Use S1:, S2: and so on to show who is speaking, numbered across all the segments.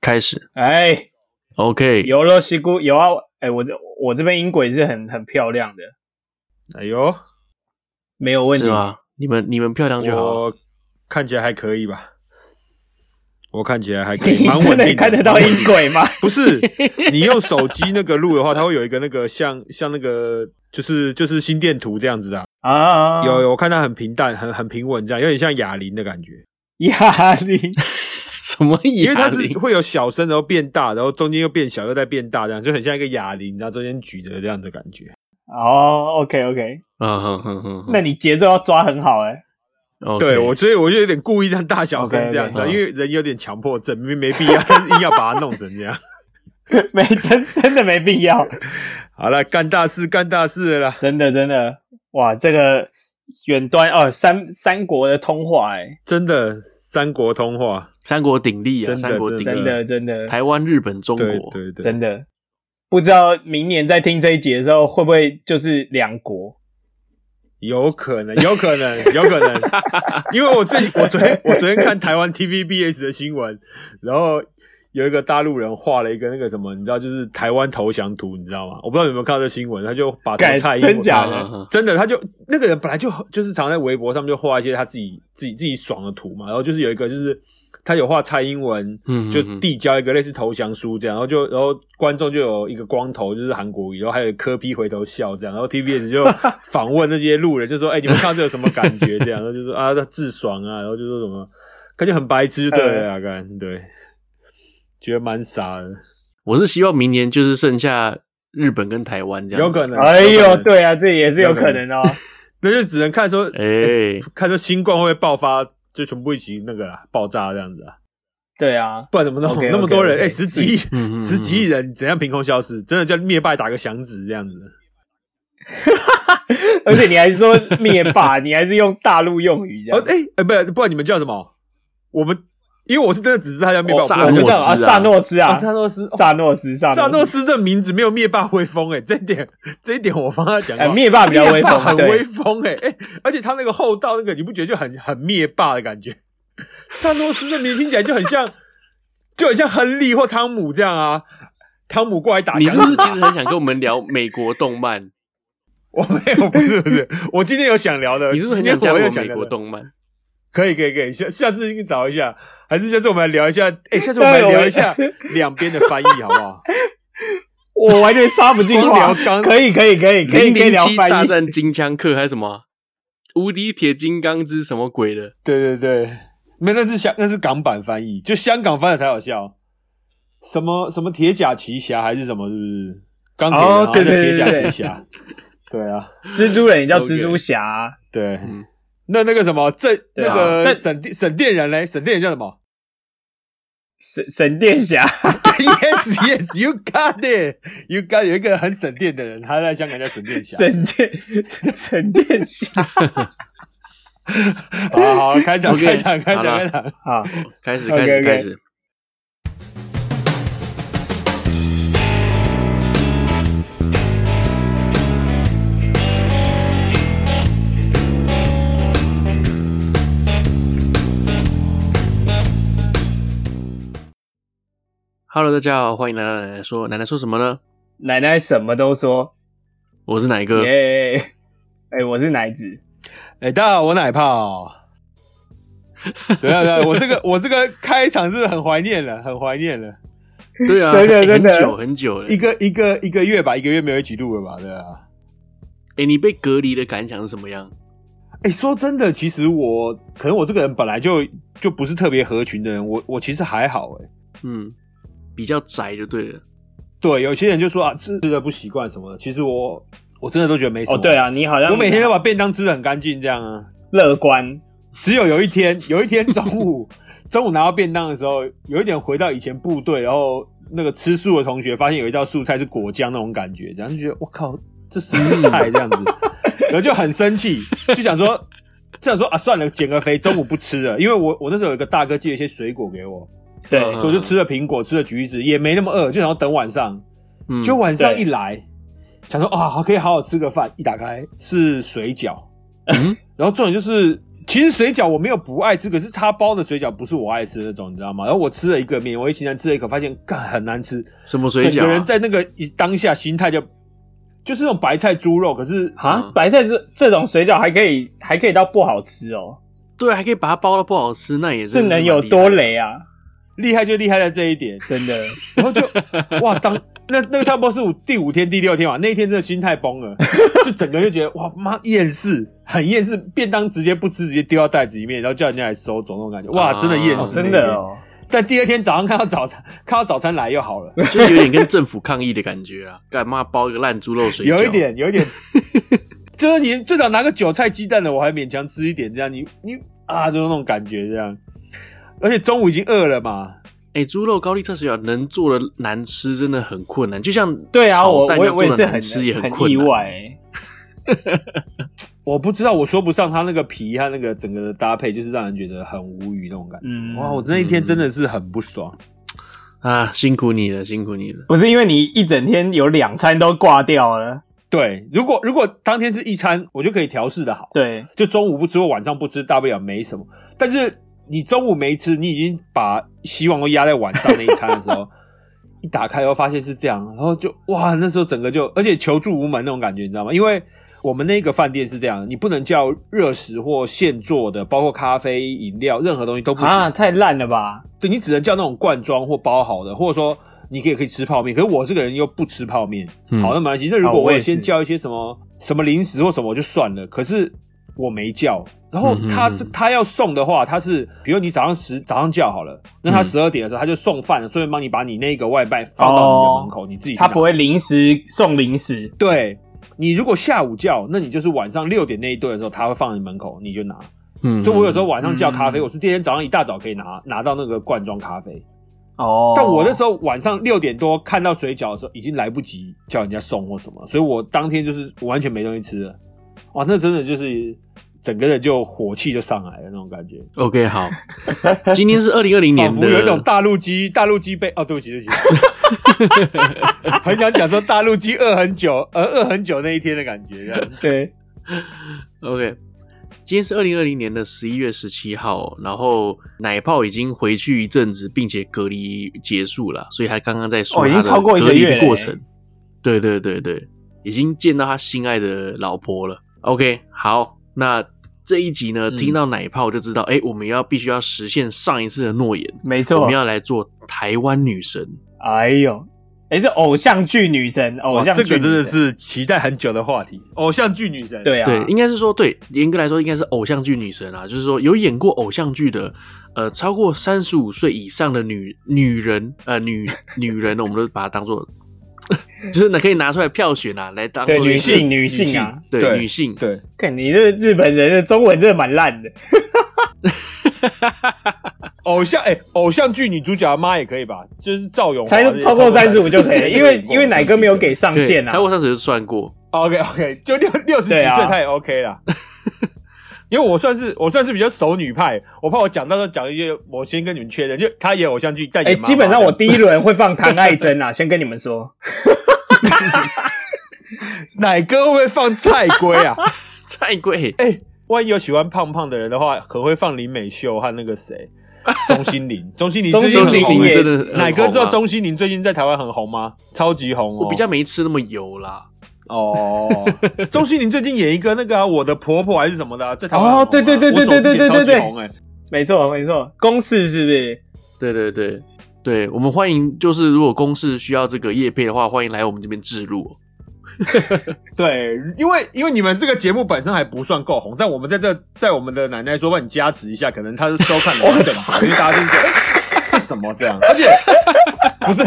S1: 开始
S2: 哎，
S1: ，OK，
S2: 有了西姑有啊，哎，我这我这边音轨是很很漂亮的，
S3: 哎呦，
S2: 没有问题
S1: 是。吗？你们你们漂亮就好了。
S3: 我看起来还可以吧？我看起来 还可以，
S2: 你
S3: 蛮
S2: 真
S3: 稳定
S2: 的
S3: 的。
S2: 看得到音轨吗？
S3: 不是，你用手机那个录的话，它会有一个那个像像那个就是就是心电图这样子的啊、
S2: 啊，
S3: 有有，我看它很平淡，很很平稳，这样有点像哑铃的感觉，
S2: 压力，
S1: 什么
S3: 因
S1: 哑
S3: 为它是
S1: 铃？
S3: 会有小声，然后变大，然后中间又变小，又再变大，这样就很像一个哑铃，然后中间举着这样的感觉。
S2: 哦，OK OK，
S1: 啊哼哼哼哼
S2: 那你节奏要抓很好哎、
S1: ，OK，
S3: 对我，所以我就有点故意让大小声这样
S2: OK，OK，
S3: 的，
S1: 好
S3: 因为人有点强迫症，没没必要， 但是硬要把它弄成这样。
S2: 没真真的没必要，
S3: 好了，干大事，干大事了啦。
S2: 真的真的，哇，这个远端哦，三三国的通话哎、
S3: 真的三国通话，
S1: 三国鼎立啊，
S3: 真的
S1: 三国鼎立，
S2: 真的真的
S1: 台湾、日本、中
S3: 对
S1: 国，嗯
S3: 对对，
S2: 真的，不知道明年在听这一集的时候会不会就是两国？
S3: 有可能，有可能，有可能，因为我最我昨天我昨天看台湾 TVBS 的新闻，然后有一个大陆人画了一个那个什么，你知道，就是台湾投降图，你知道吗？我不知道你有没有看到这新闻，他就把这个
S2: 干
S3: 蔡英文
S2: 真假
S1: 的嗯嗯嗯
S3: 真的，他就那个人本来就就是常在微博上面就画一些他自己自己自己爽的图嘛，然后就是有一个就是他有画蔡英文，
S1: 嗯
S3: 就
S1: 嗯嗯
S3: 递交一个类似投降书这样，然后就然后观众就有一个光头就是韩国语，然后还有柯 P 回头笑这样，然后 TBS 就访问那些路人，就说：“哎、你们看到这有什么感觉？”这样，然后就说：“啊，他自爽啊。”然后就说什么，感觉很白痴，对了啊，感、对，觉得蛮傻的，
S1: 我是希望明年就是剩下日本跟台湾这样，
S3: 有可能。
S2: 哎
S3: 有可
S2: 呦，
S3: 能，
S2: 对啊，这也是有可能哦。
S3: 那就只能看说，
S1: 哎、
S3: 看说新冠会不会爆发，就全部一起那个啦，爆炸这样子啊。
S2: 对啊，
S3: 不然怎么弄
S2: OK，OK，OK，
S3: 那么多人？哎、
S2: 是
S3: 十几亿
S1: 嗯嗯嗯，
S3: 十几亿人怎样凭空消失？真的叫灭霸打个响指这样子？
S2: 而且你还说灭霸，你还是用大陆用语这
S3: 哦
S2: 样，。
S3: 哎、哎，不然不然你们叫什么？我们因为我是真的只知道他叫 灭霸，
S1: 哦
S3: 我不知道
S1: 萨
S3: 他
S1: 诺
S3: 叫
S2: 这
S1: 斯
S2: 样啊，萨诺斯啊
S3: 啊，萨诺斯，哦
S2: 萨诺斯，
S3: 萨
S2: 诺
S3: 诺，斯这名字没有灭霸威风哎、这一点这一点我帮他讲话
S2: 哎，灭霸比较威
S3: 灭霸
S2: 风，
S3: 很
S2: 对
S3: 威，风哎、哎、而且他那个后道那个，你不觉得就很很灭霸的感觉？ 萨诺斯这名听起来就很像， 就很像亨利或汤姆这样啊。汤姆过来 打
S1: 你
S3: 响
S1: 是
S3: 指，
S1: 不是其实很想跟我们聊美国动漫？
S3: 我没有，不是不是，我今天有想聊的，
S1: 你是不是很
S3: 今
S1: 想
S3: 天
S1: 加
S3: 我
S1: 入
S3: 有想
S1: 美
S3: 聊
S1: 国
S3: 的？
S1: 动漫？
S3: 可以可以可以，下下次找一下，还是下次我们来聊一下？哎、下次 我们来聊一下两边的翻译好不好？
S2: 我完全插不进话
S3: 光聊刚，
S2: 可以，可以，可以，可以，
S1: 零
S2: 可以
S1: 零
S2: 聊
S1: 七
S2: 翻
S1: 大
S2: 译。
S1: 战金枪客还是什么啊？无敌铁金刚之什么鬼的？
S3: 对对对，没那是香那是港版翻译，就香港翻的才好笑。什么什么铁甲奇侠还是什么？是不是钢铁人
S2: 哦
S3: 好像叫
S2: 对对
S3: 铁
S2: 对
S3: 甲
S2: 对
S3: 奇侠？对啊，
S2: 蜘蛛人也叫蜘蛛侠啊，
S3: 对。
S1: 嗯
S3: 那那个什么，这
S2: 对啊
S3: 那个
S2: 但
S3: 沈殿沈殿人嘞？沈殿人叫什么
S2: 神神殿侠，
S3: ？Yes Yes You got it You got it 有一个很省电的人，他在香港叫沈 殿侠。
S2: 神殿神殿侠
S3: 好好，开场
S1: OK，
S3: 开场开
S1: 好
S3: 场
S1: 啦
S3: 开场。
S2: 啊，
S1: 开始，
S2: OK，
S1: 开始，
S2: OK
S1: 开始。Hello，大家好，欢迎来到奶奶说。奶奶说什么呢？
S2: 奶奶什么都说，
S1: 我是奶
S3: 呃
S1: 哥。
S2: 耶！哎，我是奶子，
S3: 哎、大家好，我奶泡。对啊对啊，我这个我这个开场是很怀念了，很怀念了，
S1: 对啊，
S2: 真的真的
S1: 很久很久了。
S3: 一
S1: 哎、
S3: 个一个一个月吧，一个月没有一起录了吧？对啊。
S1: 你被隔离的感想是什么样？
S3: 哎、说真的，其实我可能我这个人本来就就不是特别合群的人，我我其实还好哎、
S1: 嗯，比较宅就对了。
S3: 对，有些人就说啊，吃吃的不习惯什么的，其实我我真的都觉得没什么。
S2: 哦，对，啊，你好像
S3: 我每天都把便当吃的很干净这样啊。
S2: 乐观，
S3: 只有有一天，有一天中午， 中午拿到便当的时候，有一点回到以前部队，然后那个吃素的同学发现有一道素菜是果酱那种感觉，然后就觉得我靠，这什么菜这样子，然后就很生气，就想说，就想说啊，算了，减个肥，中午不吃了，因为我我那时候有一个大哥寄了一些水果给我，
S2: 对，
S1: 嗯
S3: 所以我就吃了苹果，吃了橘子，也没那么饿，就想要等晚上，
S1: 嗯，
S3: 就晚上
S2: 对
S3: 一来，想说啊，可以好好吃个饭，一打开是水饺，
S1: 嗯
S3: 然后重点就是其实水饺我没有不爱吃，可是他包的水饺不是我爱吃的那种，你知道吗？然后我吃了一个勉为其难吃了一口，发现干很难吃，
S1: 什么水
S3: 整
S1: 饺、
S3: 个人
S1: 啊？
S3: 在那个一当下心态就就是那种白菜猪肉，可是
S2: 啊
S1: 嗯，
S2: 白菜这这种水饺还可以，还可以到不好吃哦，
S1: 对，还可以把它包的不好吃，那也
S2: 是
S1: 真的
S2: 能
S1: 是
S2: 有
S1: 蛮厉害
S2: 多雷啊？
S3: 厉害就厉害在这一点，
S2: 真的，
S3: 然 后就哇，当那那个差不多是我第五天、第六天吧，那一天真的心态崩 了，就整个就觉得哇妈厌世，很厌世，便当直接不吃，直接丢到袋子里面，然后叫人家来收走那种感觉，哇，
S1: 啊
S3: 真的厌
S2: 哦
S3: 世、
S2: 真的。哦，
S3: 但第二天早上看到早餐，看到早餐来又好了，
S1: 就是有点跟政府抗议的感觉啊！干嘛包一个烂猪肉水饺？
S3: 有一点，有一点， 就是你最少拿个韭菜鸡蛋的，我还勉强吃一点，这样你你啊，就是那种感觉这样。而且中午已经饿了嘛，
S1: 哎、猪肉高丽菜水饺能做的难吃真的很困难，就像
S2: 对啊，我
S1: 炒蛋
S2: 我
S1: 要
S2: 我
S1: 做
S2: 也
S1: 的
S2: 是
S1: 难
S2: 很
S1: 吃也
S2: 很
S1: 困
S2: 意
S1: 难。
S2: 外欸，
S3: 我不知道，我说不上它那个皮和那个整个的搭配，就是让人觉得很无语那种感觉。
S2: 嗯
S3: 哇，哦我那一天真的是很不爽。
S1: 啊，辛苦你了，辛苦你了。
S2: 不是因为你一整天有两餐都挂掉了，
S3: 对，如果如果当天是一餐，我就可以调试的好，
S2: 对，
S3: 就中午不吃或晚上不吃，大不了没什么。但是你中午没吃，你已经把希望都压在晚上那一餐的时 候，一打开后发现是这样，然后就哇，那时候整个就而且求助无门那种感觉，你知道吗？因为我们那个饭店是这样，你不能叫热食或现做的，包括咖啡、饮料，任何东西都不行。
S2: 啊，太烂了吧？
S3: 对你只能叫那种罐装或包好的，或者说你可以可以吃泡面。可是我这个人又不吃泡面，
S1: 嗯
S3: 好，那没关系。那如
S2: 啊
S3: 果
S2: 我
S3: 我
S2: 也
S3: 有先
S2: 是
S3: 叫一些什么什么零食或什么，我就算了。可是我没叫，然后
S1: 嗯哼
S3: 他
S1: 嗯
S3: 这他要送的话，他是比如你早上十早上叫好了，那他
S1: 嗯
S3: 十二点的时候他就送饭了，顺便帮你把你那个外卖放到你的门口，你自己去
S2: 他
S3: 拿
S2: 不会临时送零食，
S3: 对。你如果下午叫，那你就是晚上六点那一顿的时候，他会放你门口，你就拿。
S1: 嗯
S3: 所以我有时候晚上叫咖啡，
S2: 嗯
S3: 我是第二天早上一大早可以拿拿到那个罐装咖啡。
S2: 哦，
S3: 但我那
S2: 候
S3: 时候晚上六点多看到水饺的时候，已经来不及叫人家送或什么了，所以我当天就是完全没东西吃了。哇，那真的就是整个人就火气就上来了那种感觉，
S1: 嗯 OK 好，今天是二零二零
S3: 仿
S1: 年
S3: 佛
S1: 的，
S3: 有一种大陆鸡大陆鸡被哦，对不起对不起， 很想讲说大陆鸡饿很久，呃饿很久那一天的感觉这样。
S2: 对，
S1: OK，今天是二零二零年的十一月十七号，然后奶泡已经回去一阵子，并且隔离结束了，所以他刚刚在说
S2: 哦已
S1: 他
S2: 经
S1: 的
S2: 超过一
S1: 隔
S2: 个
S1: 离
S2: 月
S1: 的
S2: 嘞
S1: 过程。对对对对，已经见到他心爱的老婆了。OK，好，那这一集呢，
S2: 嗯
S1: 听到奶泡就知道，哎、我们要必须要实现上一次的诺言，
S2: 没
S1: 我
S2: 错
S1: 们，要来做台湾女神。
S2: 哎呦，哎，这偶像剧女神，偶
S3: 哇，
S2: 像
S3: 哦这
S2: 剧
S3: 个真
S2: 女
S3: 的
S2: 神，
S3: 是期待很久的话题，偶像剧女神。
S2: 对啊，
S1: 对，应该是说，对，严格来说应该是偶像剧女神啊，就是说有演过偶像剧的，呃，超过三十五岁以上的女女人，呃，女女人呢，我们都把它当做， 就是呢可以拿出来票选啊，来当
S2: 对
S1: 做
S2: 女
S1: 一个
S2: 性女性啊，
S1: 对
S3: 对
S1: 女性，
S3: 对，
S2: 看你这日本人的中文真的蛮烂的，
S3: 偶像哎、偶像剧女主角的妈也可以吧？就是赵咏华
S2: 才
S3: 这些
S2: 超过三十五就可以了，因为
S3: 对
S2: 因为奶哥没有 给上
S1: 对，
S2: 限啊
S1: 超，过三十就算过，
S3: OK OK，就六六十几岁
S2: 对啊
S3: 他也 OK 啦。因为我算是我算是比较熟女派，我怕我讲到时候讲一些，我先跟你们确认，就她演偶像剧，但
S2: 哎，
S3: 演妈妈
S2: 基本上我第一轮会放唐爱珍 啊，先跟你们说，
S3: 奶哥会不会放蔡圭啊？
S1: 太贵，
S3: 哎、万一有喜欢胖胖的人的话，可能会放林美秀和那个谁，钟 欣凌。钟欣凌
S2: 钟
S3: 最近
S1: 周
S2: 欣
S1: 星
S3: 很红
S1: 凌
S2: 凌
S3: 欸
S1: 真的很
S3: 奶哥知道
S1: 红啊
S3: 钟欣凌最近在台湾很红吗？超级红哦！
S1: 我比较没吃那么油啦，
S3: 哦， 钟欣凌最近演一个那个啊、我的婆婆还是什么的啊、在台湾很红啊
S2: 哦对对对对对对对对对
S3: 我走之前超级红哎、
S2: 没错没错，公式是不是？
S1: 对对对对，我们欢迎，就是如果公司需要这个叶配的话，欢迎来我们这边置入哦。
S3: 对，因为因为你们这个节目本身还不算够红，但我们在这在我们的奶奶说帮你加持一下，可能她是收 看量更好，因为大家就是觉得哎这 什么这样，而且不是，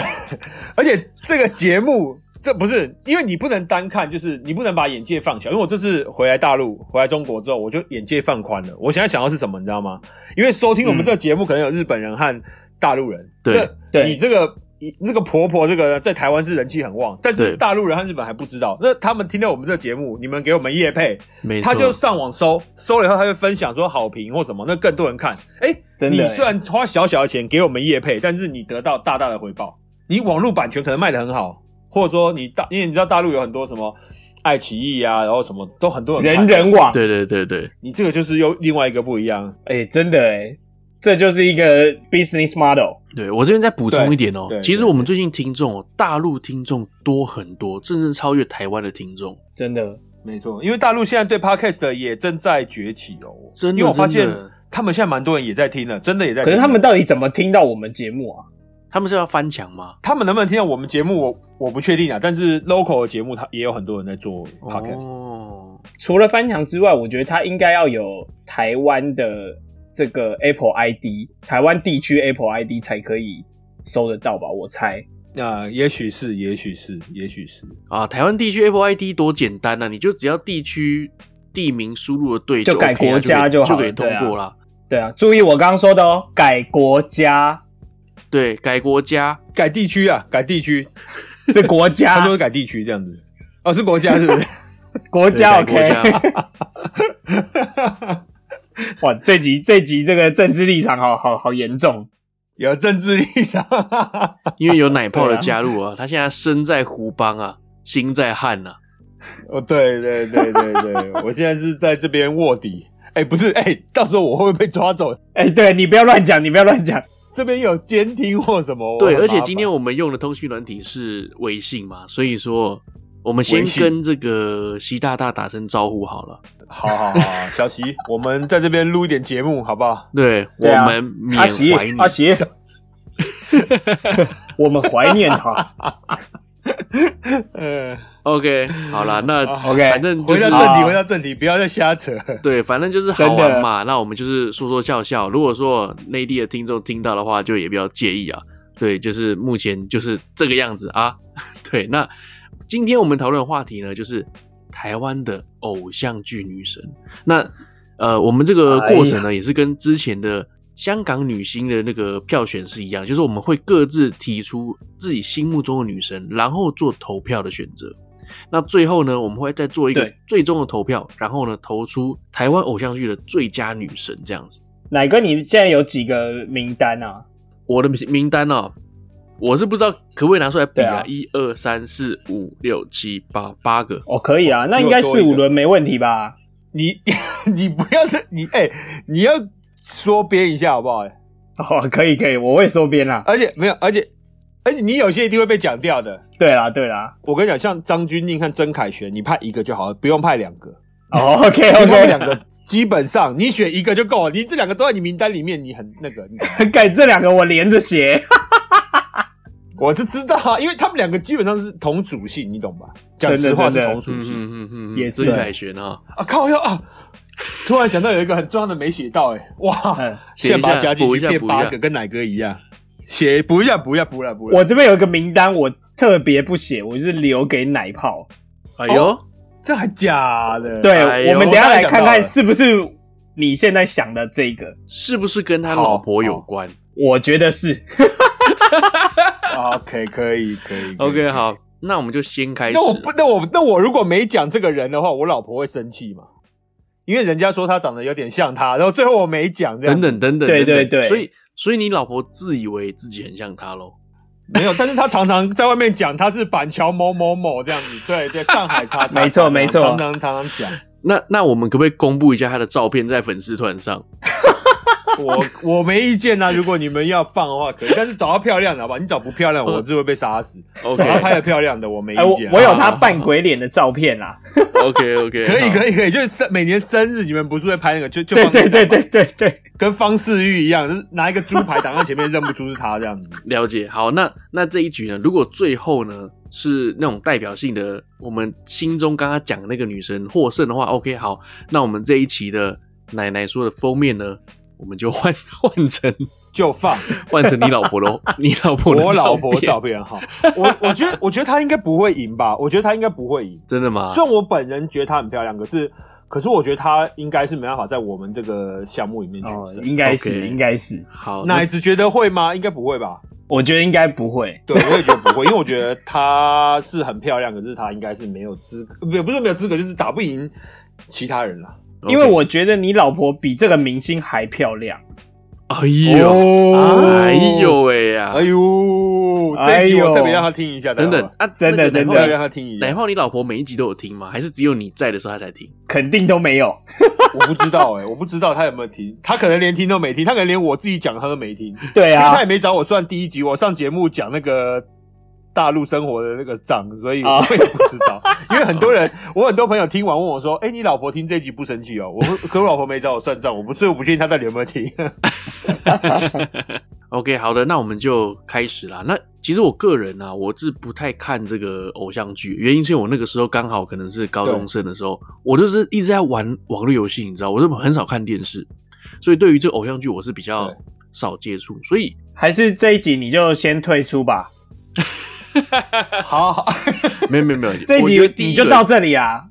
S3: 而且这个节目这不是因为你不能单看，就是你不能把眼界放小，因为我这次回来大陆回来中国之后，我就眼界放宽了。我现在想要是什么，你知道吗？因为收听我们这个节目可能有日本人和大陆人，
S1: 对
S3: 那
S2: 对
S3: 你这个你那个婆婆这个在台湾是人气很旺，但是
S1: 对
S3: 大陆人和日本还不知道。那他们听到我们这个节目，你们给我们业配，
S1: 没错，
S3: 他就上网搜，搜了以后他就分享说好评或什么，那更多人看。哎、
S2: 真
S3: 你
S2: 的欸
S3: 虽然花小小的钱给我们业配，但是你得到大大的回报。你网络版权可能卖的很好，或者说你大，因为你知道大陆有很多什么。爱奇艺啊，然后什么都很多人看
S2: 人人网，
S1: 对对对对，
S3: 你这个就是又另外一个不一样。
S2: 哎、真的哎、这就是一个 business model。
S1: 对我这边再补充一点哦
S3: 对，对
S1: 其实
S3: 对
S1: 我们最近听众哦，大陆听众多很多，甚至超越台湾的听众，
S2: 真的，
S3: 没错，因为大陆现在对 podcast 也正在崛起哦，
S1: 真的
S3: 因为我发
S1: 真
S3: 现
S1: 的
S3: 他们现在蛮多人也在听了，真的也在听
S2: 可
S3: 了。
S2: 是他们到底怎么听到我们节目啊？
S1: 他们是要翻墙吗？
S3: 他们能不能听到我们节目，我我不确定啊。但是 local 的节目，他也有很多人在做 podcast，、
S1: 哦，
S2: 除了翻墙之外，我觉得它应该要有台湾的这个 Apple ID，台湾地区 Apple ID 才可以搜得到吧？我猜。
S3: 那、也许是，也许是，也许是。
S1: 啊，台湾地区 Apple ID 多简单啊，你就只要地区地名输入的对
S2: 就改
S1: OK 啊
S2: 国家
S1: 就
S2: 就
S1: 可以
S2: 好
S1: 就可以
S2: 了对
S1: 通
S2: 啊
S1: 过啦。
S2: 对啊，注意我刚刚说的哦，改国家
S1: 对，改国家，
S3: 改地区啊，改 地区，
S2: 是国
S3: 他
S1: 啊
S2: 家
S3: 都，是改地区这样子。哦，是国家是不 是？
S2: 国
S1: 对
S2: 家
S1: 改国
S2: OK。
S1: 家，
S2: 哇，这集这集这个政治立场好好好严重。
S3: 有政治立场，
S1: 因为有奶泡的
S2: 对啊
S1: 加入啊，他现在身在胡邦啊，心在汉啊。
S3: 哦，对对对对对， 我现在是在这边卧底。哎、不是，哎、到时候我会不会被抓走？
S2: 哎、对你不要乱讲，你不要乱讲。
S3: 这边有监听或什么？
S1: 对，
S3: 我很
S1: 而且
S3: 麻
S1: 今
S3: 烦
S1: 天我们用的通讯软体是微信嘛，所以说我们先
S3: 微信
S1: 跟这个习大大打声招呼好了。
S3: 好好好好，小齐，我们在这边录一点节目，好不好？
S1: 对，
S2: 对啊
S1: 我们缅
S2: 阿喜
S1: 怀你，
S2: 阿 喜，我们怀念他。
S3: 嗯、
S1: OK，好啦，那
S3: 啊
S2: OK，
S1: 反正呃就
S3: 回
S1: 是
S3: 到
S2: 啊
S3: 正题，回到正题，不要再瞎扯。
S1: 对，反正就是好玩嘛。那我们就是说说笑笑。如果说内地的听众听到的话，就也不要介意啊。对，就是目前就是这个样子啊。对，那今天我们讨论的话题呢，就是台湾的偶像剧女神。那呃，我们这个
S2: 哎
S1: 过程呢，也是跟之前的香港女星的那个票选是一样，就是我们会各自提出自己心目中的女神，然后做投票的选择。那最后呢，我们会再做一个
S2: 对
S1: 最终的投票，然后呢，投出台湾偶像剧的最佳女神这样子。
S2: 奶哥，你现在有几个名单啊？
S1: 我的名名单哦，我是不知道可不可以拿出来比
S2: 对
S1: 啊
S2: 啊，
S1: 一二三四五六七八八个。
S2: 哦，可以啊，那应该
S3: 如果多
S2: 四
S3: 一个
S2: 五轮没问题吧？
S3: 你 你不要再你哎、你要缩编一下好不好？
S2: 哦，可以可以，我会收编啦。
S3: 而且没有，而且而且你有些一定会被讲掉的。
S2: 对啦对啦，
S3: 我跟你讲，像张钧甯和曾凯旋，你派一个就好了，不用派两个。
S2: 哦，OK
S3: 因为他们
S2: OK，
S3: 两个基本上你选一个就够了，你这两个都在你名单里面，你很那个。你
S2: 改这两个我连着 写。
S3: 我是知道啊，因为他们两个基本上是同属性，你懂吧？讲实话
S2: 真的
S3: 是
S2: 真的
S3: 同属性。
S1: 嗯嗯
S2: 也是
S1: 曾凯旋啊，
S3: 啊靠要啊！突然想到有一个很重要的没写到、欸，哎，哇！
S2: 嗯，
S3: 现在把它加进
S1: 补
S3: 去
S1: 一下
S3: 变
S1: 补一下
S3: 八个，跟奶哥一样。写不要不要不要不要！
S2: 我这边有一个名单，我特别不写，我是留给奶泡。
S1: 哎
S3: 哦
S1: 呦，
S3: 这还假的？
S2: 对，
S1: 哎呦
S2: 我们等一下来
S3: 我刚才
S2: 看
S3: 想到
S2: 看
S3: 了
S2: 是不是你现在想的这个。
S1: 是不是跟他老婆有关
S2: 我觉得是，
S3: 啊，OK，可以可以。可以
S1: ？OK，。好，那我们就先开始
S3: 那。我不，那我那我如果没讲这个人的话，我老婆会生气嘛？因为人家说他长得有点像他，然后最后我没讲，这样
S1: 等等等等，
S2: 对对
S1: 等等
S2: 对
S1: 所以所以你老婆自以为自己很像他喽？
S3: 没有。但是他常常在外面讲他是板桥某某某这样子，对对，上海叉 叉，
S2: 没错没错
S3: 常常常常讲。
S1: 那那我们可不可以公布一下他的照片在粉丝团 上？
S3: 我 我没意见啊，如果你们要放的话可以，但是找到漂亮的好吧？你找不漂亮，我就会被 杀死。
S1: OK
S3: 找到拍的漂亮的，我没
S2: 哎，
S3: 意
S2: 我
S3: 见。
S2: 我有他扮鬼脸的照片啦。
S1: OK OK，
S3: 可以可
S1: 以。
S3: 以可以，就是生每年生日你们不是会拍那个，就就
S2: 对
S3: 放
S2: 对对对对对，
S3: 跟方世玉一样，就是拿一个猪牌挡在前面，认不出是他这 样子。
S1: 了解，好，那那这一局呢？如果最后呢是那种代表性的，我们心中刚刚讲的那个女神获胜的话，OK，好，那我们这一期的奶奶说的封面呢，我们就换 换成
S3: 就放
S1: 换成你老婆的，你老婆的
S3: 我老婆
S1: 片
S3: 照片好，我我觉得我觉得他应该不会赢吧，我觉得他应该不会赢。
S1: 真的吗？
S3: 虽然我本人觉得她很漂亮，可是可是我觉得她应该是没办法在我们这个项目里面取
S2: 哦，
S3: 胜。
S2: 应该是
S1: OK
S2: 应该是，
S1: 好，
S3: 奶
S1: 那
S3: 子觉得会吗？应该不会吧？
S2: 我觉得应该不会。
S3: 对，我也觉得不会，因为我觉得她是很漂亮，可是她应该是没有资格，也不是没有资格，就是打不赢其他人了。
S2: 因为我觉得你老婆比这个明星还漂亮，
S1: 哎呦，
S3: 哦
S1: 哎呦喂呀
S3: 哎！呦，这一集我特别让他听一下，
S1: 等等
S3: 等，
S1: 啊，
S2: 真的
S1: 那个
S2: 真
S1: 奶泡
S3: 特别
S2: 的
S3: 让他听一
S1: 奶
S3: 下，
S1: 泡，你老婆每一集都有听吗？还是只有你在的时候她才听？
S2: 肯定都没有。
S3: 我不知道哎，我不知道他有没有听，他可能连听都没听，他可能连我自己讲他都没听，因
S2: 对
S3: 为他
S2: 啊
S3: 也，没找我算第一集，我上节目讲那个。大陆生活的那个账，所以
S2: 啊
S3: 我也不知道，因为很多人，我很多朋友听完问我说：“哎、你老婆听这一集不生气哦？”我可我老婆没找我算账，我不，所以我不确定她到底有没有听。
S1: OK，好的，那我们就开始啦。那其实我个人啊，我是不太看这个偶像剧，原因是因为我那个时候刚好可能是高中生的时候，我就是一直在玩网络游戏，你知道，我就很少看电视，所以对于这个偶像剧我是比较
S3: 对
S1: 少接触。所以，
S2: 还是这一集你就先退出吧。
S3: 好好，
S1: 没有没有没有，
S2: 这一
S1: 我
S2: 集
S1: 觉得第
S2: 你
S1: 一个
S2: 就到这里啊，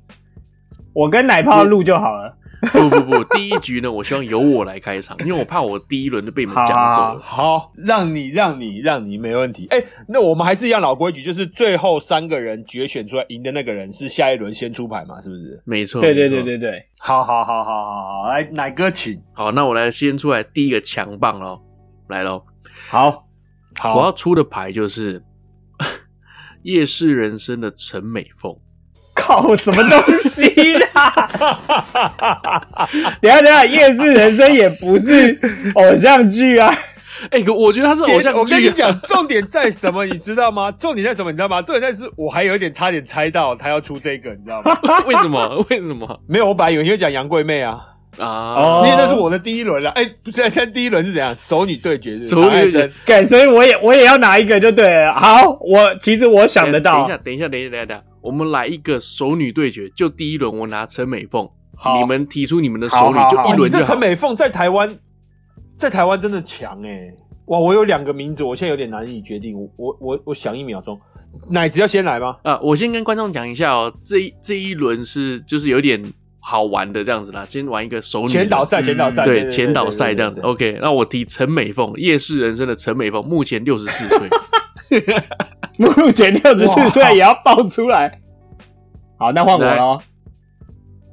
S2: 我跟奶泡录就好了。
S1: 不不不，第一局呢，我希望由我来开场，因为我怕我第一轮就被你们讲走了。
S3: 好，让你让你让你没问题。哎、那我们还是一样老规矩，就是最后三个人决选出来赢的那个人是下一轮先出牌嘛，是不是？
S1: 没错，
S2: 对对
S1: 没
S2: 对
S1: 错。
S2: 对对，
S3: 好好好好好好，来奶哥请。
S1: 好，那我来先出来第一个强棒喽，来喽。
S2: 好，
S3: 好，
S1: 我要出的牌就是 夜市人生的陈美凤。
S2: 靠，什么东西 啦？等一下等一下，夜市人生也不是偶像剧啊。
S1: 哎、可我觉得她是偶像剧、啊。
S3: 我跟你，讲，重点在什么，你知道吗？ 重点在什么，你知道吗？重点在是我还有一点差点猜到他要出这个，你 知道吗？
S1: 为什么？为什 么
S3: 没有，我本来以为你会讲杨贵妹啊，
S1: 啊？
S2: 哦
S3: 因为那是我的第一轮了。哎、不是，现在第一轮是怎样？熟女对决是不是
S1: 熟女对决
S3: 唐爱珍
S2: 对，所以我也我也要拿一个就对了。好，我其实我想得
S1: 等一
S2: 到
S1: 下，，等一下，等一下，等一下，等一下，我们来一个熟女对决，就第一轮我拿陈美凤，
S3: 好
S1: 你们提出你们的熟女
S2: 好好
S1: 就
S2: 好
S1: 一
S3: 哦，
S1: 轮
S3: 你这
S1: 就
S3: 陈
S1: 好。
S3: 美凤在台湾，在台湾真的强哎、哇，我有两个名字，我现在有点难以决定。我我我我想一秒钟，奶子要先来吗？
S1: 啊，我先跟观众讲一下哦，这一这一轮是就是有点好玩的这样子啦，先玩一个熟女的
S3: 前导赛，
S2: 嗯
S3: 前导赛，
S1: 对前导赛这样子。
S3: 对对
S1: OK，那我提陈美凤，夜市人生的陈美凤，目前六十四 岁。
S2: 目前六十
S3: 哇
S2: 四岁也要爆出来。好，那换我
S1: 来
S2: 喽。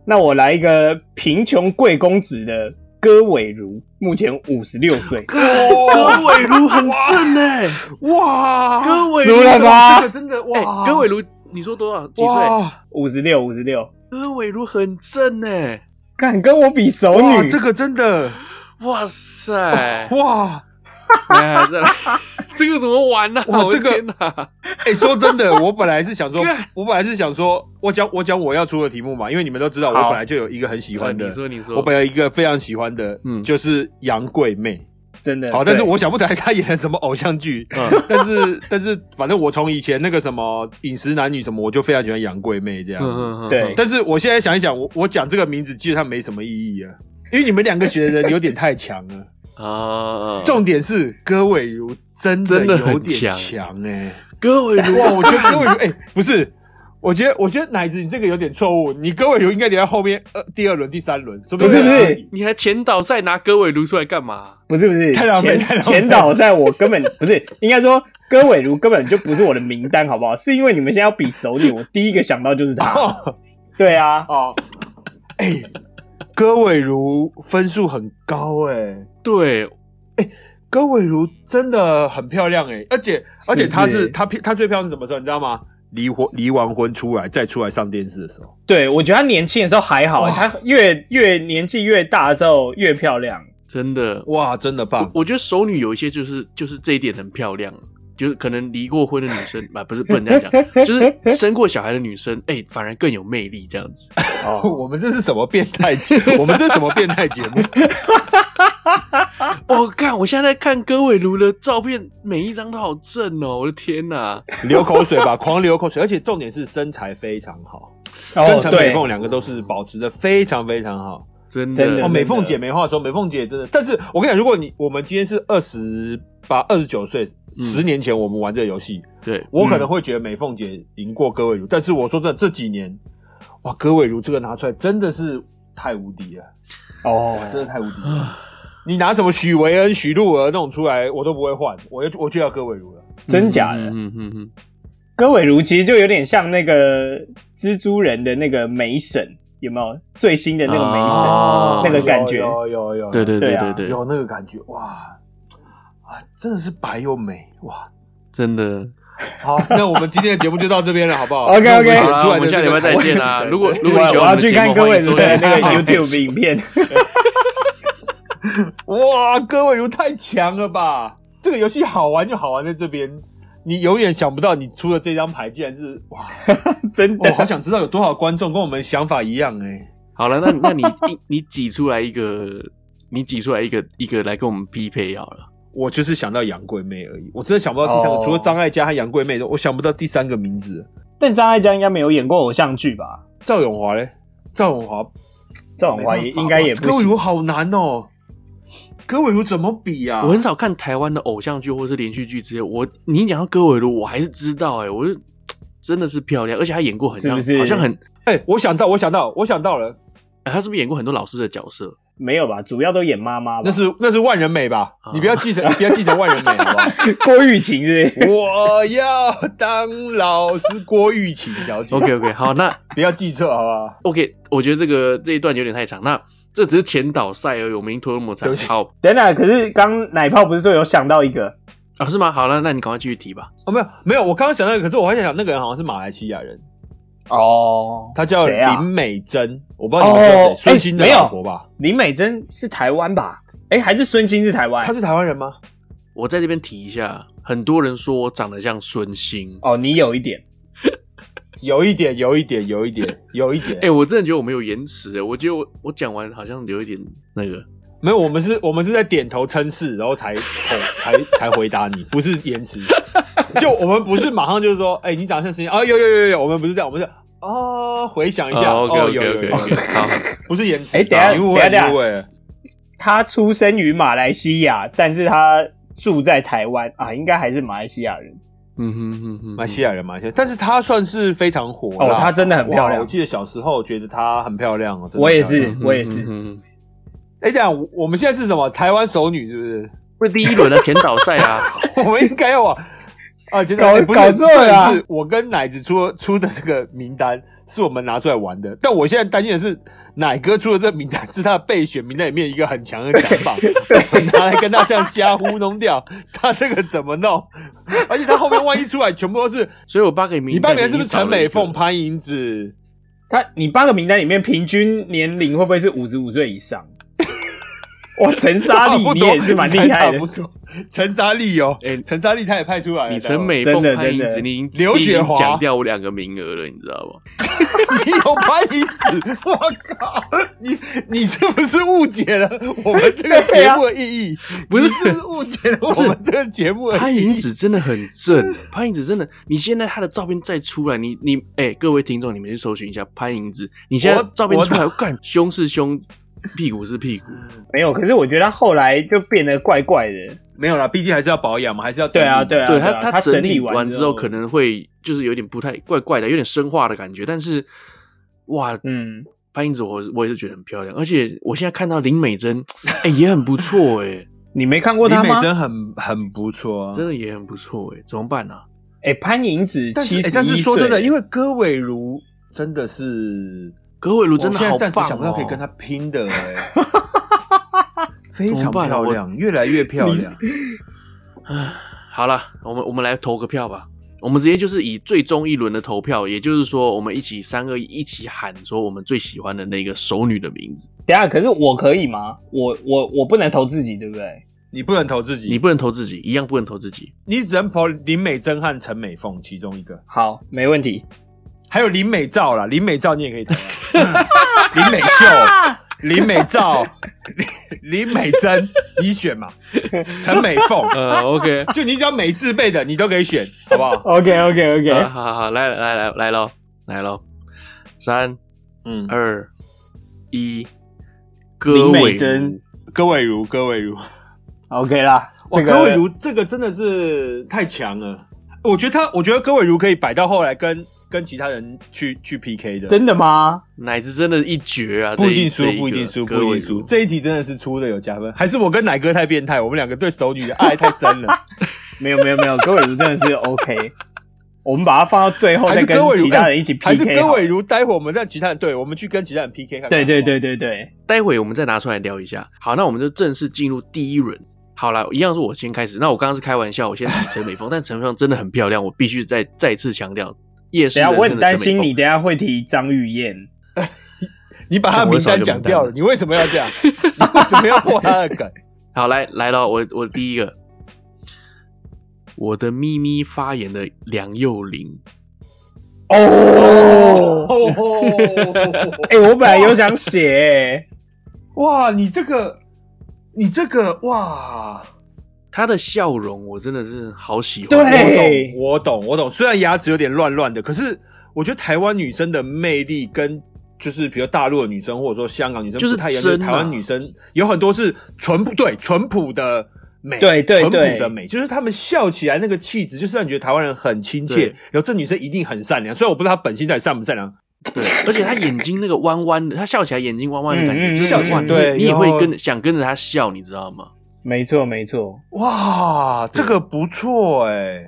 S2: 那我来一个贫穷贵公子的戈伟如，目前五十六岁。
S1: 葛伟如很正哎、
S3: 哇，
S1: 葛伟
S2: 如
S1: 如
S2: 输了吧
S3: 这个真的
S1: 哎，
S3: 哇，
S1: 葛伟如，你说多少几岁？
S3: 哇
S2: 五十六，五十六，
S1: 葛伟如很正哎、
S2: 敢跟我比熟
S3: 哇，
S1: 哦
S2: 女？
S3: 这个真的
S1: 哇 塞！
S3: 哇，
S1: 哎，再来，这个怎么玩呢、
S3: 哇
S1: 我的
S3: 这个
S1: 天哪！
S3: 哎，说 真的，我本来是想说
S1: 干，
S3: 我本来是想说，我讲我讲我要出的题目嘛，因为你们都知道，我
S2: 好
S3: 本来就有一个很喜欢
S1: 啊呃你
S3: 的，
S1: 说，你说，
S3: 我本来有一个非常喜欢的，
S1: 嗯呃
S3: 就是杨贵妹。
S2: 真的
S3: 好，但是
S2: 对
S3: 我想不起来他演了什么偶像剧，
S1: 嗯
S3: 但是但是反正我从以前那个什么饮食男女什么，我就非常喜欢杨贵妹这样。
S1: 嗯嗯嗯，
S2: 对
S1: 嗯
S3: 但是我现在想一想，我我讲这个名字基本上没什么意义啊，因为你们两个选的人有点太强了。
S1: 啊，
S3: 重点是戈伟如真
S1: 真的很
S3: 有点
S1: 强
S3: 强哎、
S1: 葛伟如，
S3: 哇，我觉得戈伟 如哎、不是。我觉得，我觉得奶子，你这个有点错误。你戈伟如应该留在后面，呃，第二轮、第三轮，说
S2: 不是
S3: 定
S2: 不
S3: 还可
S2: 是
S3: 以
S1: 你还前导赛拿葛伟如出来干嘛？
S2: 不是不是
S3: 太浪费
S2: 前
S3: 太浪费
S2: 前导赛，我根本不是应该说戈伟如根本就不是我的名单，好不好？是因为你们现在要比熟女，我第一个想到就是他。
S3: 哦
S2: 对啊，
S3: 哦，哎，戈伟如分数很高哎、
S1: 对，
S3: 戈伟如真的很漂亮哎、而且
S2: 是
S3: 而且她
S2: 是
S3: 是她她最漂亮是什么时候？你知道吗？离婚离完婚出来再出来上电视的时候，
S2: 对我觉得他年轻的时候还好，
S3: 哇
S2: 他越越年纪越大的时候越漂亮。
S1: 真的，
S3: 哇，真的棒
S1: 我！我觉得熟女有一些就是就是这一点很漂亮，就是可能离过婚的女生 啊，不是不能这样讲，就是生过小孩的女生，哎、反而更有魅力这样子。
S3: 我们这是什么变态节？我们这是什么变态节目？
S1: 我、看哦我现在在看葛伟如的照片，每一张都好正哦，我的天哪！
S3: 流口水吧，狂流口水！而且重点是身材非常好，跟
S2: 哦，
S3: 陈美
S2: 对，
S3: 凤两个都是保持的非常非常好。
S1: 真
S2: 真
S1: 的
S2: 的
S3: 哦，
S2: 真
S3: 美凤姐没话说，美凤姐真的。但是我跟你讲，如果你我们今天是二十八、二十九岁，
S2: 嗯
S3: 十年前我们玩这个游戏，
S1: 对，
S3: 我可能会觉得美凤姐赢过戈伟如。但是我说真的，这几年，哇，戈伟如这个拿出来真的是太无敌了，
S2: 哦，
S3: 真的太无敌了。你拿什么许维恩、许露儿那种出来，我都不会换，我就我就要戈伟如了。
S2: 真假的。
S1: 嗯嗯嗯嗯，
S2: 戈伟如其实就有点像那个蜘蛛人的那个梅婶，有没有最新的那个梅
S1: 哦
S2: 神？
S1: 啊
S2: 那个感觉
S3: 有有有有，
S1: 对对
S2: 对啊
S1: 对对，
S3: 有那个感觉，哇啊，真的是白又美哇！
S1: 真的。
S3: 好，那我们今天的节目就到这边了，好 不好
S2: OK，OK
S1: 好
S3: 那
S1: 啦，
S3: 我
S1: 我们
S3: 们
S1: 下
S3: 选出来的这
S1: 礼
S3: 个
S1: 拜再见啊啦！
S3: 台湾
S1: 如果
S3: 女神
S1: 如
S2: 我
S1: 果你喜
S2: 我
S1: 欢
S2: 要
S1: 们的
S2: 去
S1: 节目
S2: 看各位
S1: 欢迎
S2: 的
S1: 收
S2: 那
S1: 听
S2: 个
S1: 好
S2: YouTube 影片，
S3: 哇，各位如太强了吧！这个游戏好玩就好玩在这边，你永远想不到你出的这张牌竟然是 哇！
S2: 真
S3: 我、
S2: 的
S3: 好想知道有多少观众跟我们想法一样哎、
S1: 好了，那那你你你挤出来一个，你挤出来一个一个来跟我们匹配好了。
S3: 我就是想到杨贵妹而已，我真的想不到第三个
S2: 哦
S3: 除了张艾嘉和杨贵妹，我想不到第三个名字。
S2: 但张艾嘉应该没有演过偶像剧吧？
S3: 赵永华嘞？赵永华
S2: 赵永华
S3: 哎
S2: 也应该也不
S3: 哇葛伟
S2: 行。
S3: 如好难哦，葛伟如怎么比啊？
S1: 我很少看台湾的偶像剧或是连续剧之类，我你一讲到歌尾如，我还是知道哎、我就真的是漂亮，而且她演过很像，
S2: 是不是
S1: 好像很、
S3: 哎、我想到，我想到，我想到了，
S1: 哎她是不是演过很多老师的角色？
S2: 没有吧？主要都演妈妈吧
S3: 那？是那是万人美吧？
S1: 啊
S3: 你不要继承，你不要继承万人美好 不好？
S2: 郭玉琴是不是？
S3: 我要当老师郭玉琴 小姐
S1: OK OK，好，那
S3: 不要记错好不好？
S1: OK，我觉得这个这一段有点太长，那这只是前导赛而已，我们已经拖那么
S3: 对
S1: 长
S3: 不，起
S1: 好
S2: 等等，可是刚奶泡不是说有想到一个
S1: 啊、是吗？好了，那你赶快继续提吧。
S3: 哦，没有没有，我刚刚想到一个，可是我还想想，那个人好像是马来西亚人，
S2: 哦？
S3: 他叫
S2: 谁啊
S3: 林？美珍，我不知道你们知道谁
S2: 哦
S3: 孙兴的
S2: 哎没有
S3: 老婆吧？
S2: 林美珍是台湾吧？哎，还是孙兴是台湾
S3: 他？是台湾人吗？
S1: 我在这边提一下，很多人说我长得像孙兴，
S2: 哦，你有一点，
S3: 有一点，有一点，有一点，有一点。
S1: 哎、我真的觉得我没有延迟，欸我觉得我我讲完好像有一点那个，
S3: 没有，我们是，我们是在点头称是，然后才 才才回答你，不是延迟。就我们不是马上就是说，哎、你长相声音啊，有有有有，我们不是这样，我们是哦，回想一下，
S1: 哦
S3: 哦，
S1: ，OK
S3: 有
S1: OK
S3: 有
S1: OK
S3: 有，
S1: OK，好，
S3: 不是延迟。啊
S2: 哎等一下
S3: 你误会，
S2: 等一下
S3: 你误会了。
S2: 他出生于马来西亚，但是他住在台湾啊，应该还是马来西亚人。
S1: 嗯哼哼哼，
S3: 马来西亚人，马来西亚，但是她算是非常火
S2: 哦
S3: 辣
S2: 她真的很漂亮
S3: 哇我记得小时候觉得她很漂亮哦，真的
S2: 我也
S3: 很漂亮
S2: 是，我也是
S1: 嗯。哼哼
S3: 哎、这样我我们现在是什么？台湾熟女是不是？
S1: 不是第一轮的前导赛 啊，
S3: 我们应该要往啊，觉得
S2: 搞
S3: 哎不是
S2: 搞错了啊
S3: 重点是我跟奶子出出的这个名单是我们拿出来玩的，但我现在担心的是，奶哥出的这个名单是他的备选名单里面一个很强的强棒，我拿来跟他这样瞎糊弄掉， 他这个怎么弄？而且他后面万一出来全部都是，
S1: 所以我八个名
S3: 你
S1: 单
S3: 半
S1: 里
S3: 年
S1: 面
S3: 是不是陈
S1: 少了一
S3: 美
S1: 个
S3: 凤、潘迎紫？
S2: 他你八个名单里面平均年龄会不会是五十五岁以 上？哇，陈莎莉
S3: 啊差不
S2: 你
S3: 多
S2: 也是蛮厉害
S3: 差
S2: 的
S3: 不，多。陈莎莉哦，
S1: 哎
S3: 陈莎莉她也派出来哦了。
S1: 你
S3: 待会
S1: 陈
S3: 儿，
S1: 美
S2: 真
S1: 凤、
S2: 的
S1: 潘迎
S2: 真的
S1: 紫，你已经
S3: 刘雪华
S1: 你已经讲掉我两个名额了，你知道吗？
S3: 你有潘迎紫， 我靠，你你是不是误解了我们这个节目的意义？
S1: 不是
S3: 你是不是误解了我
S1: 是
S3: 们这个节目的意义
S1: 潘迎紫真的很正，潘迎紫真的，你现在她的照片再出来，你你哎、各位听众，你们去搜寻一下潘迎紫，你现在
S3: 我
S1: 照片
S3: 我
S1: 出来，干胸是胸，屁股是屁股，
S2: 没有。可是我觉得他后来就变得怪怪的。
S3: 没有啦，毕竟还是要保养嘛，还是要
S2: 对啊， 对
S3: 啊。
S2: 啊，
S1: 对
S2: 他
S1: 他他
S2: 他整
S1: 理
S2: 完
S1: 之后，可能会就是有点不太怪怪的，有点生化的感觉，但是哇，
S2: 嗯，
S1: 潘迎紫我我也是觉得很漂亮，而且我现在看到林美珍，哎、也很不错哎、
S2: 你没看过
S3: 林
S2: 他
S3: 美
S2: 吗？
S3: 珍很很不错啊，
S1: 真的也很不错哎、怎么办呢、啊？
S2: 哎，潘迎紫
S3: 但是
S2: 七
S3: 哎
S2: 十
S3: 但是
S2: 一
S3: 说真的，
S2: 岁，
S3: 因为戈伟如真的是，
S1: 葛伟如真的
S3: 我现
S1: 好
S3: 在
S1: 棒
S3: 暂
S1: 哦！
S3: 时想不到可以跟她拼 的哎、非
S1: 怎么
S3: 常
S1: 办啊
S3: 漂
S1: 我
S3: 亮，越来越漂亮。
S1: 好了，我们我们来投个票吧。我们直接就是以最终一轮的投票，也就是说，我们一起三个一起喊说我们最喜欢的那个熟女的名字。
S2: 等一下可是我可以吗？我我我不能投自己，对不对？
S3: 你不能投自己，
S1: 你不能投自己，一样不能投自 己。
S3: 你只能投林美珍和陈美凤其中一个，
S2: 好，没问题。
S3: 还有林美照啦，林美照你 也可以投啊，林美秀、林美照、 林林美珍，你选嘛，陈美 凤，
S1: 呃，OK，
S3: 就你只要美字辈的你都可以选，好不好？
S2: OK OK
S1: 好
S2: OK，
S1: 好好，来来来来喽，来喽，三
S3: 嗯，
S1: 二一，
S2: 林
S1: 歌
S2: 美
S1: 伟
S2: 珍
S3: 戈伟如，戈伟如，
S2: OK 啦，
S3: 哇，
S2: 这个
S3: 戈伟如这个真的是太强了，我觉得他，我觉得戈伟如可以摆到后来跟跟其他人去去 PK 的，
S2: 真的吗？
S1: 奶子真的一绝啊！
S3: 不一定
S1: 这
S3: 输，
S1: 这个
S3: 不一定输，
S1: 葛伟
S3: 不一定
S1: 如
S3: 输。这一题真的是出的有加分，还是我跟奶哥太变态？我们两个对熟女的爱太深了。
S2: 没有没有没有，葛伟如真的是 OK。我们把它放到最后
S3: 还
S2: 再
S3: 是
S2: 跟
S3: 葛伟如
S2: 其他人一起
S3: 还是
S2: PK
S3: 葛
S2: 好
S3: 伟如，待会我们让其他人对，我们去跟其他人 PK 看看。
S2: 对对对对对，
S1: 待会我们再拿出来聊一下。好，那我们就正式进入第一轮。好了，一样是我先开始。那我刚刚是开玩笑，我先提陈美凤，但陈美凤真的很漂亮，我必须再再次强调。夜市
S2: 等一下
S1: 人
S2: 我
S1: 生
S2: 很
S1: 的陈美凤，
S2: 担心你等一下会提张玉燕，
S3: 你把他的名单讲掉了，你为什么要这样？ 你为什么要破他的 梗？
S1: 好，来来了，我我第一个，我的咪咪发言的梁又林，
S2: 哦，
S3: 哦，
S2: 哎，我本来有想写欸，
S3: 哇，你这个，你这个，哇，
S1: 她的笑容我真的是好喜欢。
S2: 对
S3: 我
S2: 嘿
S1: 哎
S3: 懂，我懂，我懂。虽然牙齿有点乱乱的，可是我觉得台湾女生的魅力跟就是比如大陆的女生或者说香港女生
S1: 就是
S3: 不太一样，就是
S1: 真啊
S3: 台湾女生有很多是淳朴，对淳朴的。美
S2: 对对
S3: 淳朴
S2: 对
S3: 的美，就是她们笑起来那个气质，就是让你觉得台湾人很亲切
S1: 对。
S3: 然后这女生一定很善良，虽然我不知道她本性到底善不善良，
S1: 对，而且她眼睛那个弯弯的，她笑起来眼睛弯弯的感觉，
S2: 嗯嗯
S1: 就是
S2: 笑起来
S1: 哇，你
S3: 对
S1: 你也
S3: 然
S1: 会
S3: 后
S1: 跟想跟着她笑，你知道吗？
S2: 没错没错，
S3: 哇，这个不错哎、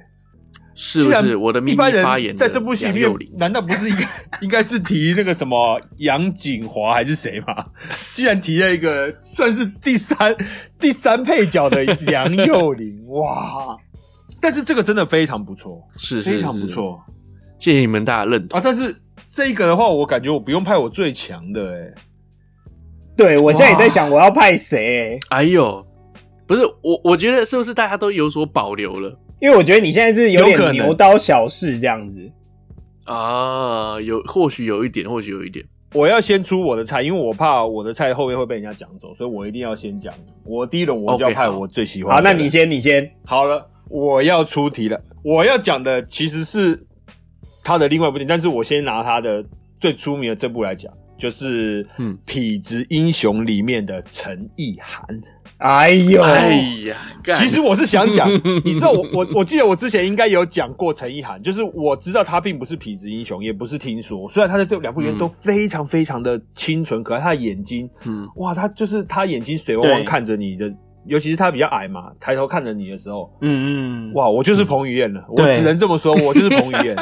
S1: 是不
S3: 既
S1: 是？
S3: 然
S1: 我的秘
S3: 一
S1: 密
S3: 般
S1: 发言
S3: 人
S1: 的
S3: 在这部戏里
S1: 梁
S3: 面
S1: 又林，，
S3: 难道不是应该 应该是提那个什么杨锦华还是谁吗？ 既然提了一个算是第三第三配角的梁又林， 哇！但是这个真的非常不错，
S1: 是
S3: 非常不。错
S1: 是是谢谢你们大家认同。
S3: 啊！但是这一个的话，我感觉我不用派我最强的、欸，
S2: 对我现在也在想我要派谁欸，
S1: 哎呦，不是我，我觉得是不是大家都有所保留了
S2: 因为我觉得你现在是有
S3: 有可
S2: 点
S3: 能
S2: 牛刀小试这样子，
S1: 啊？有，或许有一点，或许有一点。
S3: 我要先出我的菜，因为我怕我的菜后面会被人家讲走，所以我一定要先讲。我第一轮我就要
S1: OK，
S3: 派
S1: 好
S3: 我最喜欢
S2: 好，
S3: 的
S2: 那
S3: 人
S2: 你先你先，
S3: 好了，我要出题了。我要讲的其实是他的另外一部电影，但是我先拿他的最出名的这部来讲，就是《
S1: 嗯
S3: 痞子英雄》里面的陈意涵。
S2: 哎呦，
S1: 哎呀，干
S3: 哦其实我是 想讲，你知道我我我记得我之前应该有讲过陈意涵，就是我知道他并不是痞子英雄，也不是听说，虽然他在这两部里面
S1: 嗯
S3: 都非常非常的清纯可爱，他的眼睛
S1: 嗯，
S3: 哇，他就是他眼睛水汪汪
S2: 对
S3: 看着你的，尤其是他比较矮嘛，抬头看着你的时候，
S2: 嗯嗯，嗯
S3: 哇，我就是彭于晏了，我
S2: 对
S3: 只能这么说，我就是彭于 晏。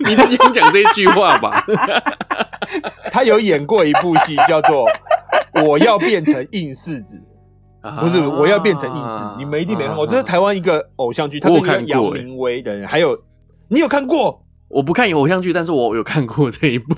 S1: 你先讲这句话吧。
S3: 他有演过一部戏叫做《我要变成硬 柿子》，不
S2: 啊
S3: 是我要变成硬柿子，你们一定没
S1: 啊
S3: 看过，这是台湾一个偶像剧，他
S1: 我有
S3: 跟一个
S1: 看
S3: 杨
S1: 过欸
S3: 明威的人，还有你有看过？
S1: 我不看偶像剧，但是我有看过这一部。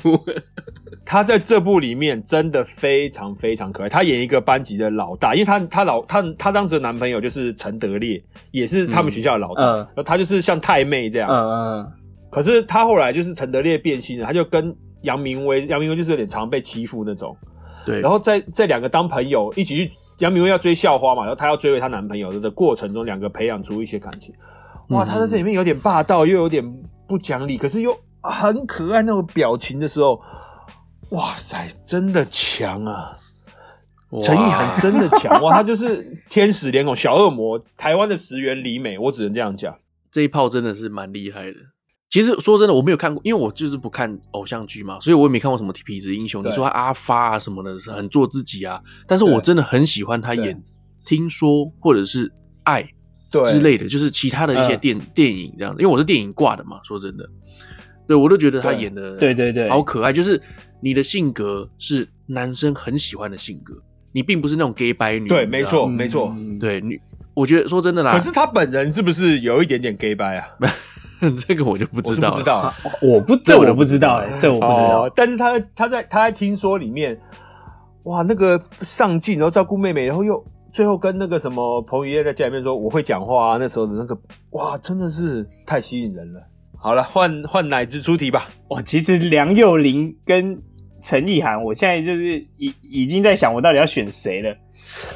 S3: 他在这部里面真的非常非常可爱，他演一个班级的老大，因为他他老他他当时的男朋友就是陈德烈，也是他们学校的老大，
S2: 嗯
S3: 然后他就是像太妹这样，
S2: 嗯嗯
S3: 可是他后来就是陈德烈变心了，他就跟杨明威，杨明威就是有点常被欺负那种。
S1: 对，
S3: 然后在这两个当朋友一起去，杨明威要追校花嘛，然后她要追回她男朋友的这过程中，两个培养出一些感情。哇，
S1: 嗯
S3: 他在这里面有点霸道，又有点不讲理，可是又啊很可爱那种表情的时候，哇塞，真的强啊！
S1: 后
S3: 陈意涵真的强啊哇，他就是天使脸孔小恶魔，台湾的石原里美，我只能这样讲。
S1: 这一炮真的是蛮厉害的。其实说真的，我没有看过，因为我就是不看偶像剧嘛，所以我也没看过什么《痞子英雄》。
S3: 对
S1: 你说他阿发啊什么的，是很做自己啊，但是我
S3: 对
S1: 真的很喜欢他演《听说》或者是《爱》
S3: 对，
S1: 之类的，就是其他的一些
S2: 嗯
S1: 电、电影这样子。因为我是电影挂的嘛，说真的，对我都觉得他
S3: 对
S1: 演的
S2: 嗯，对对对，
S1: 好可爱。就是你的性格是男生很喜欢的性格，你并不是那种 gay 白女。
S3: 对
S1: 你知
S3: 没
S1: 道
S3: 错
S1: 吗
S2: 嗯
S3: 哦没错
S2: 嗯
S1: 对女，我觉得说真的啦，
S3: 可是他本人是不是有一点点 gay 掰啊？
S1: 这个我就不
S3: 我
S1: 知
S3: 是
S1: 道
S3: 不
S1: 了
S3: 知道。啊
S2: 我不，这我不知道，哎，这我不知道。
S3: 哦，但是他他在他在听说里面，哇，那个上进，然后照顾妹妹，然后又最后跟那个什么彭于晏在家里面说我会讲话啊，那时候的那个哇，真的是太吸引人了。好了，换换奶子出题吧。
S2: 我其实梁又林跟陈意涵，我现在就是已已经在想我到底要选谁了。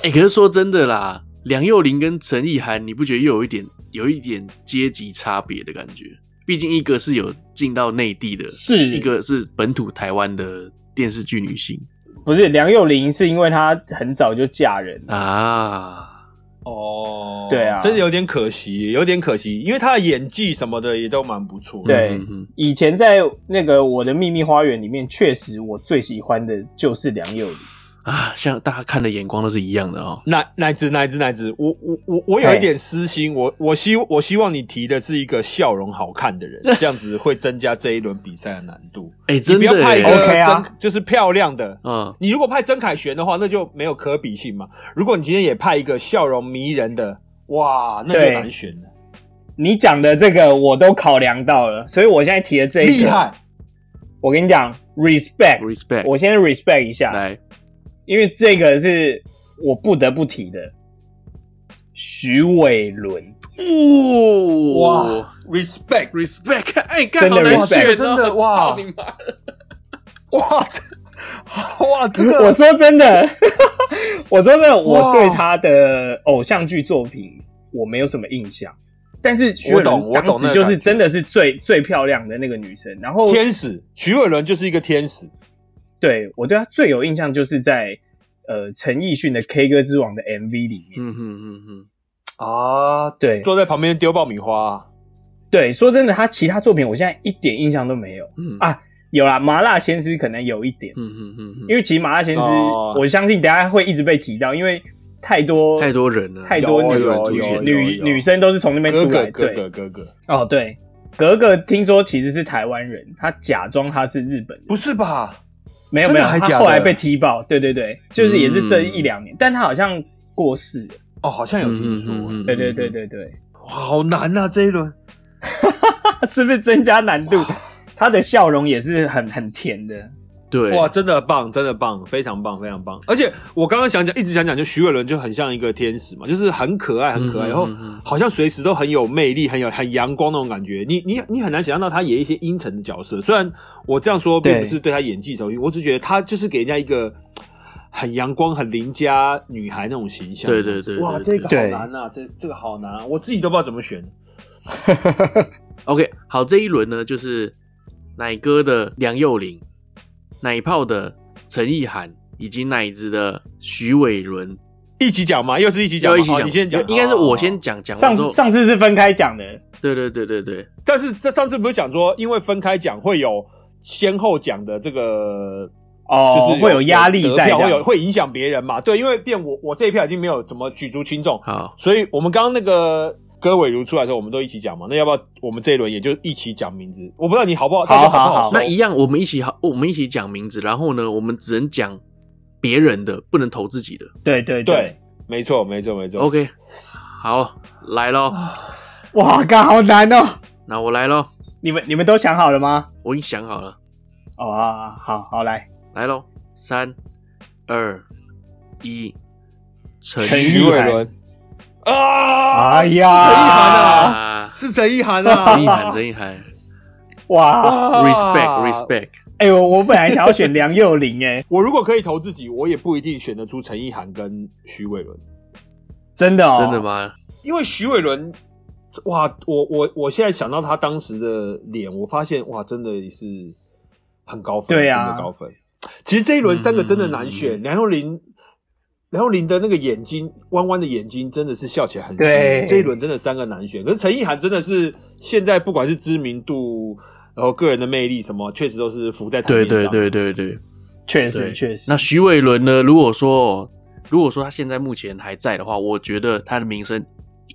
S1: 哎、可是说真的啦，梁又林跟陈意涵，你不觉得又有一点有一点阶级差别的感觉？毕竟一个是有进到内地的，
S2: 是
S1: 一个是本土台湾的电视剧女星
S2: 不是梁又林，是因为她很早就嫁人了。
S1: 啊。
S3: 哦
S2: 对啊
S3: 真的有点可惜，有点可惜，因为他的演技什么的也都蛮不错的。
S2: 对
S1: 嗯嗯
S2: 以前在那个《我的秘密花园》里面，确实我最喜欢的就是梁又林，
S1: 嗯啊，像大家看的眼光都是一样的哦。
S3: 乃乃至乃至乃至，我我我我有
S2: 哎
S3: 一点私心，我我希我希望你提的是一个笑容好看的 人，这样子会增加这一轮比赛的难度。
S1: 哎、
S3: 你
S1: 真
S3: 不
S1: 的
S3: 要派一
S1: 耶、
S3: 个
S2: OK 啊
S3: 真就是漂亮的。
S1: 嗯，
S3: 你如果派曾凯旋的话，那就没有可比性嘛。如果你今天也派一个笑容迷人的，哇，那就
S2: 对
S3: 难选了。
S2: 你讲的这个我都考量到了，所以我现在提的这一个
S3: 厉，害，
S2: 我跟你讲，respect，
S1: respect，
S2: 我先 respect 一下，
S1: 来，
S2: 因为这个是我不得不提的，徐伟伦，
S1: 哦，
S3: 哇，respect，
S1: ，respect，哎、干
S2: 真的
S1: 好难
S2: respect，
S1: 选哦，
S3: 真的哇
S1: 操你妈的！
S3: 哇，这哇，这 个
S2: 我说真的， 我说真的，
S3: 哇
S2: 我对他的偶像剧作品我没有什么印象，但是徐
S3: 我
S2: 伟
S3: 懂
S2: 伦
S3: 我懂
S2: 当时
S3: 那个
S2: 就是
S3: 感觉
S2: 真的是最最漂亮的那个女生，然后
S3: 天使，徐伟伦就是一个天使。
S2: 对我对她最有印象就是在呃陈奕迅的《K 歌之王》的 MV 里面，
S1: 嗯哼哼哼，
S3: 啊，
S2: 对
S3: 坐在旁边丢爆米花啊、
S2: 对，说真的，她其他作品我现在一点印象都没有
S1: 嗯
S2: 啊，有啦，《麻辣鲜师》可能有一点，
S1: 嗯哼哼哼，
S2: 因为其实《麻辣鲜师》
S3: 哦
S2: 我相信等一下会一直被提到，因为太多
S1: 太多人了，
S2: 太多
S1: 有
S2: 女
S1: 有有有
S2: 女
S3: 有
S2: 女生都是从那边
S3: 哥
S2: 出
S3: 哥
S2: 来，
S3: 哥
S2: 对。
S3: 哥哥哥，
S2: 哦，对，格格听说其实是台湾人，他假装他是日本人，
S3: 不是吧？
S2: 没有
S3: 真
S2: 没
S3: 的
S2: 有，
S3: 还假
S2: 他
S3: 的
S2: 后来被踢爆，对对对，就是也是这
S1: 嗯
S2: 一两年，但他好像过世了，
S3: 哦，好像有听说，
S1: 嗯
S2: 对对对，对对，
S3: 哇，好难呐、这一轮。
S2: 他 是不是增加难度？他的笑容也是很很甜的，
S1: 对，
S3: 哇，真的棒，真的棒，非常棒，非常棒！而且我刚刚想讲，一直想讲，就徐伟伦就很像一个天使嘛，就是很可爱，很可
S1: 嗯
S3: 爱，
S1: 嗯
S3: 然后
S1: 嗯嗯
S3: 好像随时都很有魅力，很有很阳光那种感觉。你你你很难想象到他演一些阴沉的角色。虽然我这样说并
S2: 对
S3: 不是对他演技走心，我只觉得他就是给人家一个很阳光、很邻家女孩那种形象。
S1: 对对对
S3: 哇，
S1: 对
S3: 这
S1: 对
S3: 个
S2: 对
S3: 好难啊，这这个好难、啊，我自己都不知道怎么选。
S1: OK，好，这一轮呢就是奶哥的梁佑霖，奶泡的陈意涵，以及奶子的徐伟伦，
S3: 一起讲嘛，又是一起讲
S1: 要
S3: 嘛，
S1: 一起
S3: 好
S1: 讲。
S3: 你先讲，哦
S1: 应该是
S3: 好好
S1: 我
S3: 好
S1: 先讲，讲完
S2: 上
S1: 之
S2: 次
S1: 后，
S2: 上次是分开讲的，
S1: 对对对对对，
S3: 但是这上次不是讲说，因为分开讲会有先后讲的这个，
S2: 哦
S3: 就是
S2: 会有压力在这
S3: 得票会
S2: 样
S3: 有会影响别人嘛？对，因为变我我这一票已经没有怎么举足轻重，
S1: 好，
S3: 所以我们刚刚那个歌尾如出来的时候，我们都一起讲嘛。那要不要我们这一轮也就一起讲名字？我不知道你好不
S2: 好
S3: 好，大家好不
S2: 好
S3: 好
S2: 好
S3: 说？
S1: 那一样，我们一起好，我们一起讲名字，然后呢，我们只能讲别人的，不能投自己的。
S2: 对对
S3: 对，，没错，没错，没错。
S1: OK，好，来喽，
S2: 哇，干好难哦！
S1: 那我来喽，
S2: 你们你们都想好了吗？
S1: 我已经想好了，
S2: 哦啊，好好来，
S1: 来喽，三、二、一，陈
S2: 陈
S3: 徐伟伦啊，
S2: 哎呀
S3: 陈意涵啊，
S1: 啊，
S3: 是陈意涵
S1: 陈意
S3: 啊
S1: 涵，陈意涵。
S2: 哇，
S3: 啊
S1: respect respect，
S2: 哎、我我本来想要选梁佑霖，哎，
S3: 我如果可以投自己，我也不一定选得出陈意涵跟徐伟伦。
S2: 真的哦，
S1: 真的？吗？
S3: 因为徐伟伦，哇，我我我现在想到他当时的脸，我发现哇，真的是很高分，
S2: 对啊
S3: 真的高分。其实这一轮三个真的难选，
S1: 嗯
S3: 梁咏琳，梁咏琳的那个眼睛，弯弯的眼睛，真的是笑起来很吸引
S2: 对
S3: 这一轮真的三个难选，可是陈意涵真的是现在不管是知名度，然后个人的魅力什么，确实都是浮在台
S1: 对
S3: 面上。
S1: 对对对对。
S2: 确
S1: 对
S2: 实确实。
S1: 那徐伟伦呢？如果说如果说他现在目前还在的话，我觉得他的名声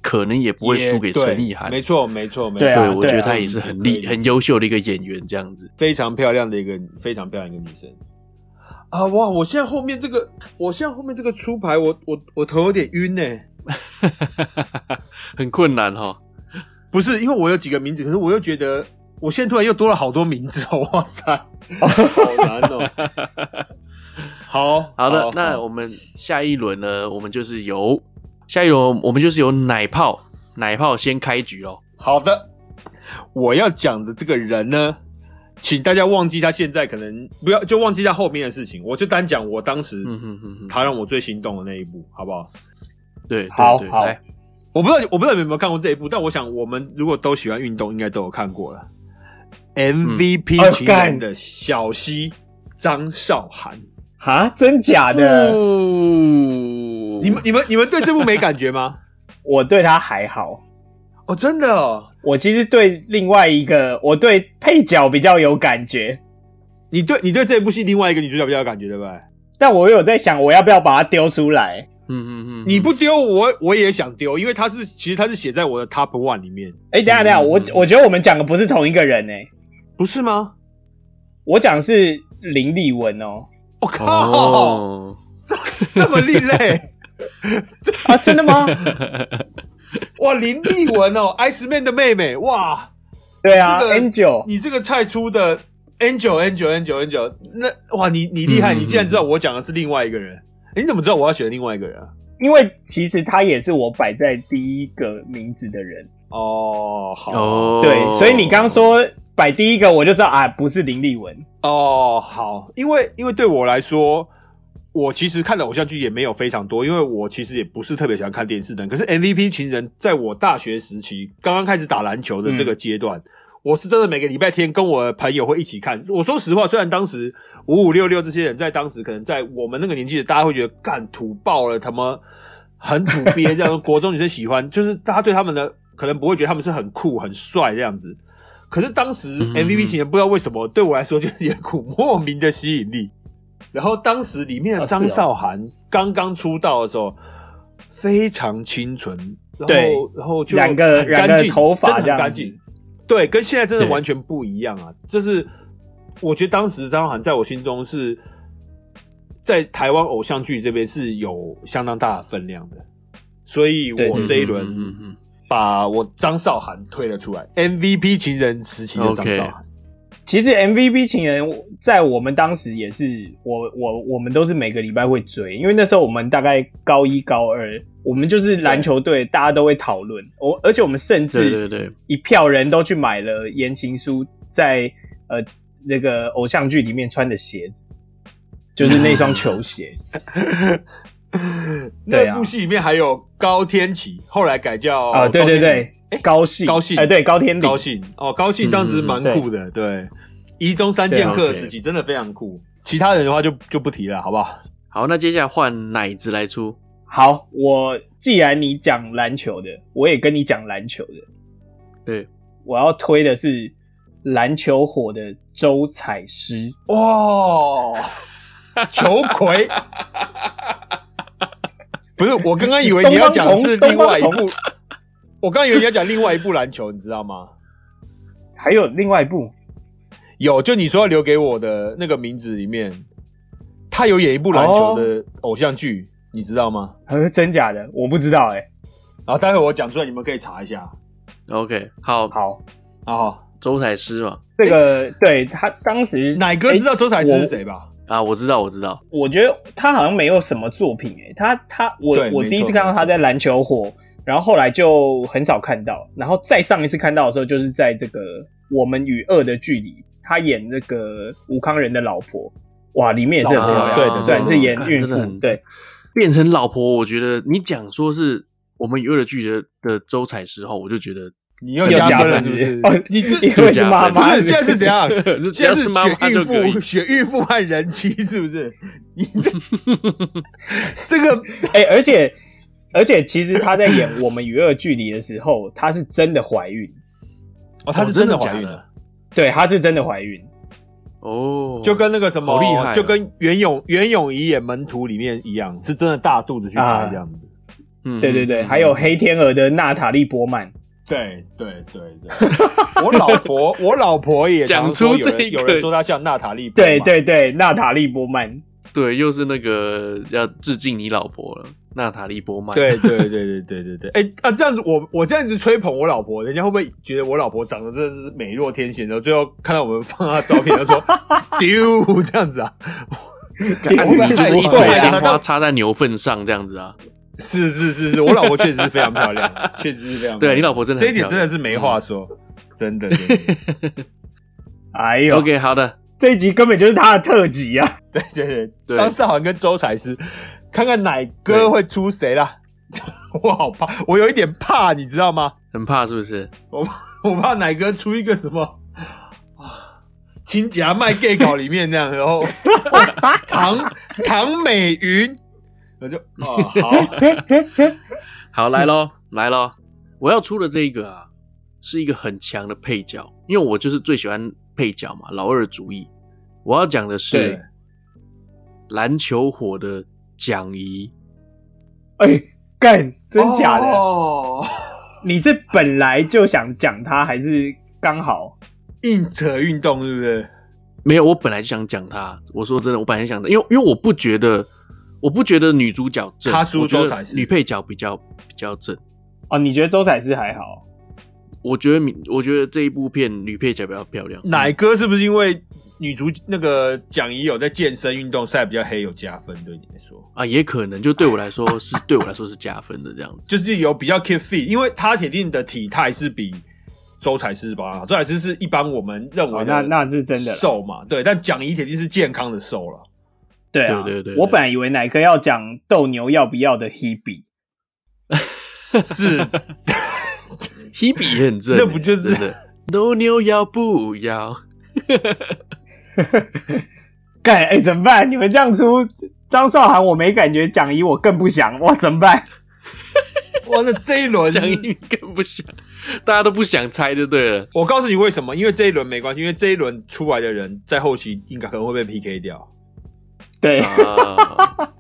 S1: 可能也不会
S3: 也
S1: 输给
S3: 对
S1: 陈意涵。
S3: 没错没错没错。
S2: 对啊
S1: 我觉得他也是很厉、
S3: 可以
S1: 很优秀的一个演员，这样子。
S3: 非常漂亮的一个非常漂亮的一个女生啊！哇，我现在后面这个，我现在后面这个出牌，我我我头有点晕呢、
S1: 很困难哈。
S3: 不是因为我有几个名字，可是我又觉得我现在突然又多了好多名字 哦，哇塞，好难哦。 好
S1: 好的，那我们下一轮呢，我们就是由下一轮我们就是由奶泡奶泡先开局喽。
S3: 好的，我要讲的这个人呢，请大家忘记他现在可能不要就忘记他后面的事情，我就单讲我当时、
S1: 嗯哼哼哼，
S3: 他让我最心动的那一步，好不好？
S1: 对对
S2: 好
S1: 对，
S2: 好
S1: 来，
S3: 我不知道我不知道你们有没有看过这一部，但我想我们如果都喜欢运动，应该都有看过了。
S2: 嗯
S3: MVP 情人的小西张韶涵，
S2: 啊，真假的？
S1: 哦，
S3: 你们你们你们对这部没感觉吗？
S2: 我对他还好，
S3: 哦，真的哦，
S2: 我其实对另外一个，我对配角比较有感觉。
S3: 你对你对这部戏另外一个女主角比较有感觉，对不对？
S2: 但我有在想，我要不要把它丢出来？
S1: 嗯嗯嗯，
S3: 你不丢我我也想丢，因为它是其实它是写在我的 top one 里面，
S2: 哎、等一下等一下，
S3: 嗯
S2: 我我觉得我们讲的不是同一个人哎、
S3: 不是吗？
S2: 我讲的是林立文哦。
S3: 我、靠，
S1: 哦，
S3: 这么另 类
S2: 啊，真的吗？
S3: 哇！林立文哦，Ice Man 的妹妹哇，
S2: 对啊
S3: 这个
S2: ，Angel，
S3: 你这个菜出的 Angel Angel Angel Angel，那哇你你厉害，
S1: 嗯
S3: 你竟然知道我讲的是另外一个人，诶你怎么知道我要选另外一个人啊？
S2: 因为其实他也是我摆在第一个名字的人，
S3: 哦，好
S1: 哦，
S2: 对，所以你刚说摆第一个，我就知道啊，不是林立文。
S3: 哦，好，因为因为对我来说，我其实看的偶像剧也没有非常多，因为我其实也不是特别喜欢看电视的人。可是 MVP 情人，在我大学时期刚刚开始打篮球的这个
S1: 嗯
S3: 阶段，我是真的每个礼拜天跟我的朋友会一起看。我说实话，虽然当时五五六六这些人在当时可能在我们那个年纪的，大家会觉得干土爆了，他妈很土鳖这 样，国中女生喜欢，就是大家对他们的可能不会觉得他们是很酷很帅这样子。可是当时
S1: 嗯
S3: MVP 情人不知道为什么对我来说就是有一股莫名的吸引力。然后当时里面的
S2: 啊是哦
S3: 张韶涵刚刚出道的时候，非常清纯，然
S2: 对
S3: 后然后就
S2: 染个
S3: 很干
S2: 染
S3: 净
S2: 个头发
S3: 真的
S2: 这
S3: 很
S2: 样
S3: 干
S2: 子
S3: 净，对，跟现在真的
S1: 对
S3: 完全不一样啊！就是我觉得当时张韶涵在我心中是在台湾偶像剧这边是有相当大的分量的，所以
S2: 对
S3: 我
S2: 对
S3: 这一
S1: 嗯嗯
S3: 轮
S1: 嗯
S3: 把我张韶涵推了出来，MVP 情人时期的张韶涵。
S2: 其实 MVP 情人在我们当时也是，我我我们都是每个礼拜会追，因为那时候我们大概高一高二，我们就是篮球队，大家都会讨论。我而且我们甚
S1: 对对
S2: 至
S1: 对，
S2: 一票人都去买了言情书在呃那个偶像剧里面穿的鞋子，就是那双球鞋。对
S3: 那
S2: 啊
S3: 部戏里面还有高天启，后来改叫
S2: 啊、对对
S3: 哦高天
S2: 对，高兴
S3: 启高兴
S2: 哎、对高天领嗯
S3: 高兴哦，高兴当时蛮酷的，对，一中三剑客时期真的非常酷。其他人的话就就不提了，好不好？
S1: 好，那接下来换奶子来出，
S2: 好，我既然你讲篮球的，我也跟你讲篮球的。
S1: 对，
S2: 我要推的是篮球火的周采诗。
S3: 哇、球魁， 不是我刚刚以为你要讲是另外一
S2: 东方
S3: 部，我刚刚以为你要讲另外一部篮球，你知道吗？
S2: 还有另外一部，
S3: 有，就你说要留给我的那个名字里面，他有演一部篮球的偶像剧，你知道吗？
S2: 呃，真假的我不知道哎、
S3: 然后待会我讲出来，你们可以查一下。
S1: OK，好，
S2: 好，
S3: 啊，
S1: 周采诗嘛，
S2: 这个、对他当时
S3: 奶哥知道
S2: 哎
S3: 周采诗是谁吧？
S1: 啊，我知道，我知道，
S2: 我？我觉得他好像没有什么作品哎、他他我
S3: 对
S2: 我
S3: 没
S2: 第一次
S3: 错
S2: 看到
S3: 没
S2: 他
S3: 错
S2: 在篮球火，然后后来就很少看到，然后再上一次看到的时候，就是在这个《我们与恶的距离》，他演那个吴康仁的老婆，哇，里面也是很漂
S1: 哦
S2: 亮，
S3: 啊对的
S2: 虽然是演
S1: 啊
S2: 孕
S1: 真的
S2: 妇
S1: 很，
S2: 对，
S1: 变成老婆，我觉得你讲说是我们娱乐剧的的周采诗后，我就觉得
S3: 你又
S2: 又
S3: 加
S2: 加
S3: 分了，
S2: 分哦
S3: 是不
S2: 是不是
S3: 是？ 你这
S2: 因为是妈
S3: 不
S2: 妈，
S3: 是现在是怎样
S1: 这？只
S3: 现
S1: 要
S3: 在
S1: 是
S3: 是
S1: 妈妈
S3: 选
S1: 就
S3: 孕
S1: 可以
S3: 妇、选孕妇和人妻，是不是？你 这这个
S2: 哎、而且而且，其实她在演《我们与恶距离》的时候， 她是真的怀孕，
S3: 哦，她是
S1: 哦
S3: 真的
S1: 真的假
S3: 怀孕
S1: 的
S3: 了，
S2: 对，她是真的怀孕，
S1: 哦，
S3: 就跟那个什么，
S1: 好厉害哦
S3: 就跟袁咏袁咏仪演《门徒》里面一样，是真的大肚子去拍
S2: 啊
S3: 这样子。
S1: 嗯
S2: 对对对，还有黑天鹅的娜塔莉波曼，
S3: 对对对对， 我老婆我老婆也
S1: 讲
S3: 常说
S1: 出
S3: 有
S1: 这
S3: 人
S1: 个
S3: 有人说她像娜塔莉波
S2: 对
S3: 曼，
S2: 对对，娜塔莉波 曼，
S1: 对，又是那个要致敬你老婆了，娜塔莉波曼，，
S3: 对 对对对对对对，哎、啊，这样子我我这样子吹捧我老婆，人家会不会觉得我老婆长得真的是美若天仙？然后最后看到我们放她照片，就说 丢这样子啊？
S1: 你就是一朵
S2: 对啊
S1: 鲜花插在牛粪上这样子啊，
S3: 是是是是，我老婆确实是非常漂亮， 确实是非常漂亮。
S1: 对你老婆真的
S3: 这
S1: 很嗯
S3: 一点真的是没话说，真的。真的
S2: 哎呦
S1: OK，好的，
S2: 这一集根本就是她的特辑啊！
S3: 对对对，
S1: 对
S3: 张韶涵跟周采诗，看看奶哥
S1: 对
S3: 会出谁啦？ 我好怕，我有一点怕，你知道吗？
S1: 很怕是不是？
S3: 我怕奶哥出一个什么啊亲家卖 gay 稿里面那样，然 后哦唐唐美云，我就哦好，
S1: 好，来喽，
S3: 嗯
S1: 来喽！我要出的这一个啊，是一个很强的配角，因为我就是最喜欢配角嘛，老二主义。我要讲的
S3: 对
S1: 是篮球火的蒋怡，
S2: 哎，干，真假的？
S3: 哦，
S2: 你是本来就想讲他，还是刚好？
S3: 硬扯运动是不是？
S1: 没有，我本来就想讲她。我说真的，我本来就想讲，因为因为我不觉得，我不觉得女主角正，
S3: 她输
S1: 我觉得
S3: 周采诗
S1: 女配角比较比较正。
S2: 哦，你觉得周采诗还好？
S1: 我觉得女，我觉得这一部片女配角比较漂亮。
S3: 奶哥是不是因为女主那个蒋怡有在健身运动晒比较黑有加分？对你来说，
S1: 啊，也可能就对我来说是对我来说是加分的这样 子。
S3: 就是有比较 keep fit，因为他铁定的体态是比周采诗吧，周采诗是一般我们认为
S2: 哦，
S3: 的
S2: 那那是真的啦。
S3: 瘦嘛，对，但蒋怡铁定是健康的 瘦了。
S2: 对啊，
S1: 对对对对
S2: 我本来以为奶哥要讲斗牛要不要的 Hebe，
S3: 是，
S1: 希比也很正欸、
S3: 那不就是
S1: 真的斗牛要不要？
S2: 干哎、怎么办？你们这样出张韶涵，我没感觉；蒋怡我更不想，哇怎么办？
S3: 哇，那这一轮
S1: 讲英语更不想，大家都不想猜就对了。
S3: 我告诉你为什么，因为这一轮没关系，因为这一轮出来的人在后期应该可能会被 PK 掉。
S2: 对，
S1: 啊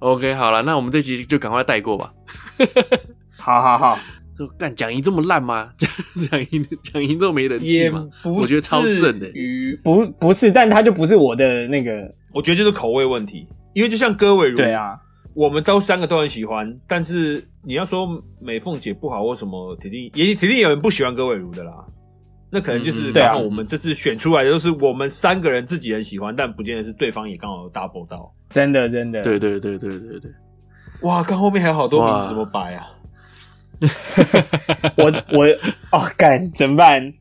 S1: OK，好了，那我们这集就赶快带过吧。
S2: 好好好，
S1: 就干蒋怡这么烂吗？蒋蒋怡蒋怡这么没人气
S3: 也
S1: 吗？
S3: 不，
S1: 我觉得超正的
S3: 于
S2: 不不是，但他就不是我的那个，
S3: 我觉得就是口味问题，因为就像歌伟如，
S2: 对，啊，
S3: 我们都三个都很喜欢，但是你要说美凤姐不好或什么，铁定也铁定有人不喜欢歌伟如的啦。那可能就是
S1: 嗯
S2: 对啊
S3: 刚好我们这次选出来的都是我们三个人自己很喜欢，但不见得是对方也刚好有 double 到。
S2: 真的真的，
S1: 对对对对对对，
S3: 哇，看后面还有好多名字
S1: 哇
S3: 怎么摆啊？
S2: 我我哦干怎么办？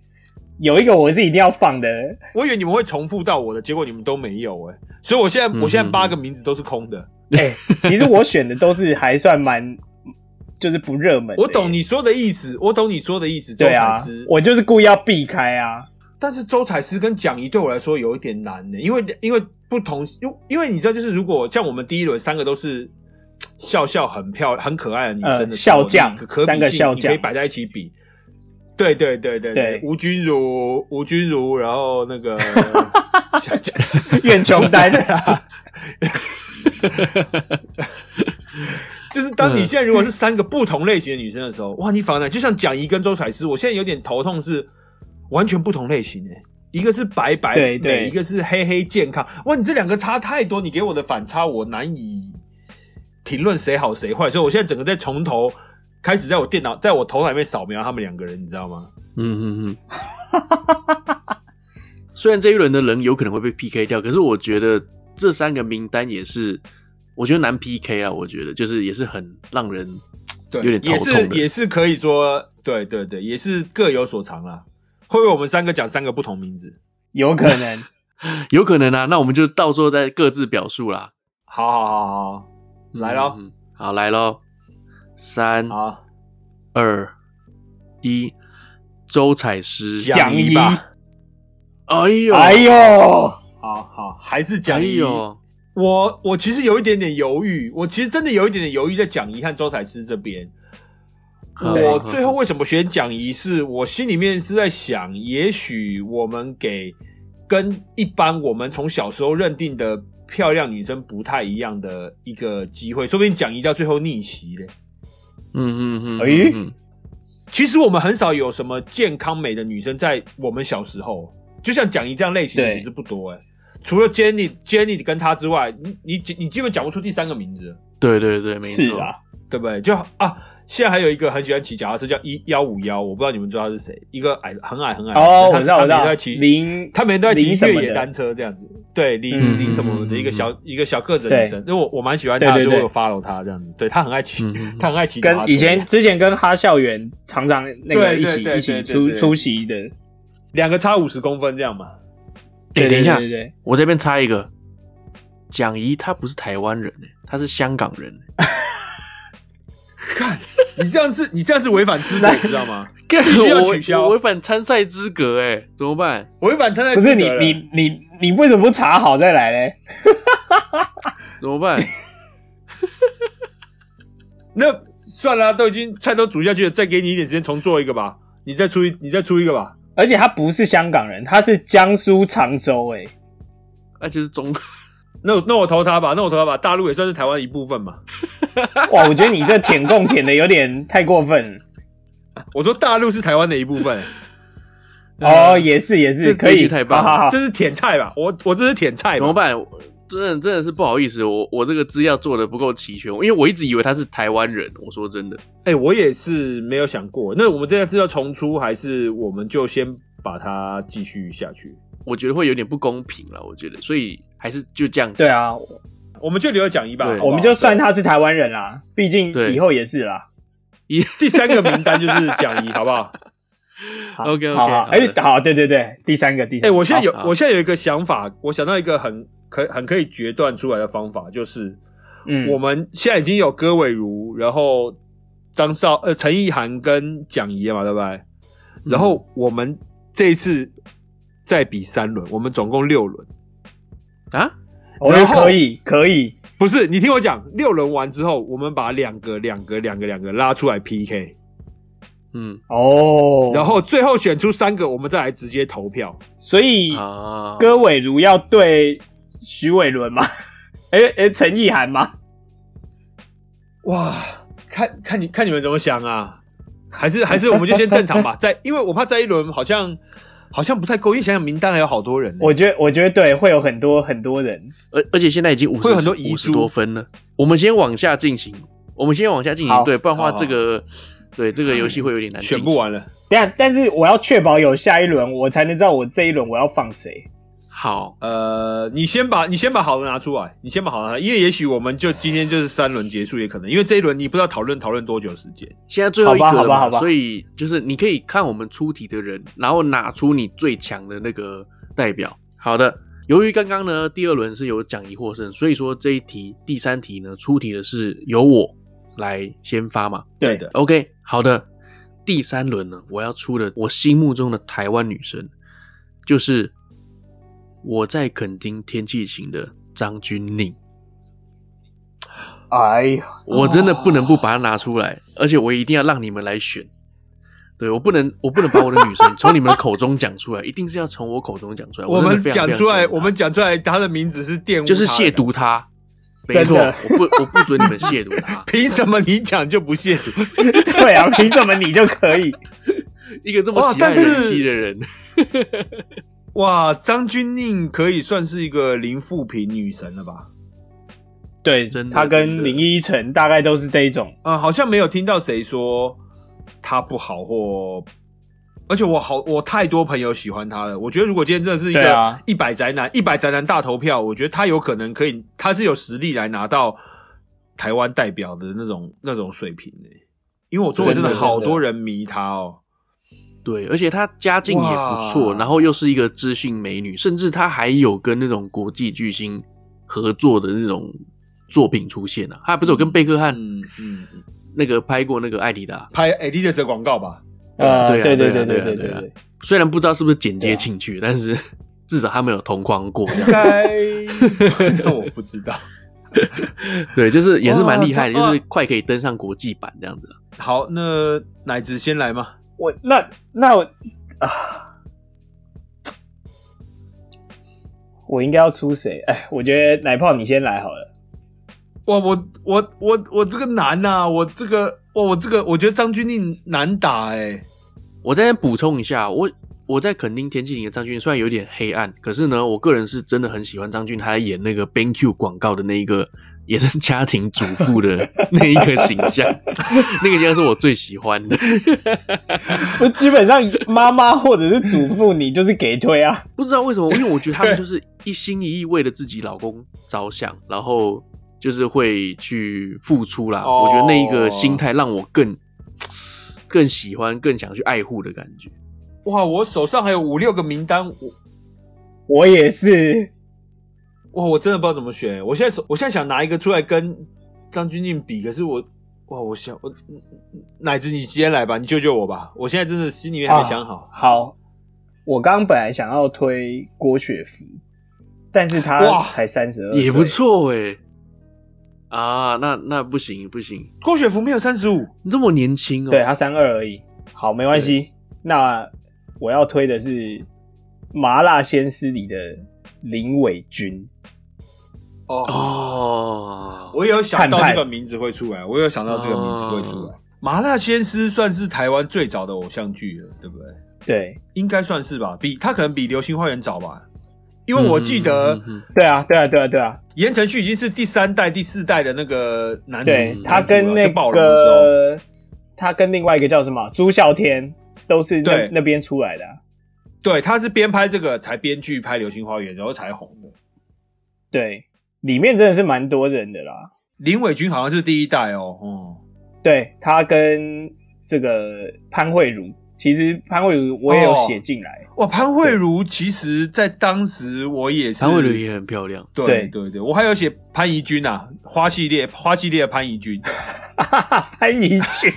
S2: 有一个我是一定要放的，
S3: 我以为你们会重复到我的，结果你们都没有哎、所以我现在、
S1: 嗯
S3: 我现在八个名字都是空的。
S2: 哎、其实我选的都是还算蛮，就是不热门的、
S3: 我懂你说的意思，我懂你说的意思，周
S2: 对
S3: 采
S2: 啊
S3: 诗、，
S2: 我就是故意要避 开啊。
S3: 但是周采诗跟蒋怡对我来说有一点难呢、因为因为不同，因为因为你知道，就是如果像我们第一轮三个都是嘖笑笑很漂很可爱的女生的时候、
S2: 呃笑匠
S3: 你可可比性
S2: 三个笑匠
S3: 你可以摆在一起比。对对对对
S2: 对
S3: 吴君如，吴君如，然后那 个
S2: 愿穷
S3: 但
S2: 丹
S3: 是啊，就是当你现在如果是三个不同类型的女生的时候，哇，你反而就像蒋怡跟周采诗，我现在有点头痛，是完全不同类型诶、一个是白白
S2: 对
S3: 美
S2: 对
S3: 一个是黑黑健康。哇，你这两个差太多，你给我的反差我难以评论谁好谁坏，所以我现在整个在从头开始在我电脑在我头脑里面扫描他们两个人，你知道吗？
S1: 嗯嗯 嗯。虽然这一轮的人有可能会被 PK 掉，可是我觉得这三个名单也是，我觉得难 PK 啊。我觉得就是也是很让人
S3: 对
S1: 有点
S3: 也
S1: 头
S3: 是
S1: 痛的
S3: 也是可以说，对对对，也是各有所长啦。会不会我们三个讲三个不同名字？
S2: 有可 能。
S1: 有可能啊。那我们就到时候再各自表述啦。
S3: 好好好好来咯
S1: 嗯嗯好来喽，三
S3: 好好，
S1: 二一，周采诗。
S2: 讲
S3: 讲一吧，
S1: 哎呦，
S2: 哎呦，
S3: 好好还是
S1: 哎
S3: 讲一。
S1: 呦，
S3: 我我其实有一点点犹豫，我其实真的有一点点犹豫在蒋怡和周采诗这边。我最后为什么选蒋怡？是我心里面是在想，也许我们给跟一般我们从小时候认定的漂亮女生不太一样的一个机会，说不定蒋怡到最后逆袭嘞。
S1: 嗯嗯嗯，
S2: 哎
S1: 嗯
S3: 其实我们很少有什么健康美的女生在我们小时候，就像蒋怡这样类型的
S2: 对
S3: 其实不多哎、除了 Jenny Jenny 跟她之外，你你你基本讲不出第三个名字，
S1: 对对对，没
S2: 是
S1: 错，
S2: 啊，
S3: 对不对？就啊，现在还有一个很喜欢骑脚踏车叫一幺五幺，我不知道你们知道他是谁，一个矮很矮很矮，
S2: 哦，
S3: 他
S2: 我知道，我知
S3: 他每天
S2: 道
S3: 都在，骑，
S2: 林，
S3: 他每天都在骑
S2: 林什么
S3: 越
S2: 的
S3: 野单车这样子，对，林
S2: 嗯
S3: 林什么的
S1: 嗯
S3: 一个小、
S1: 嗯
S3: 一个小个子的女生，因为我我蛮喜欢她，
S2: 对对
S3: 所以我
S2: 对
S3: 有 follow 她这样子，对她很爱骑，
S1: 嗯嗯嗯
S3: 她很爱骑脚踏车，
S2: 跟以前之前跟哈校园常常那个
S3: 对对
S2: 一起
S3: 对
S2: 一起
S3: 对对
S2: 出
S3: 对
S2: 出席的，
S3: 两个差五十公分这样嘛。
S1: 哎，
S2: 对
S1: 等一下
S2: 对，对
S1: 我这边插一个，蒋怡她不是台湾人欸，她是香港人欸。
S3: 看，你这样是，你这样是违反资格，你知道吗？
S1: 干
S3: 必须要
S1: 我
S3: 取消
S1: 我违反参赛资格哎，怎么办？
S3: 违反参赛
S2: 对不
S3: 资
S2: 是
S3: 格
S2: 你
S3: 了
S2: 你你你为什么不查好再来嘞？
S1: 怎么办？
S3: 那算了啊、都已经菜都煮下去了，再给你一点时间重做一个吧。你再出一，你再出一个吧。
S2: 而欸且他不是香港人，他是江苏常州哎、
S1: 那就是中
S3: 那我那我投他吧，那我投他吧，大陆也算是台湾一部分嘛。
S2: 哇，我觉得你这舔共舔的有点太 过分
S3: 我说大陆是台湾的一部
S2: 啊
S3: 分，
S2: 哦，也是也是
S1: 嗯这
S2: 可
S1: 这
S2: 以，
S1: 句太棒了
S2: 好好好
S3: 这是舔菜吧？我我这是舔菜
S1: 怎
S3: 吧
S1: 么办？我真的真的是不好意思，我我这个资料做的不够齐全，因为我一直以为他是台湾人。我说真的，
S3: 哎、我也是没有想过。那我们这次要重出，还是我们就先把它继续下去？
S1: 我觉得会有点不公平了，我觉得，所以还是就这样子。
S2: 对啊，
S3: 我们就留讲义吧，
S1: 对
S3: 好不好
S2: 我们就算他是台湾人啦，毕竟
S1: 对
S2: 以后也是啦。
S3: 第三个名单就是讲义，好不好？
S2: 好
S1: OK，OK，
S2: 好好，
S1: 好的
S2: 哎，好，对对对，第三个，第
S3: 哎、
S2: 三个，
S3: 我现在有
S1: 好，好
S3: 我现在有一个想法，我想到一个很可很可以决断出来的方法，就是
S2: 嗯，
S3: 我们现在已经有戈伟如，然后张少呃陈意涵跟蒋怡了嘛，对不对？然后我们这一次再比三轮，我们总共六轮。
S1: 啊，
S2: 我
S3: 然后
S2: 可以可以，
S3: 不是，你听我讲，六轮完之后，我们把两个、两个、两个、两个拉出来 PK，、
S1: 嗯
S2: 哦，
S3: 然后最后选出三个，我们再来直接投票。
S2: 所以
S1: 啊，
S2: 戈伟如要对徐伟伦吗？ 哎哎，陈意涵吗？
S3: 哇，看看你看你们怎么想啊？还是还是我们就先 正常吧，在因为我怕这一轮好像好像不太够，因为想想名单还有好多人、呢。
S2: 我觉得我觉得对，会有很多很多人，
S1: 而而且现在已经五
S3: 会
S1: 十
S3: 有很多遗
S1: 五十
S3: 珠
S1: 多分了，我们先往下进行，我们先往下进
S2: 好
S1: 行，对，不然的话
S3: 好
S1: 这个对这个游戏会有点难进
S3: 选
S1: 行
S3: 不。完了。
S2: 等一下，但是我要确保有下一轮，我才能知道我这一轮我要放谁。
S1: 好，
S3: 呃，你先把你先把好的拿出来，你先把好的拿出来，因为也许我们就今天就是三轮结束也可能，因为这一轮你不知道讨论讨论多久时间。
S1: 现在最后一个
S2: 好
S1: 了
S2: 吧好吧好
S1: 嘛，
S2: 吧
S1: 所以就是你可以看我们出题的人，然后拿出你最强的那个代表。好的，由于刚刚呢第二轮是有奖一获胜，所以说这一题第三题呢出题的是由我来先发嘛。
S2: 对
S3: 的，
S1: OK，好的，第三轮呢，我要出的我心目中的台湾女神，就是我在垦丁天气晴的张钧甯。
S2: 哎呀，
S1: 我真的不
S3: 哦
S1: 能不把它拿出来，而且我一定要让你们来选。对我不能，我不能把我的女神 从你们的口中讲出来，一定是要从我口中讲出来。
S3: 我
S1: 真的
S3: 们
S1: 非常
S3: 讲
S1: 非常
S3: 出来，
S1: 喜欢她
S3: 我们讲出来，他的名字是玷污，
S1: 就是亵。渎她，没
S2: 真
S1: 错，
S2: 的
S1: 我不我不准你们亵渎 她。
S3: 凭什么你讲就不亵渎？
S2: 对啊，凭什么你就可 以？
S1: 一个这么
S3: 哇
S1: 喜爱
S3: 但是
S1: 人妻的人，
S3: 哇，张钧甯可以算是一个零负评女神了吧？
S2: 对，
S1: 真的
S2: 他
S1: 真
S2: 跟
S1: 的
S2: 林依晨大概都是这一种。
S3: 啊、好像没有听到谁说她不好或，而且我好我太多朋友喜欢她了。我觉得如果今天真的是一
S2: 对
S3: 个
S2: 啊
S3: 一百宅男，一百宅男大投票，我觉得她有可能可以，她是有实力来拿到台湾代表的那种那种水平的、因为我周围真的
S2: 真的
S3: 好
S2: 真
S3: 多
S2: 的
S3: 人迷她哦。
S1: 对，而且她家境也不错，
S3: 哇
S1: 然后又是一个知性美女，甚至她还有跟那种国际巨星合作的那种作品出现啊。她不是有跟贝克汉
S3: 嗯嗯，嗯
S1: 那个拍过那个艾迪达？
S3: 拍 Adidas 的广告吧。
S2: 呃，
S1: 对啊
S2: 对
S1: 对啊
S2: 对
S1: 对啊
S2: 对
S1: 对啊
S2: 对，
S1: 虽然不知道是不是剪
S3: 啊
S1: 接进去，但是 至少他们有同框过这
S3: 应
S1: 样。
S3: 该，那我不知道。
S1: 对，就是也是蛮厉害的，
S3: 哇这
S1: 就是快可以登上国际版这样子啊了。
S3: 好，那奶子先来吗？
S2: 我那那我啊，我应该要出谁？哎，我觉得奶泡你先来好了。
S3: 哇，我我我我这个难呐、我这个哇，我这个我觉得张钧甯难打哎、
S1: 我再补充一下，我我在肯定天气里的张俊虽然有点黑暗，可是呢，我个人是真的很喜欢张俊，他在演那个 BenQ 广告的那一个也是家庭主妇的 那一个形象，那个形象是我最喜欢的。
S2: 我基本上妈妈或者是祖父，你就是给推啊。
S1: 不知道为 什么，因为我觉得他们就是一心一意为了自己老公着想，然后就是会去付出啦。
S3: 哦
S1: 我觉得那一个心态让我更更喜欢、更想去爱护的感觉。
S3: 哇，我手上还有五六个名单，我
S2: 我也是，
S3: 哇，我真的不知道怎么选、欸我现在手我现在想拿一个出来跟张钧甯比，可是我哇，我想我奶子你先来吧，你救救我吧，我现在真的心里面
S2: 啊
S3: 还没想好。
S2: 好，我刚刚本来想要推郭雪芙，但是她
S3: 哇
S2: 才三
S3: 呃
S2: 十二，
S1: 也不。错哎、啊，那那不行不行，
S3: 郭雪芙没有三十五，
S1: 你这么年轻哦、
S2: 对，她三二而已。好，没关系。那我要推的是《麻辣鲜师》里的林伟君。
S3: 哦，
S1: 哦，
S3: 我有想到
S2: 汉派
S3: 这个名字会出来，我有想到这个名字会出来。麻辣鲜师算是台湾最早的偶像剧了，对不对？
S2: 对
S3: 应该算是吧，比他可能比《流星花园》早吧，因为我记得
S1: 嗯嗯嗯嗯
S2: 对啊，对啊，对啊，对啊，
S3: 言承旭已经是第三代、第四代的那个男主，
S2: 对
S3: 男主
S2: 他跟
S3: 了
S2: 那
S3: 嗯就暴龙的时候
S2: 个他跟另外一个叫什么朱孝天都是那
S3: 对
S2: 那边出来的啊、
S3: 对，他是边拍这个才编剧拍《流星花园》，然后才红的。
S2: 对，里面真的是蛮多人的啦。
S3: 林伟君好像是第一代哦，哦、
S2: 对他跟这个潘慧茹，其实潘慧茹我也有写进来，
S3: 哇，潘慧茹其实，在当时我也是
S1: 潘慧伦也很漂亮，
S3: 对
S2: 对
S3: 对对我还有写潘怡君啊，花系列花系列的潘怡君，
S2: 哈哈，潘怡俊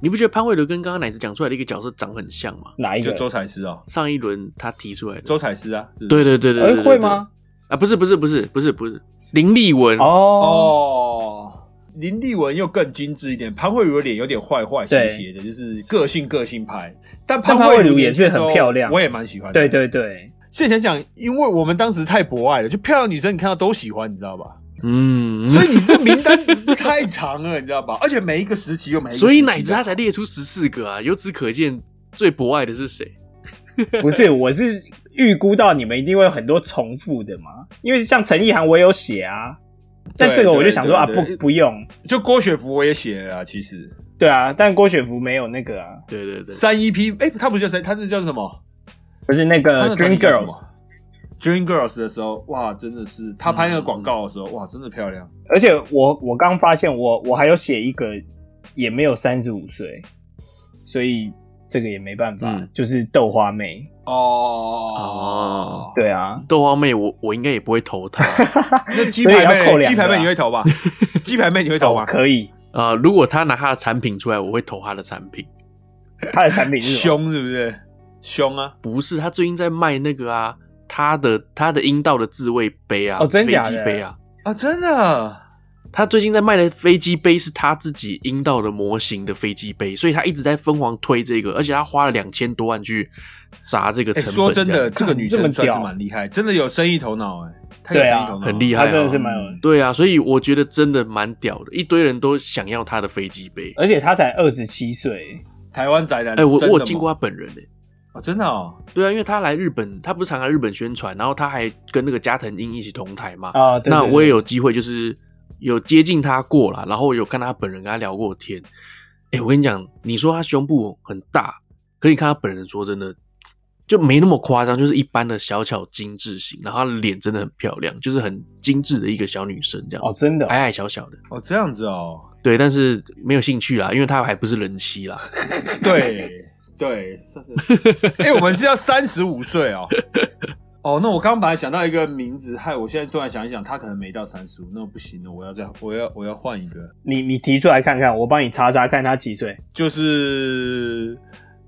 S1: 你不觉得潘慧伦跟刚刚奶子讲出来的一个角色长很像吗？
S2: 哪一
S3: 就周
S2: 个？
S3: 采诗哦，
S1: 上一轮他提出来的，
S3: 周采诗啊，是
S1: 对对对对
S2: 哎
S1: 对，对
S2: 会？吗？
S1: 对啊，不是不是不是不是不是，林立文
S2: 哦，
S3: 哦，林立文又更精致一点，潘慧茹的脸有点坏坏斜斜的，就是个性个性派。但
S2: 但潘
S3: 慧
S2: 慧茹也
S3: 年轻
S2: 是很
S3: 的时候
S2: 漂亮
S3: 我也蛮喜欢的。
S2: 对，对对，
S3: 现在想想，因为我们当时太博爱了，就漂亮女生你看到都喜欢，你知 道吧？
S1: 嗯，
S3: 所
S1: 嗯
S3: 以你这名单太长了，你知道吧？而且每一个时期有每一个时期的，
S1: 所以奶子他才列出十四个啊，由此可见最博爱的是谁？
S2: 不是，我是预估到你们一定会有很多重复的嘛，因为像陈意涵我有写啊，但
S3: 对
S2: 这个我就
S3: 对
S2: 想
S3: 对
S2: 说啊，
S3: 对
S2: 不不用，
S3: 就郭雪芙我也写了啊，其实
S2: 对啊，但郭雪芙没有那个啊，
S1: 对对对，
S3: 三 EP，哎、他不叫谁，他是叫什么？
S2: 不是那
S3: 他
S2: 个
S3: 那
S2: 呃 Dream
S3: 团体叫什么
S2: Girls，
S3: Dream Girls 的时候，哇，真的是他拍
S2: 嗯
S3: 那个广告的时候，哇，真的漂亮。
S2: 而且我我刚发现我我还有写一个也没有三十五岁，所以这个也没办法，
S1: 嗯
S2: 就是豆花妹。
S3: 哦
S1: 哦，
S2: 对啊，
S1: 豆花妹，我我应该也不会投她
S3: 那鸡
S2: 所以
S3: 排
S2: 要扣
S3: 妹，
S2: 两
S3: 鸡
S2: 个
S3: 排妹
S2: 啊
S3: 你会 投吧？鸡排妹你会投
S2: 哦
S3: 吗，？
S2: 可以，
S1: 啊、如果她拿她的产品出来，我会投她的产品。
S2: 她的产品是什 么
S3: 凶是不是？凶啊！
S1: 不是，她最近在卖那个啊，她的她的阴道的自慰杯啊，
S2: 哦真假的
S1: 飞机杯啊。
S3: 啊，真的
S1: 她最近在卖的飞机杯是她自己阴道的模型的飞机杯，所以她一直在疯狂推这个，而且她花了两千多万去砸这个
S3: 哎，
S1: 成本、
S3: 说真的，
S1: 这样
S3: 这个女
S2: 这么
S3: 生算是
S2: 屌
S3: 蛮厉害，真的有生意头脑哎，太有
S2: 对
S3: 生
S2: 啊
S3: 意头脑了，
S1: 很厉害
S2: 她
S1: 啊
S2: 真的是蛮有，
S1: 对啊，所以我觉得真的蛮屌的，一堆人都想要她的飞机杯。
S2: 而且她才二十七岁，
S3: 台湾宅
S2: 呃
S3: 男。
S1: 哎、我
S3: 真
S1: 我
S3: 的
S1: 有见
S3: 吗
S1: 过
S2: 啊
S1: 她本人哎、
S3: 哦，真的哦，
S1: 对啊，因为他来日本，他不是常来日本宣传，然后他还跟那个加藤鹰一起同台嘛。
S2: 啊对对
S1: 那
S2: 对
S1: 我也有机会，就是有接近他过啦，然后有看他本人，跟他聊过天。哎、我跟你讲，你说他胸部很大，可你看他本人，说真的就没那么夸张，就是一般的小巧精致型，然后他的脸真的很漂亮，就是很精致的一个小女生这样
S2: 哦，
S1: 子，
S2: 真的哦、
S1: 矮矮小小的。
S3: 哦这样子 哦，
S1: 对，但是没有兴趣啦，因为他还不是人妻啦。
S3: 对对， 哎，我们是要三十五岁哦。 哦，那我刚刚本来想到一个名字，害我现在突然想一想，他可能没到三十五，那不行了，我要再我要我要换一个。
S2: 你你提出来看看，我帮你查查看她几岁。
S3: 就是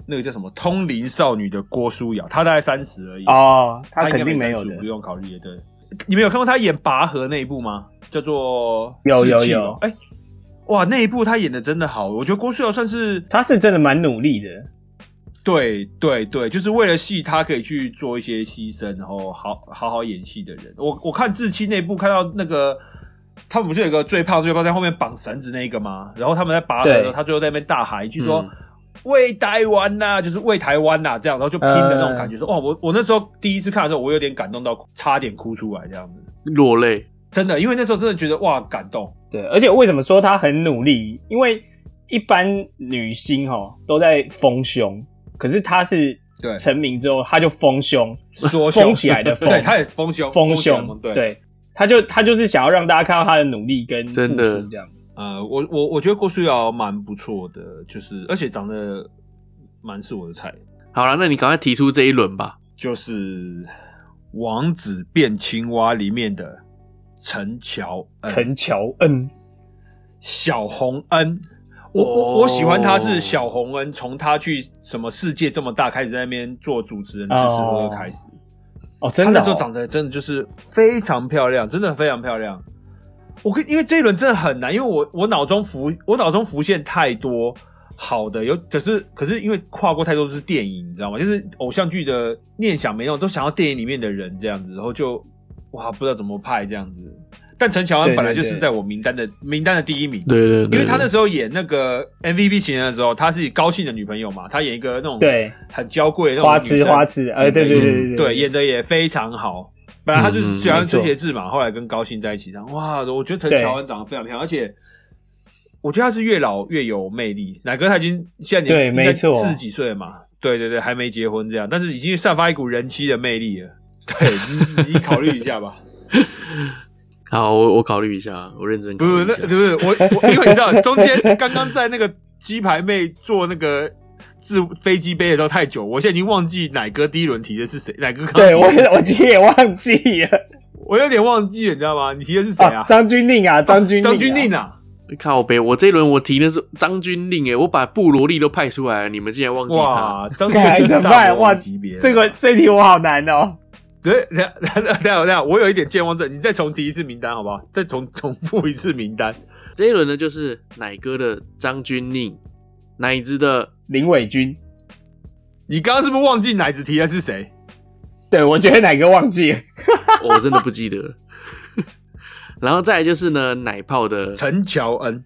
S3: 那个叫什么《通灵少女》的郭书瑶，她大概三十而已，
S2: 哦，她
S3: 她应
S2: 肯
S3: 该
S2: 定
S3: 没
S2: 没有的
S3: 35不。用考虑的。对，你们有看过她演拔河那一部吗？叫做
S2: 有有
S3: 志气吧
S2: 有
S3: 哎、哇，那一部她演的真的好，我觉得郭书瑶算是
S2: 她是真的蛮努力的，
S3: 对对对，就是为了戏，她可以去做一些牺牲，然后好好好演戏的人。我我看志七那一部，看到那个。他们不是有一个最胖最胖在后面绑绳子那个吗？然后他们在拔河的时候，
S2: 对
S3: 他最后在那边大喊一句说：“
S1: 嗯
S3: 为台湾呐、就是为台湾呐、这样，然后就拼的那种
S2: 嗯
S3: 感觉说，哇，哦我我那时候第一次看的时候，我有点感动到差点哭出来，这样子，
S1: 落泪，
S3: 真的，因为那时候真的觉得哇，感动，
S2: 对，而且为什么说她很努力？因为一般女星哈都在丰胸，可是她是
S3: 对
S2: 成名之后她就丰胸，
S3: 缩胸
S2: 封起来的封，
S3: 对，他也丰胸，
S2: 丰
S3: 起来的
S2: 胸，
S3: 对，
S2: 对，他就他就是想要让大家看到他的努力跟付
S1: 真
S2: 出
S1: 的
S2: 这样子。
S3: 呃，我我我觉得郭书瑶蛮不错的，就是而且长得蛮是我的菜，
S1: 好了，那你赶快提出这一轮吧。
S3: 就是《王子变青蛙》里面的陈乔恩
S2: 陈乔恩，
S3: 小洪恩。我我我喜欢他是小洪恩，从他去什么世界这么大开始在那边做主持人吃吃喝喝开始，
S2: 哦，
S3: 他
S2: 真的
S3: 那
S2: 哦、
S3: 时候长得真的就是非常漂亮，真的非常漂亮。我跟因为这一轮真的很难，因为我我脑中浮我脑中浮现太多好的，有可是可是因为跨过太多是电影，你知道吗？就是偶像剧的念想没有，都想要电影里面的人这样子，然后就哇，不知道怎么派这样子。但陈乔恩本来就是在我名单的名单的第一名，
S1: 对对对，
S3: 因为他那
S1: 对
S3: 时候演那个 MVP 情人的时候，她是高兴的女朋友嘛，她演一个那种
S2: 对，
S3: 很娇贵的那种
S2: 花
S3: 女
S2: 痴
S3: 生
S2: 花痴，呃，对对
S1: 嗯
S2: 对对对
S3: 对，演的也非常好。本来他就是喜
S2: 嗯
S3: 欢
S2: 没错
S3: 陈学志嘛，后来跟高兴在一起，然后哇，我觉得陈乔恩长得非常漂亮，而且我觉得他是越老越有魅力。奶哥他已经现在
S2: 对
S3: 年
S2: 没错
S3: 四十几岁了嘛，对对对，还没结婚这样，但是已经散发一股人妻的魅力了。对，你你考虑一 下吧。
S1: 好，我我考虑一下，我认真考
S3: 不
S1: 虑
S3: 是
S1: 一
S3: 那
S1: 下。
S3: 不是我我，因为你知道中间刚刚在那个鸡排妹做那个自飞机杯的时候太久，我现在已经忘记奶哥第一轮提的是谁，奶哥刚刚
S2: 对，我
S3: 提的是谁
S2: 我其实也忘记了
S3: 我有点忘记了，你知道吗？你提的是谁
S2: 啊
S3: 啊，？
S2: 张钧甯啊，张钧甯啊
S3: 张钧甯啊！
S1: 靠北，我这一轮我提的是张钧甯，哎，我把布罗利都派出来了，你们竟然忘记他？
S3: 哇，张钧甯就是
S2: 怎么办
S3: 大魔
S2: 哇
S3: 级别的
S2: 这个这题我好难哦。
S3: 对，等下 等下等下等下，我有一点健忘症，你再重提一次名单好不好？再重 重复一次名单。
S1: 这一轮呢，就是奶哥的张钧甯，奶子的
S2: 林伟君，
S3: 你刚刚是不是忘记奶子提的是谁？
S2: 对我觉得哪个忘记了？
S1: 我真的不记得了。 然后再来就是呢，奶泡的。
S3: 陈乔恩，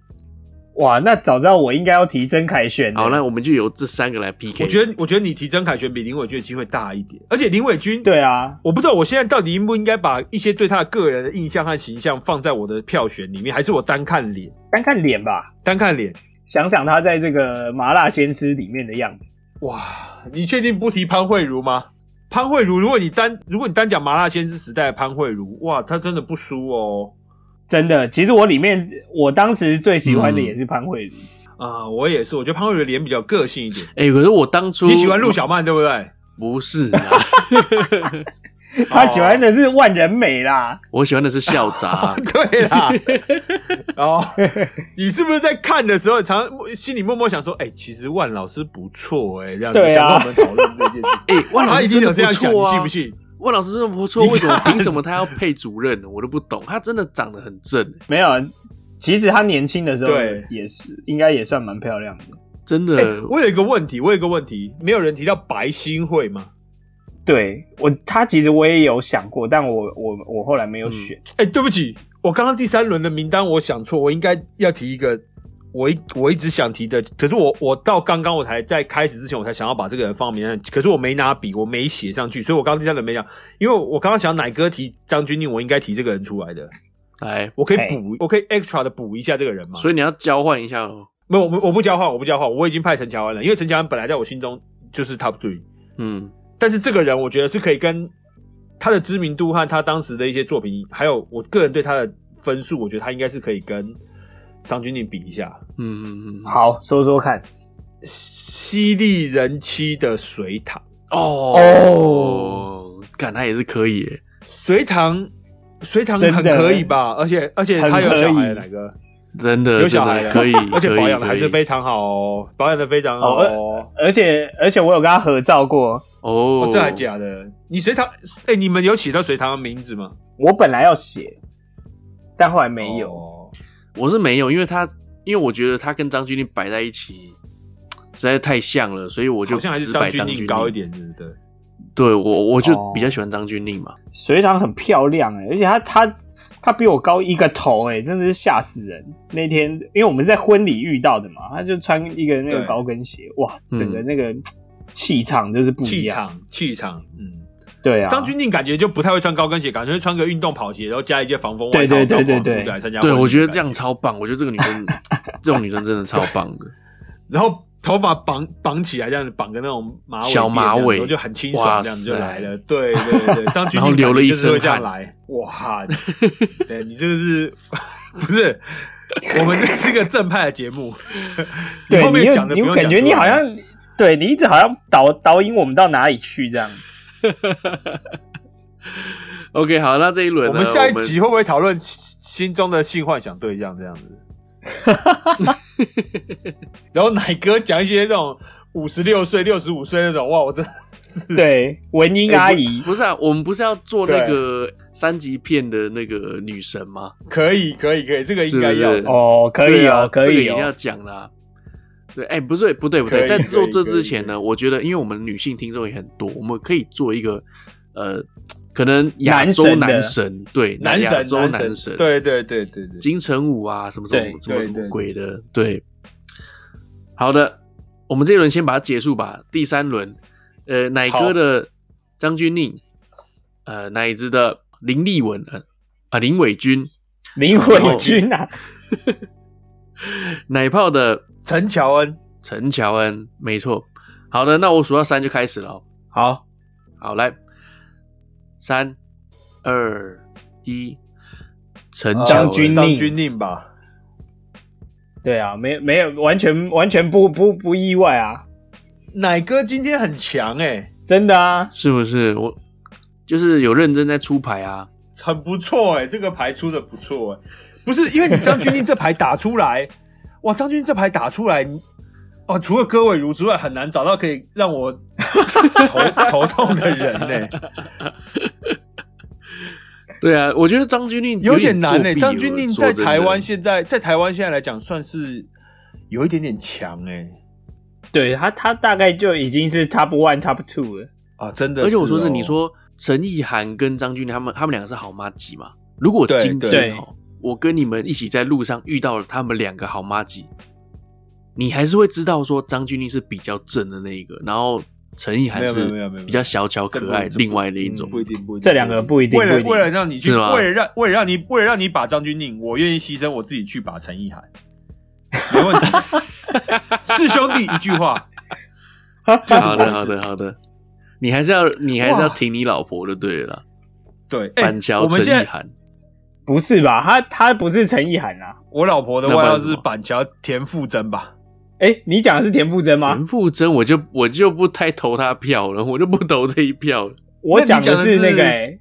S2: 哇，那早知道我应该要提曾凯旋的。
S1: 好，那我们就由这三个来 PK。
S3: 我觉得我觉得你提曾凯旋比林伟君的机会大一点，而且林伟君，
S2: 对啊，
S3: 我不知道我现在到底应不应该把一些对他的个人的印象和形象放在我的票选里面，还是我单看脸？
S2: 单看脸吧，
S3: 单看脸，
S2: 想想他在这个麻辣鲜师里面的样子，
S3: 哇，你确定不提潘慧茹吗？潘慧茹，如果你单如果你单讲麻辣鲜师时代的潘慧茹，哇，她真的不输哦。
S2: 真的。其实我里面我当时最喜欢的也是潘慧茹，
S3: 啊、我也是，我觉得潘慧茹的脸比较个性一点。
S1: 哎、可是我当初
S3: 你喜欢陆小曼对 不对？
S1: 不是啊，
S2: 他喜欢的是万人美啦。
S1: 我喜欢的是校 杂。
S3: 对啦。哦，你是不是在看的时候常心里默默想说，哎、其实万老师不错哎、这样子
S2: 对啊
S3: 想跟我们讨论这件事。
S1: 哎、万老
S3: 他
S1: 师
S3: 一定
S1: 真的
S3: 有
S1: 不
S3: 这样想，
S1: 错
S3: 你
S1: 啊！
S3: 信不信？
S1: 万老师真的不错，
S3: 你看
S1: 为什么凭什么他要配主任呢？我都不懂，他真的长得很正、欸
S2: 没有，其实他年轻的时候
S3: 对
S2: 也是应该也算蛮漂亮的。
S1: 真的。
S3: 哎、我有一个问题，我有一个问题，没有人提到白新会吗？
S2: 对我，他其实我也有想过，但我我我后来没有选。
S3: 哎、对不起，我刚刚第三轮的名单我想错，我应该要提一个，我一我一直想提的，可是我我到刚刚我才在开始之前我才想要把这个人放到名单，可是我没拿笔，我没写上去，所以我刚刚第三轮没讲，因为我刚刚想奶哥提张钧甯，我应该提这个人出来的，
S1: 来，
S3: 我可以
S2: 嘿
S3: 补，我可以 extra 的补一下这个人嘛。
S1: 哎所以你要交换一下哦。
S3: 没有，我们我不交换，我不交换，我已经派陈乔恩了，因为陈乔恩本来在我心中就是 top three，
S1: 嗯，
S3: 但是这个人我觉得是可以跟他的知名度和他当时的一些作品，还有我个人对他的分数，我觉得他应该是可以跟张钧甯比一下。
S1: 嗯嗯嗯，
S2: 好，说说看。
S3: 犀利人妻的隋唐，
S1: 哦，干他也是可以欸耶，
S3: 隋唐，隋唐
S2: 真的
S3: 很可以吧？而且而且他有小孩了，哪个？
S1: 真的，
S3: 有小
S1: 真的
S3: 孩了
S1: 可以，
S3: 而且
S1: 可以
S3: 保养的还是
S1: 可以
S3: 非常好哦，保养的非常好哦。
S2: 而且而且我有跟他合照过，
S1: 哦
S3: 哦，这还假的？你隋唐，哎、你们有写到隋唐的名字吗？
S2: 我本来要写，但后来没有。
S3: 哦
S1: 我是没有，因为他，因为我觉得他跟张钧甯摆在一起实在太像了，所以我就
S3: 好像还是
S1: 只
S3: 张
S1: 摆
S3: 钧
S1: 张
S3: 甯
S1: 璧
S3: 高一
S1: 甯。
S3: 点，对不对？
S1: 对我，我就
S2: 哦
S1: 比较喜欢张钧甯嘛。
S2: 隋唐很漂亮哎、而且她她她比我高一个头哎、真的是吓死人。那天因为我们是在婚礼遇到的嘛，她就穿一个那个
S3: 对
S2: 高跟鞋，哇，
S1: 嗯
S2: 整个那个嘖气场就是不一
S3: 气
S2: 样。
S3: 场，气场，嗯。
S2: 对啊，
S3: 张钧甯感觉就不太会穿高跟鞋，感觉会穿个运动跑鞋，然后加一件防风外套，
S2: 对对对对
S3: 然后跑
S2: 对
S3: 步来参加婚
S1: 对，
S3: 礼
S1: 我觉得
S3: 感
S1: 这样超棒，我觉得这个女 生，这种女生真的超棒的。
S3: 然后头发绑绑起来，这样子绑个那种马尾辫
S1: 小马尾
S3: 这样子就很清爽，
S1: 哇
S3: 这样子
S1: 塞
S3: 就来了。对对对，张钧甯
S1: 然后流了一身
S3: 感觉就是会这样
S1: 汗
S3: 来，哇！对你这个是 不是？我们这是个正派的节目，
S2: 对
S3: 你后
S2: 你
S3: 面
S2: 有
S3: 想的
S2: 你
S3: 不用
S2: 有
S3: 讲
S2: 感觉
S3: 出
S2: 你
S3: 来
S2: 好像对你一直好像导导引我们到哪里去 这样。
S1: OK，好，那这一轮呢
S3: 我们下一集会不会讨论心心中的性幻想对象这 样子？然后奶哥讲一些这种五十六岁、六十五岁那种，哇，我真的
S2: 对，文英
S1: 哎
S2: 阿
S1: 不
S2: 姨，
S1: 不是啊，我们不是要做那个三级片的那个女神吗？
S3: 可以，可以，可以，这个应该
S1: 是
S3: 要
S1: 是
S2: 哦，可以
S1: 对
S2: 哦，
S1: 啊
S2: 可
S1: 这个一
S2: 以
S1: 定要
S2: 哦，
S1: 讲啦。对，哎、不是，不对，不
S3: 可
S1: 对，
S3: 以
S1: 在
S3: 可以
S1: 做这
S3: 可以
S1: 之前
S3: 可
S1: 呢，我觉得，因为我们女性听众也很多，我们可以做一个呃，可能亚
S2: 男
S1: 洲
S2: 神的
S1: 男神，对，
S3: 男
S1: 亚
S3: 神，
S1: 洲
S3: 男
S1: 神，，
S3: 对对对对对，
S1: 金城武啊，什么什么
S2: 对
S1: 什么什
S3: 对
S1: 么
S3: 对
S1: 鬼的，对。好的，我们这一轮先把它结束吧。第三轮，呃，奶哥的张钧甯，呃，奶子的林立文，呃啊林伟君，
S2: 林伟君
S3: 哦
S2: 啊，
S1: 奶泡的
S3: 陈乔恩，
S1: 陈乔恩，没错。好的，那我数到三就开始了哦。
S2: 好，
S1: 好，来，三、二、一，陈
S3: 呃
S1: 乔恩
S2: 张钧甯
S3: 张钧甯吧，
S2: 对啊，没没有完全完全不不不意外啊，
S3: 奶哥今天很强哎，
S2: 真的啊，
S1: 是不是？我就是有认真在出牌啊。
S3: 很不错哎，这个牌出的不错哎，不是因为你张钧甯这牌打出来，哇，张钧甯这牌打出来，你哦，除了戈伟如之外，很难找到可以让我头头痛的人呢，
S1: 对啊，我觉得张钧甯
S3: 有
S1: 点
S3: 点难
S1: 哎、
S3: 哎，张钧甯在台湾
S1: 现
S3: 现在在台湾现在来讲算是有一点点强哎。
S2: 对他他大概就已经是 top one top two 了，
S3: 啊，真的是哦、
S1: 而且我说是，你说陈意涵跟张钧甯他们他们两个是好妈鸡嘛？如果
S3: 对
S1: 今天
S2: 对
S1: 哦，我跟你们一起在路上遇到了他们两个好妈鸡，你还是会知道说张钧甯是比较正的那一个，然后陈意涵
S3: 没有没有没
S1: 是
S3: 有没有
S1: 比较小巧
S3: 这不
S1: 可爱
S3: 这不
S1: 另外的一种
S3: 嗯。不一定，不一定，
S2: 这两个不一定，
S3: 为了
S2: 不
S3: 为
S2: 一
S3: 了
S2: 定，
S3: 让你去，
S1: 是吗
S3: 为了让为了让你为了让你把张钧甯，我愿意牺牲我自己去把陈意涵，没问题， 是兄弟一句话，
S1: 好的好的好的，啊你还是要你还是要挺你老婆就对了啦，
S3: 对，哎
S1: 板桥
S3: 我们
S1: 陈
S3: 现
S1: 意
S3: 在
S1: 涵。
S2: 不是吧？他他不是陈意涵啊，
S3: 我老婆的
S1: 那不
S3: 外
S1: 然
S3: 号
S1: 什
S3: 是
S1: 么
S3: 板桥田馥甄吧，
S2: 哎，你讲的是田馥甄
S3: 啊
S2: 吗？
S1: 田馥甄，我就我就不太投他票了，我就不投这一票了。
S2: 我
S3: 那你
S2: 讲的
S3: 讲的
S2: 是那
S3: 是
S2: 个哎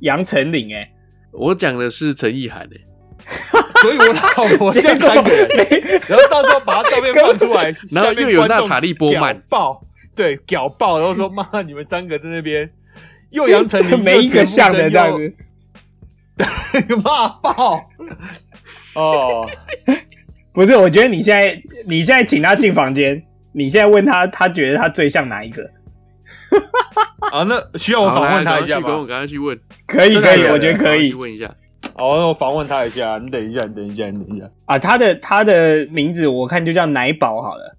S2: 杨丞琳哎，
S1: 我讲的是陈意涵诶、 欸
S3: 所以我老婆现在
S2: 结果
S3: 三个人， 然后到时候把她照片放出来，
S1: 然后
S3: 下面
S1: 又有
S3: 观众
S1: 娜塔莉波曼
S3: 屌爆，对，屌爆，然后说妈，你们三个在那 边又杨丞 琳，
S2: 没一个像的这样
S3: 又
S2: 子，
S3: 骂爆！哦，
S2: 不是？我觉得你现在你现在请他进房间，你现在问他，他觉得他最像哪一个？
S3: 啊，那需要我
S1: 好
S3: 访
S1: 来
S3: 问他
S1: 赶
S3: 一下
S1: 快去跟我
S3: 吗？
S1: 赶快去问，啊
S2: 可以
S3: 真的
S2: 可以，
S3: 假的
S2: 我觉得可
S1: 赶快
S2: 以
S1: 去问一下。
S3: 哦，那我访问他一下，你等一下，你等一下，你等一下。
S2: 啊。他的他的名字我看就叫奶宝好了。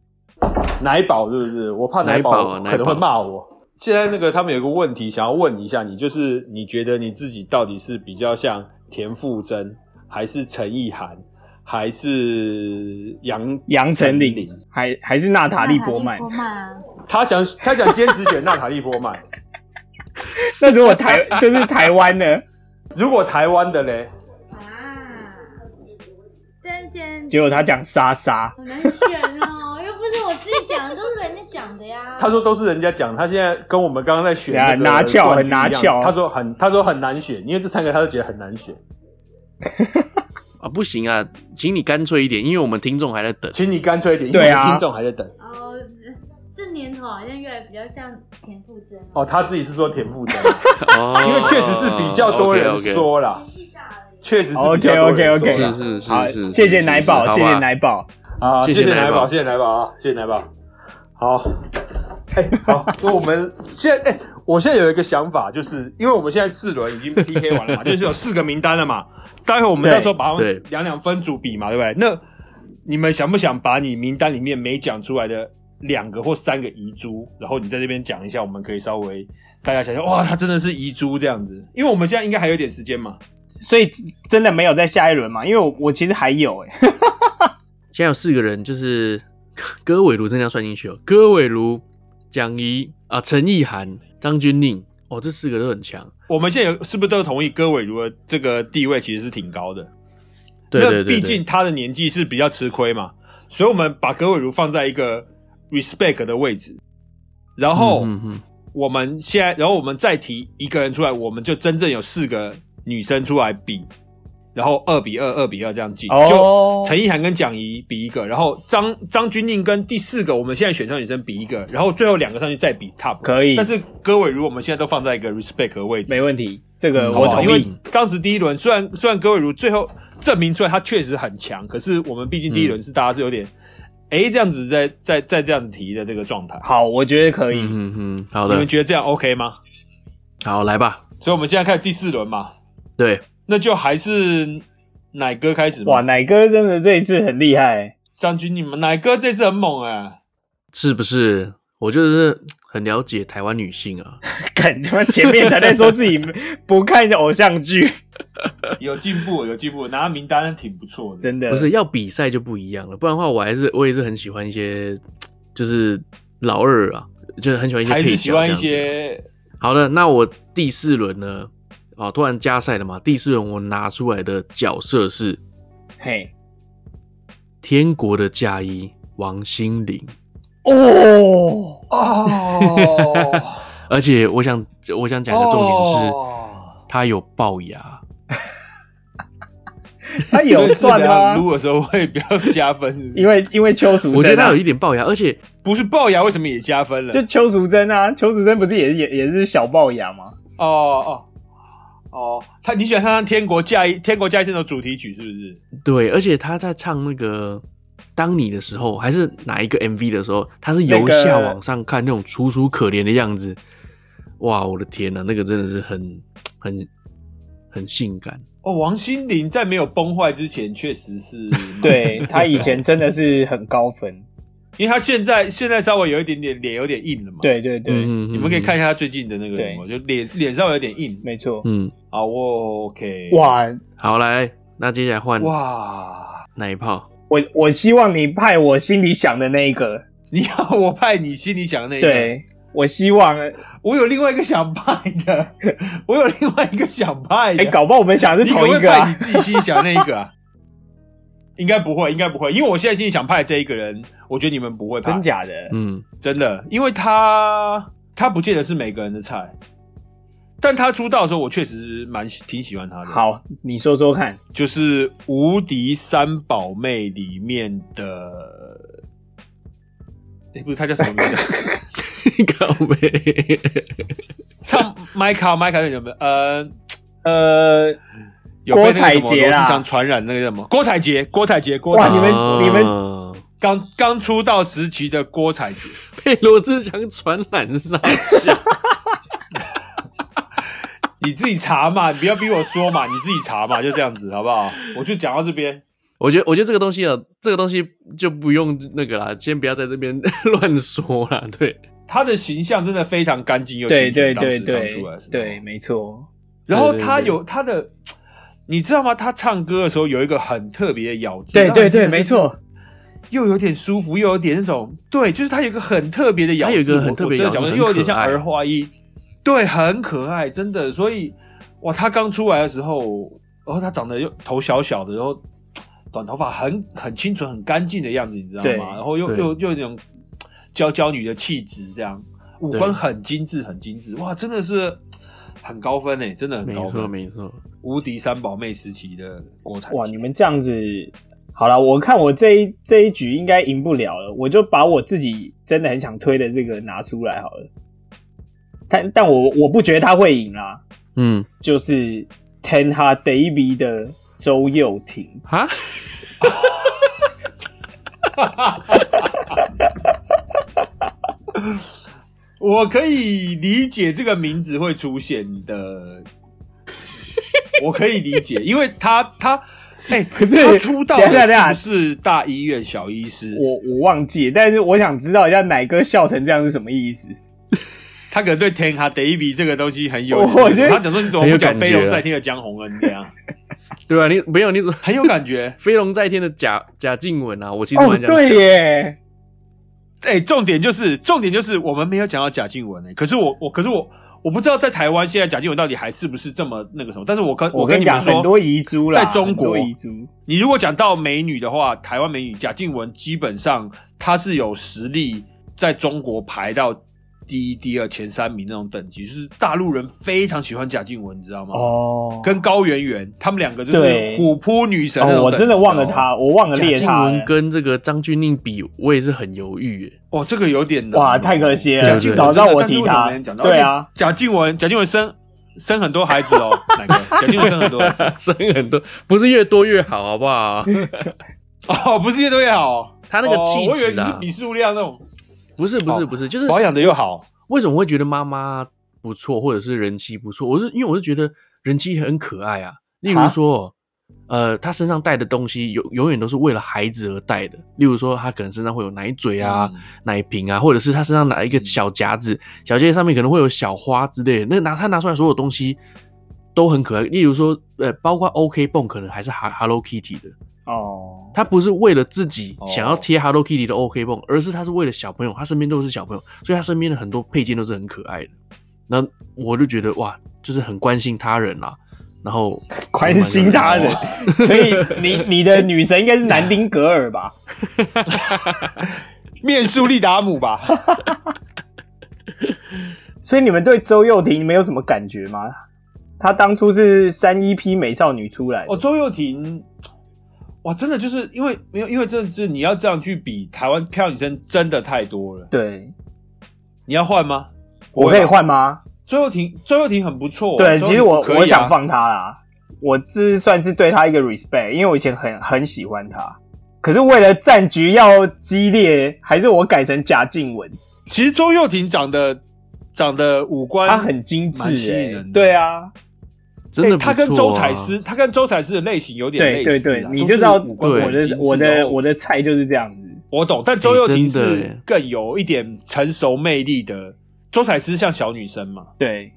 S3: 奶宝是不是？我怕
S1: 奶
S3: 奶
S1: 宝奶
S3: 宝
S1: 宝
S3: 可能会骂我。现在那个他们有个问题想要问一下你，就是你觉得你自己到底是比较像田馥甄，还是陈意涵，还是杨
S2: 杨丞琳？还还是娜塔莉波曼？
S4: 波曼啊，
S3: 他想他想坚持选娜塔莉波曼。
S2: 那如果台就是台湾呢？
S3: 如果台湾的嘞，
S4: 啊，但先
S2: 结果他讲莎莎，
S4: 很难选哦，又不是我自己讲的，都是人家讲的呀。
S3: 他说都是人家讲，他现在跟我们刚刚在选
S2: 对啊
S3: 那个
S2: 拿翘
S3: 冠军
S2: 很拿
S3: 一样
S2: 翘
S3: 他说很他说很难选，因为这三个他都觉得很难选。
S1: 啊，不行啊，请你干脆一点，因为我们听众还在等。
S3: 请你干脆一点，因
S2: 对
S3: 为
S2: 啊
S3: 听众还在等。
S4: 哦，这年头好像越来比较像田馥甄了
S3: 哦，，他自己是说田馥甄，
S1: 哦
S3: 因为确实是比较多人
S1: OK，OK
S3: 说啦
S4: 年，纪大了也。
S3: 确实是比较多人
S2: OK，OK，OK
S3: 说啦
S1: 是是
S2: 好
S1: 是，是，
S2: 谢谢奶宝，谢谢奶
S1: 宝。
S2: 宝。
S3: 啊，
S1: 谢
S3: 谢
S1: 谢
S3: 谢奶
S1: 奶宝
S3: 宝，谢谢奶宝啊，谢谢奶宝。好，哎、好， 所以我们现在，哎、我现在有一个想法，就是因为我们现在四轮已经 PK 完 了嘛，就是有四个名单了嘛，待会我们
S2: 对
S3: 到时候把它
S1: 对
S3: 们两两分组比嘛，对不对？那你们想不想把你名单里面没讲出来的两个或三个遗珠，然后你在这边讲一下，我们可以稍微大家想想，哇，他真的是遗珠这样子，因为我们现在应该还有点时间嘛，
S2: 所以真的没有在下一轮嘛？因为我我其实还有哎、
S1: 现在有四个人，就是戈伟如真的要算进去哦。戈伟如、蒋怡啊、陈意涵、张钧甯，哦，这四个都很强。
S3: 我们现在有是不是都同意戈伟如的这个地位其实是挺高的？
S1: 对
S3: 那
S1: 对对，对
S3: 毕竟他的年纪是比较吃亏嘛，所以我们把葛伟如放在一个 respect 的位置，然后
S1: 嗯嗯
S3: 我们现在，然后我们再提一个人出来，我们就真正有四个女生出来比，然后二比二、二比二这样进，
S2: 哦
S3: 就陈意涵跟蒋怡比一个，然后张张钧甯跟第四个我们现在选上女生比一个，然后最后两个上去再比 top，
S2: 可以
S3: 但是葛伟如我们现在都放在一个 respect 的位置，
S2: 没问题，这个
S1: 嗯
S3: 好不
S2: 我
S3: 好
S2: 同
S3: 因为
S2: 意。
S3: 当时第一轮虽然虽然戈伟如最后证明出来他确实很强，可是我们毕竟第一
S1: 嗯
S3: 轮是大家是有点诶这样子在在在这样提的这个状态，
S2: 好，我觉得可以。
S1: 嗯嗯嗯，好
S3: 你们
S1: 的，
S3: 觉得这样 OK 吗？
S1: 好，来吧，
S3: 所以我们现在开始第四轮嘛，
S1: 对，
S3: 那就还是奶哥开始嘛。
S2: 哇，奶哥真的这一次很厉 害，欸
S3: 张军，你们奶哥这次很猛哎、
S1: 是不是？我就是很了解台湾女性啊，
S2: 看他妈前面才在说自己不看偶像剧，
S3: 有进步，有进步，拿名单挺不错的。
S2: 真的
S1: 不是要比赛就不一样了，不然的话我还是我也是很喜欢一些就是老二啊，就是很喜欢一些
S3: 还
S1: 配
S3: 是
S1: 角
S3: 喜欢一
S1: 这样子
S3: 些
S1: 好的，那我第四轮呢？哦，突然加赛了嘛？第四轮我拿出来的角色是《
S2: 嘿
S1: 天国的嫁衣》王心凌，
S2: 哦，
S3: 哦，
S1: 而且我想我想讲的重点是，
S3: 哦
S1: 她有龅牙。
S2: 他 有算
S3: 吗？
S2: 吗？
S3: 撸的时候会比较加分是不是
S2: 因为因为邱淑
S1: 啊我觉得
S2: 贞、
S1: 她
S2: 啊
S1: 有，一点龅牙，而且
S3: 不是龅牙为什么也加分了？
S2: 就邱淑贞啊，邱淑贞不是也是也也是小龅牙吗？
S3: 哦哦哦，他你喜欢唱《天国嫁衣》《天国嫁衣》这首主题曲是不是？
S1: 对，而且她在唱那个《当你》的时候，还是哪一个 MV 的时候，她是由
S2: 那个
S1: 下往上看那种楚楚可怜的样子。哇，我的天呐、那个真的是很很很性感。
S3: 哦，王心凌在没有崩坏之前，确 实是
S2: 对他以前真的是很高分，
S3: 因为他现在现在稍微有一点点脸有点硬了嘛。，
S2: 对对对，
S1: 嗯
S3: 你们可以看一下他最近的那个什么，就脸脸稍微有点硬。
S2: 没错。
S1: 嗯，
S3: 啊，我 OK，
S2: 哇，
S1: 好，来，那接下来换
S3: 哇，
S1: 奶泡？
S2: 我我希望你派我心里想的那一个，
S3: 你要我派你心里想的那一个，
S2: 对我希望，
S3: 我有另外一个想派的， 我有另外一个想派的。
S2: 哎、搞不好我们想的
S3: 你
S2: 是
S3: 可不
S2: 同
S3: 可
S2: 一
S3: 以
S2: 个
S3: 派你
S2: 啊。
S3: 自己心里想的那一个、啊？ 应该不会，应该不会，因为我现在心里想派的这一个人，我觉得你们不会派，
S2: 真假的？
S1: 嗯，
S3: 真的，因为他他不见得是每个人的菜，但他出道的时候，我确实蛮喜挺喜欢他的。，
S2: 好，你说说看。
S3: 就是《无敌三宝妹》里面的，哎、不是他叫什么 名字？
S1: 靠背，
S3: 唱啊麦卡麦卡那个叫什么？呃，
S2: 呃，
S3: 有被那个
S2: 郭采洁
S3: 什么
S2: 啦
S3: 罗志祥传染那个叫什么？郭采洁，郭采洁，郭采
S2: 哇
S3: 洁
S2: 你们
S1: 哦
S2: 你
S1: 们
S3: 刚刚出道时期的郭采洁，
S1: 被罗志祥传染上下，
S3: 你自己查嘛，你不要逼我说嘛，你自己查嘛，就这样子好不好？我就讲到这边。
S1: 我觉得，我觉得这个东西啊，这个东西就不用那个啦，先不要在这边 乱说啦。对，
S3: 他的形象真的非常干净又
S2: 对
S3: 清
S2: 对
S3: 纯，当啊
S2: 对
S3: 时刚
S2: 对
S3: 出来的时候
S2: 对，。没错。
S3: 然后
S1: 对对
S3: 他
S1: 对
S3: 有他的，你知道吗？他唱歌的时候有一个很特别的咬字，
S2: 对
S3: 让
S2: 对
S3: 你觉
S2: 对，
S3: 得
S2: 没，错。
S3: 又有点舒服，又有点那种，对，就是他有一个很特别的咬字，
S1: 他有一个很特别的
S3: 我
S1: 咬
S3: 我
S1: 字
S3: 真的
S1: 很
S3: 讲，又有点像
S1: 可爱
S3: 儿化音，对，很可爱，真的。所以哇，他刚出来的时候，然后他长得又头小小的，然后短头发很很清纯、很干净的样子，你知道
S2: 对
S3: 吗？然后又
S1: 对
S3: 又又有那种娇娇女的气质，这样五
S1: 对
S3: 官很精致，很精致，哇，真的是很高分诶，真的很
S1: 没
S3: 高
S1: 错
S3: 分，
S1: 没错。
S3: 无敌三宝妹时期的郭采洁
S2: 哇，你们这样子，好了，我看我这一这一局应该赢不了了，我就把我自己真的很想推的这个拿出来好了。但但我我不觉得他会赢啦，
S1: 嗯，
S2: 就是 Tenha Davy 的周佑廷。
S1: 哈，
S3: 我可以理解这个名字会出现的，我可以理 解，因为他他哎、
S2: 可是
S3: 他出道
S2: 等一下等一
S3: 的
S2: 下
S3: 是不是大医院小医师？
S2: 我我忘记了，但是我想知道一下奶哥笑成这样是什么意思？
S3: 他可能对天哈 Davy 这个东西很有，
S2: 我觉得
S3: 他讲说你怎么
S1: 很
S3: 不
S1: 有
S3: 讲
S1: 感觉
S3: 飞龙在天的江宏恩这样，
S1: 对吧、啊？你没有你怎么。
S3: 很有感觉
S1: 飞龙在天的贾贾静雯啊？我其实
S2: 哦，
S1: 蛮想、
S2: 对耶，
S3: 哎、重点就是重点就是我们没有讲到贾静雯哎、可是我我可是我我不知道在台湾现在贾静雯到底还是不是这么那个什么，但是我跟
S2: 我
S3: 跟
S2: 跟你
S3: 们
S2: 讲，
S3: 说
S2: 很多遗珠啦，
S3: 在中国
S2: 很多遗珠，
S3: 你如果讲到美女的话，台湾美女贾静雯基本上她是有实力在中国排到第一、第二、前三名那种等级，就是大陆人非常喜欢贾静雯，你知道吗？
S2: 哦，
S3: 跟高圆圆他们两个就是
S2: 对
S3: 虎扑女神那
S2: 哦，
S3: 种等级、
S2: 我真的忘了
S3: 你知道吗。
S2: 他，我忘了
S1: 贾
S2: 列
S1: 静
S2: 他
S1: 雯
S2: 了。
S1: 跟这个张钧甯比，我也是很犹豫耶。
S3: 哇，这个有点难哦
S2: 哇，太可惜
S1: 对
S2: 了，
S1: 对对
S2: 早知道我提
S3: 真的
S2: 他
S3: 但是为什么没人讲。到
S2: 对啊，，
S3: 而且贾静雯，贾静雯生生很多孩 子哦，哪个？贾静雯生很多孩子
S1: 生很多，不是越多越好，好不好？
S3: 哦，不是越多越好哦，
S1: 她那个
S3: 哦
S1: 气
S3: 我以为
S1: 质
S3: 你是
S1: 啊
S3: 李数量那种
S1: 不是不是
S3: 哦
S1: 不是，就是
S3: 保养的又好，
S1: 为什么会觉得妈妈不错，或者是人妻不错，我是因为我是觉得人妻很可爱啊。例如说，呃，他身上带的东西永永远都是为了孩子而带的。例如说，他可能身上会有奶嘴啊、奶瓶啊，或者是他身上拿一个小夹子，小夹子上面可能会有小花之类的。那拿他拿出来所有东西都很可爱。例如说，呃，包括 OK 泵可能还是 Ha- Hello Kitty 的，
S2: 哦，
S1: 他不是为了自己
S3: 哦
S1: 想要贴 Hello Kitty 的 OK 泵，而是他是为了小朋友，他身边都是小朋友，所以他身边的很多配件都是很可爱的。那我就觉得哇，就是很关心他人啦、然后
S2: 关心他人， 所以你你的女神应该是南丁格尔吧？
S3: 面苏利达姆 吧，
S2: 所以你们对周幼婷没有什么感觉吗？她当初是三一批美少女出来的
S3: 哦，周又廷，哇，真的就是因为没有，因为真的是你要这样去比，台湾漂亮女生真的太多了。
S2: 对，
S3: 你要换吗？
S2: 我可以。换吗？
S3: 周又廷，周又廷很不错、
S2: 对，
S3: 周
S2: 其
S3: 又
S2: 实
S3: 廷
S2: 我
S3: 可以啊
S2: 我想放她啦，我这算是对她一个 respect，因为我以前很很喜欢她，可是为了战局要激烈，还是我改成贾静雯，
S3: 其实周又廷长得长得五官，
S2: 她很精致、
S3: 蛮吸引
S2: 欸
S3: 人的
S2: 对啊，
S1: 真的
S3: 欸
S1: 不错啊、
S3: 他跟周采诗，他跟周采诗的类型有点
S2: 对
S3: 类似
S2: 对
S3: 啊。
S2: 对，你
S3: 都
S2: 就是知道
S3: 五官
S2: 我
S3: 很精致
S2: 的
S3: 哦然后
S2: 我的我的菜就是这样子。
S3: 我懂，但周又廷
S1: 欸真的
S3: 是
S1: 欸
S3: 更有一点成熟魅力的。周采诗像小女生嘛，
S2: 对，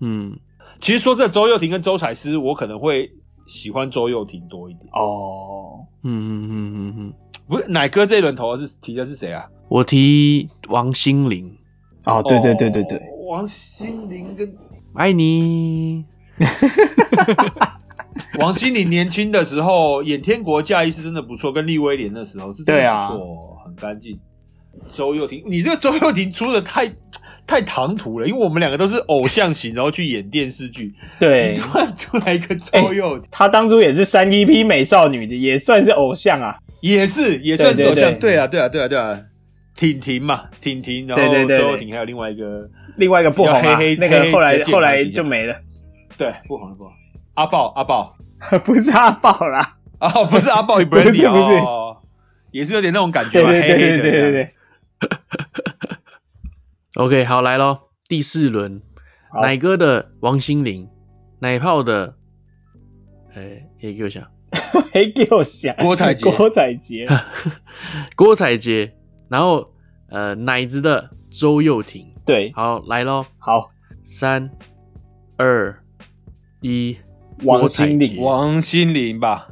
S1: 嗯，
S3: 其实说这周又廷跟周采诗，我可能会喜欢周又廷多一点。
S2: 哦，
S1: 嗯嗯嗯嗯嗯，
S3: 不是奶哥这一轮投的是提的是谁啊？
S1: 我提王心凌，
S2: 哦，对对对对对，
S3: 哦王心凌跟
S1: 爱你，
S3: 王心凌年轻的时候演《天国嫁衣》是真的不错，跟利威廉的时候是真
S2: 对
S3: 的
S2: 啊
S3: 不错，很干净。周又廷，你这个周又廷出的太太唐突了，因为我们两个都是偶像型，然后去演电视剧，
S2: 对哎
S3: 你突然出来一个周又廷，
S2: 她当初也是三一批美少女的，也算是偶像啊。
S3: 也是也算是偶像，
S2: 对对对
S3: 对啊对啊对啊对啊，婷婷嘛，婷婷，然后
S2: 对对对对
S3: 周又廷还有另外一个，
S2: 另外一个不红
S3: 比较
S2: 啊，
S3: 黑黑
S2: 那个后
S3: 黑
S2: 来
S3: 黑
S2: 后来就没了，
S3: 对，不红了不红了，阿豹阿豹
S2: 不是阿豹啦。
S3: 啊，不是阿豹与 Brandy，
S2: 不是
S3: 哦也是有点那种感觉
S2: 对
S3: 嘛，
S2: 对对
S3: 黑黑
S2: 对
S3: 的
S2: 对
S3: 这
S2: 对
S3: 样
S2: 对，
S1: OK，好来咯，第四轮，
S2: 好
S1: 奶哥的王心凌，奶泡的，哎、也给我想，
S2: 黑狗侠，
S3: 郭采洁
S2: 郭采洁，
S1: 郭采洁，然后呃奶子的周又廷。
S2: 对，
S1: 好，来咯，
S2: 好，
S1: 三二一，
S2: 王
S1: 郭采
S2: 心凌
S1: 洁
S3: 王心凌吧。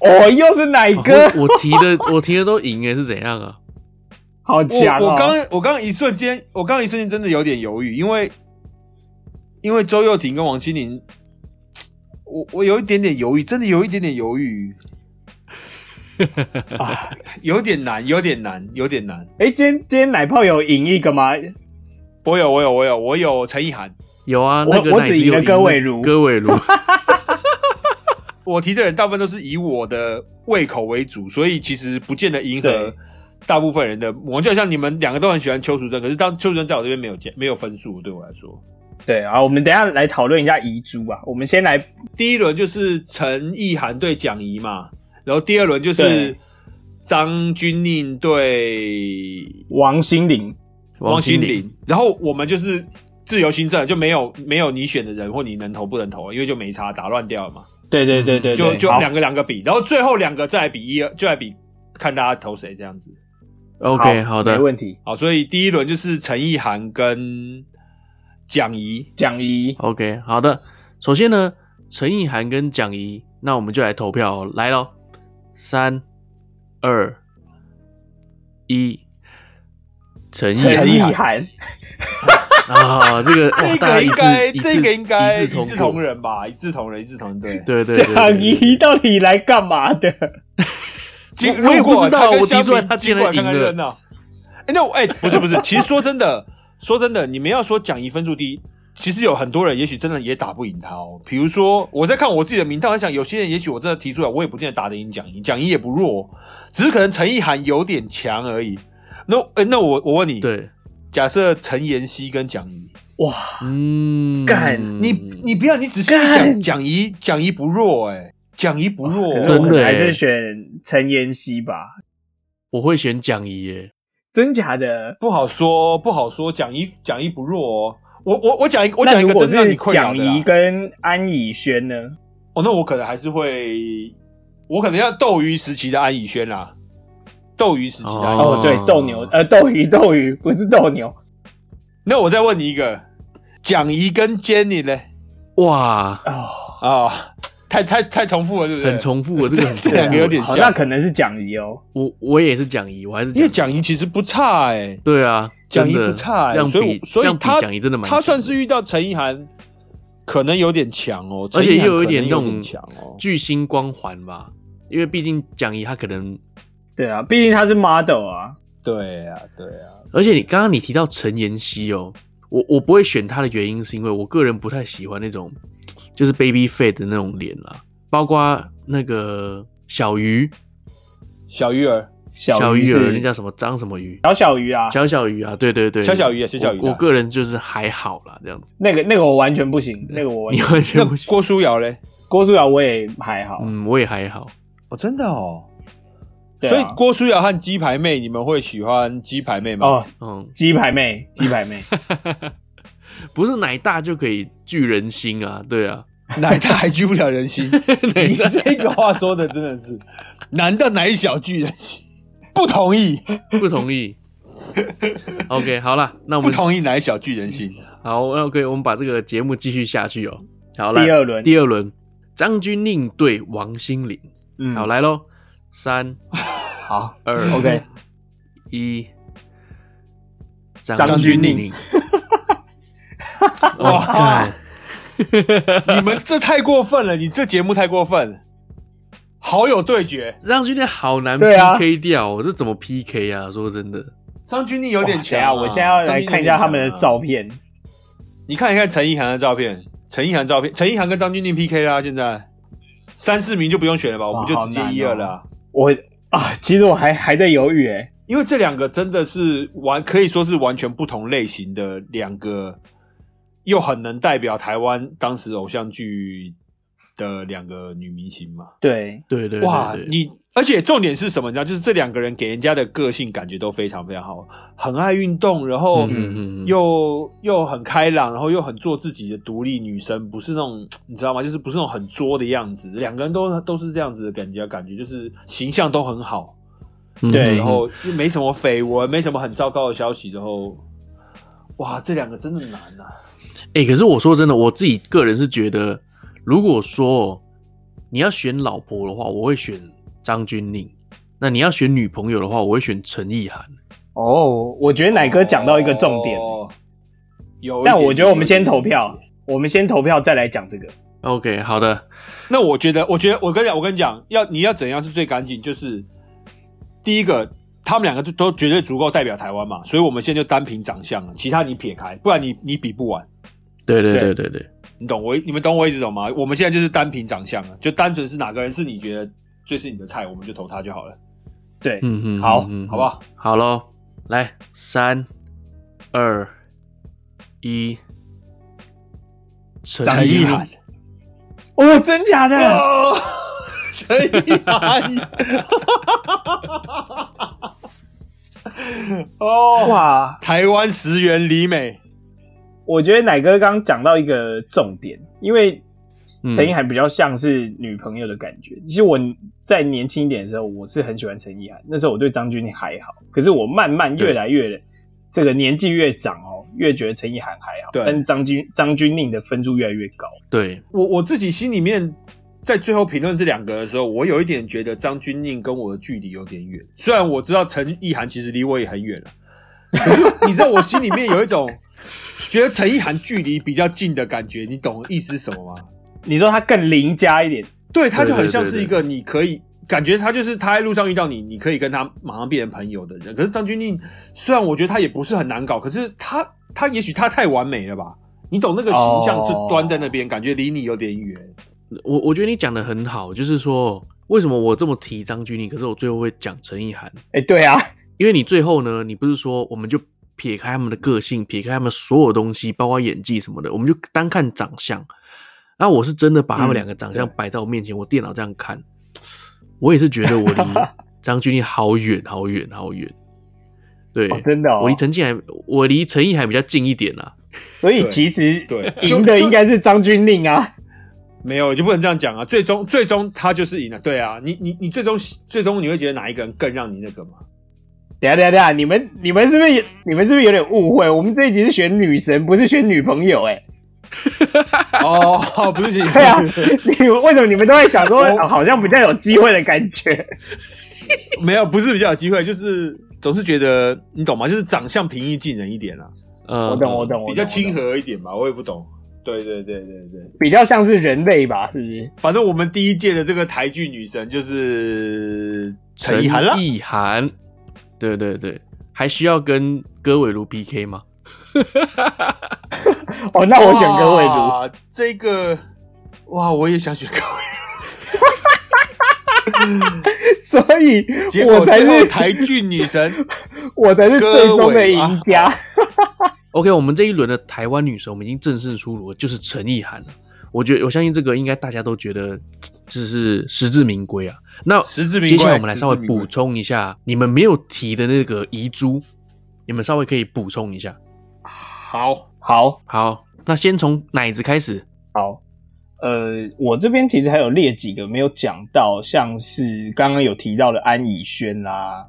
S2: 哦，又是奶
S1: 哦
S2: 哥，
S1: 我我提的 我提的都赢诶，是怎样啊？
S2: 好强
S3: 我
S2: 哦！
S3: 我刚我刚一瞬间，我刚一瞬间真的有点犹豫，因为因为周又廷跟王心凌，我我有一点点犹豫，真的有一点点 犹豫，
S2: 啊，
S3: 有点难，有点难，有点难。
S2: 哎，今天今天奶泡有赢一个吗？
S3: 我有，我有，我有，我有陈意涵。
S1: 有啊，
S2: 我
S1: 那个
S2: 我
S1: 奶
S2: 只
S1: 子
S2: 赢
S1: 有
S2: 了
S1: 那
S2: 戈伟如
S1: 戈伟 如，
S3: 我提的人大部分都是以我的胃口为主，所以其实不见得迎合
S2: 对
S3: 大部分人的。我就好像你们两个都很喜欢邱淑贞，可是当邱淑贞在我这边没有加没有分数，对我来说，
S2: 对啊，我们等一下来讨论一下遗珠吧。我们先来
S3: 第一轮就是陈意涵对蒋怡嘛，然后第二轮就
S2: 对
S3: 是张钧甯对
S2: 王心凌，
S3: 王心
S1: 凌
S3: 凌，然后我们就是自由新政，就没有没有你选的人或你能投不能投，因为就没差，打乱掉了嘛，
S2: 对对对对，
S3: 就
S2: 对
S3: 就
S2: 好
S3: 两个两个比，然后最后两个再来比一，就来比看大家投谁这样子。
S1: ，OK，好的
S2: 没，问题。
S3: 好，所以第一轮就是陈意涵跟蒋怡，
S2: 蒋怡，
S1: OK，好的。首先呢，陈意涵跟蒋怡，那我们就来投票哦、来咯，三、二、一，陈意
S2: 陈
S1: 涵
S2: 意
S3: 意
S2: 涵，
S1: 啊， 这个哇
S3: 这
S1: 大家
S3: 个
S1: 一
S3: 应
S1: 致
S3: 该
S1: 一
S3: 这
S1: 致
S3: 个应该
S1: 一
S3: 一
S1: 致
S3: 致
S1: 同
S3: 同
S1: 过，
S3: 仁吧，一致同仁，一致同仁，对。
S1: 对对对对
S2: 蒋
S1: 对
S2: 怡到底来干嘛的？
S3: 经
S1: 我我也
S3: 路过
S1: 不知道
S3: 他跟
S1: 我提
S3: 香
S1: 出来
S3: 槟
S1: 他竟
S3: 经
S1: 然
S3: 过看看
S1: 赢了
S3: 热闹。哎，那我哎，不是不是，其实说真的，说真的，你们要说蒋怡分数低，其实有很多人也许真的也打不赢他哦。比如说，我在看我自己的名单，我在想有些人也许我真的提出来，我也不见得打得赢蒋怡，蒋怡也不弱，只是可能陈意涵有点强而已。那哎，那我我问你，
S1: 对，
S3: 假设陈妍希跟蒋怡，
S2: 哇，
S1: 嗯，
S2: 干
S3: 你你不要你仔细
S2: 干
S3: 想，蒋怡蒋怡不弱哎，蒋怡不弱
S2: 可是
S3: 哦，
S2: 我
S1: 真
S2: 可
S1: 的欸
S2: 能还是选陈妍希吧，
S1: 我会选蒋怡耶，
S2: 真假的？
S3: 不好说，不好说。蒋一蒋一不弱哦，我我我讲一个，我
S2: 那
S3: 讲一
S2: 如
S3: 个
S2: 果
S3: 真的让
S2: 是
S3: 你困扰
S2: 蒋
S3: 的啦
S2: 怡跟安以轩呢？
S3: 哦，那我可能还是会，我可能要斗鱼时期的安以轩啦，斗鱼时期的安以轩。
S2: 哦，对，斗牛呃，斗鱼 斗鱼不是斗牛，
S3: 那我再问你一个，蒋怡跟 Jenny 呢？
S1: 哇，
S2: 哦，
S3: 啊、太太太重复了，是不是？
S1: 很重复，啊 这个很
S3: 这
S1: 重
S3: 两个
S1: 复。
S3: 有点
S2: 好，
S3: 像
S2: 那可能是蒋怡哦。
S1: 我我也是讲义，我还是
S3: 因为
S1: 讲
S3: 蒋怡其实不差哎、欸，
S1: 对啊，
S3: 蒋怡
S1: 真的
S3: 不差、欸，
S1: 这样
S3: 所以
S1: 比
S3: 我所
S1: 这
S3: 以
S1: 样比
S3: 他
S1: 蒋怡真的蛮强
S3: 他
S1: 的，
S3: 算是遇到陈意涵，可能有点强哦，
S1: 而且
S3: 陈意涵
S1: 又有一
S3: 可能
S1: 点
S3: 有
S1: 那种
S3: 强哦。
S1: 巨星光环吧，因为毕竟蒋怡他可能，
S2: 对啊，毕竟他是 model 啊。
S3: 对啊，对啊，
S1: 而且你刚刚你提到陈妍希哦，我我不会选她的原因是因为我个人不太喜欢那种就是 baby face 的那种脸啦，包括那个小鱼
S3: 小鱼儿，
S1: 小
S2: 鱼
S1: 鱼
S2: 是
S1: 儿，那叫什么张什么鱼
S2: 小小鱼啊，
S1: 小小鱼啊，对对对，
S3: 小小鱼啊小小鱼啊
S1: 我我个人就是还好啦，这样子，
S2: 那个那个我完全不
S1: 嗯
S2: 行，那个我完
S1: 你
S2: 全
S1: 完全
S3: 那
S1: 不喜
S3: 郭书瑶嘞？
S2: 郭书瑶我也还好，
S1: 嗯，我也还好，
S3: 哦，真的哦。
S2: 对啊
S3: 所以郭书瑶和鸡排妹，你们会喜欢鸡排妹吗？
S2: 哦，
S1: 嗯，
S2: 鸡排妹，鸡排 妹，
S1: 不是奶大就可以聚人心啊，对啊，
S3: 奶大还聚不了人 心，你这个话说的真的是，男的奶小聚人心，不同意，
S1: 不同意。OK，好了，那我
S3: 不
S1: 们
S3: 同意奶小聚人心。
S1: 好那，OK，我们把这个节目继续下去哦。好了，
S2: 第二轮
S1: 第二轮，张钧甯对王心凌。
S2: 嗯，
S1: 好，来喽，三
S2: 好
S1: 二
S2: ，OK，
S1: 一，
S2: 张
S1: 张
S2: 钧
S1: 钧
S2: 甯
S1: 甯。 哇，干
S3: 你们这太过分了，你这节目太过分了，好友对决，
S1: 张钧甯好难
S2: 对啊
S1: PK 掉哦，这怎么 PK 啊？说真的，
S3: 张钧甯有点啊强、啊
S2: 哇哦等一下我现在要来看一下他们的照
S3: 片，
S2: 片，
S3: 你看一看陈意涵的照片，陈意涵照片，陈意涵跟张钧甯 PK 啦、现在三四名就不用选了吧，我们就直接
S2: 好难哦
S3: 一二了啊、
S2: 我啊，其实我还还在犹豫，哎，
S3: 因为这两个真的是完，可以说是完全不同类型的两个，又很能代表台湾当时偶像剧的两个女明星嘛。
S2: 对，
S1: 对对对
S3: 哇，
S1: 对
S3: 你而且重点是什么？你知道，就是这两个人给人家的个性感觉都非常非常好，很爱运动，然后
S1: 嗯嗯嗯嗯
S3: 又又很开朗，然后又很做自己的独立女生，不是那种你知道吗？就是不是那种很作的样子。两个人都都是这样子的感觉，感觉就是形象都很好。
S1: 嗯
S2: 对
S1: 嗯
S3: 然后又没什么绯闻，没什么很糟糕的消息，然后，哇，这两个真的难啊呐、
S1: 哎、可是我说真的，我自己个人是觉得，如果说你要选老婆的话，我会选张钧甯；那你要选女朋友的话，我会选陈意涵。
S2: 哦，我觉得奶哥讲到一个重点，
S3: 哦有一点，
S2: 但我觉得我们先投
S3: 有一
S2: 票
S3: 点。，
S2: 我们先投票再来讲这个。
S1: OK，好的，
S3: 那我觉得，我觉得，我跟你讲，我跟你讲，要你要怎样是最干净，就是第一个，他们两个就都绝对足够代表台湾嘛，所以我们现在就单凭长相了，啊其他你撇开，不然你你比不完。
S1: 对对
S2: 对
S1: 对对对，
S3: 你懂我意，你们懂我意思懂吗？我们现在就是单凭长相啊了，就单纯是哪个人是你觉得最是你的菜，我们就投他就好了，
S2: 对，
S1: 嗯嗯，
S2: 好
S1: 嗯嗯
S3: 好不好？
S1: 好喽，来，三、二、一，陈
S2: 张
S3: 意
S1: 意
S2: 意
S3: 涵
S1: 涵，。
S2: 哦，真假的？
S3: 哦， 陈意涵，哦，
S2: 哇，
S3: 台湾石原里美，
S2: 我觉得奶哥刚刚讲到一个重点，因为
S1: 嗯
S2: 陈意涵比较像是女朋友的感觉。其实我在年轻一点的时候，我是很喜欢陈意涵，那时候我对张钧甯还好，可是我慢慢越来越这个年纪越长哦，越觉得陈意涵还好，
S3: 对
S2: 但是张钧张钧甯的分数越来越高。
S1: 对，
S3: 我我自己心里面在最后评论这两个的时候，我有一点觉得张钧甯跟我的距离有点远，虽然我知道陈意涵其实离我也很远了，可是你知道我心里面有一种觉得陈意涵距离比较近的感觉，你懂意思是什么吗？
S2: 你说他更邻家一点，
S3: 对，他就
S1: 对
S3: 很
S1: 对
S3: 像
S1: 对
S3: 是
S1: 对
S3: 一个你可以感觉他就是他在路上遇到你，你可以跟他马上变成朋友的人。可是张钧甯虽然我觉得他也不是很难搞，可是他他也许他太完美了吧？你懂那个形象是
S2: 哦
S3: 端在那边，感觉离你有点远。
S1: 我我觉得你讲的很好，就是说为什么我这么提张钧甯，可是我最后会讲陈意涵。
S2: 哎，对啊，
S1: 因为你最后呢，你不是说我们就撇开他们的个性，撇开他们所有东西，包括演技什么的，我们就单看长相。那、我是真的把他
S2: 嗯
S1: 们两个长相摆在我面前，我电脑这样看， 我也是觉得我离张钧甯好远好远好远。 对，
S2: 哦，真的哦
S1: 我。离陈静还，我离陈意涵比较近一点啦。
S2: 所以其实
S3: 对对
S2: 赢的应该是张钧甯啊。
S3: 没有，就不能这样讲啊！最终，最终他就是赢了。对啊，你你你最终最终你会觉得哪一个人更让你那个 吗？
S2: 等一下等一下等一下，你们你们是不是你们是不是有点误会？我们这一集是选女神，不是选女朋友、欸。哎，
S3: 哦，不 是，
S2: 对啊， 你们为什么你们都在想说、
S3: 我
S2: 哦好像比较有机会的感觉？
S3: 没有，不是比较有机会，就是总是觉得你懂吗？就是长相平易近人一点啦、啊
S1: 嗯，
S2: 我懂我懂，我懂
S3: 比较亲，
S2: 我懂
S3: 和一点吧，哦我也不懂。对对对对对，
S2: 比较像是人类吧，是不是？
S3: 反正我们第一届的这个台剧女神就是陈
S1: 陈
S3: 意涵啦。
S1: 意涵，对对对，还需要跟戈伟如 PK 吗？
S2: 哦，那我选葛伟如。
S3: 哇，这个哇，我也想选各位
S2: 所以
S3: 如。
S2: 我才
S3: 结果最后
S2: 是
S3: 台剧女神，
S2: 我才是最终的赢家。
S3: 啊
S1: OK，我们这一轮的台湾女神，我们已经正式出炉了，就是陈意涵了。我觉得我相信这个应该大家都觉得这是实至名归啊。那
S3: 实至名
S1: 接
S3: 归。
S1: 下来我们来稍微
S3: 实至名归
S1: 补充一下你们没有提的那个遗珠，你们稍微可以补充一下。
S3: 好，
S2: 好
S1: 好，那先从奶子开始。
S2: 好，呃，我这边其实还有列几个没有讲到，像是刚刚有提到的安以轩啦，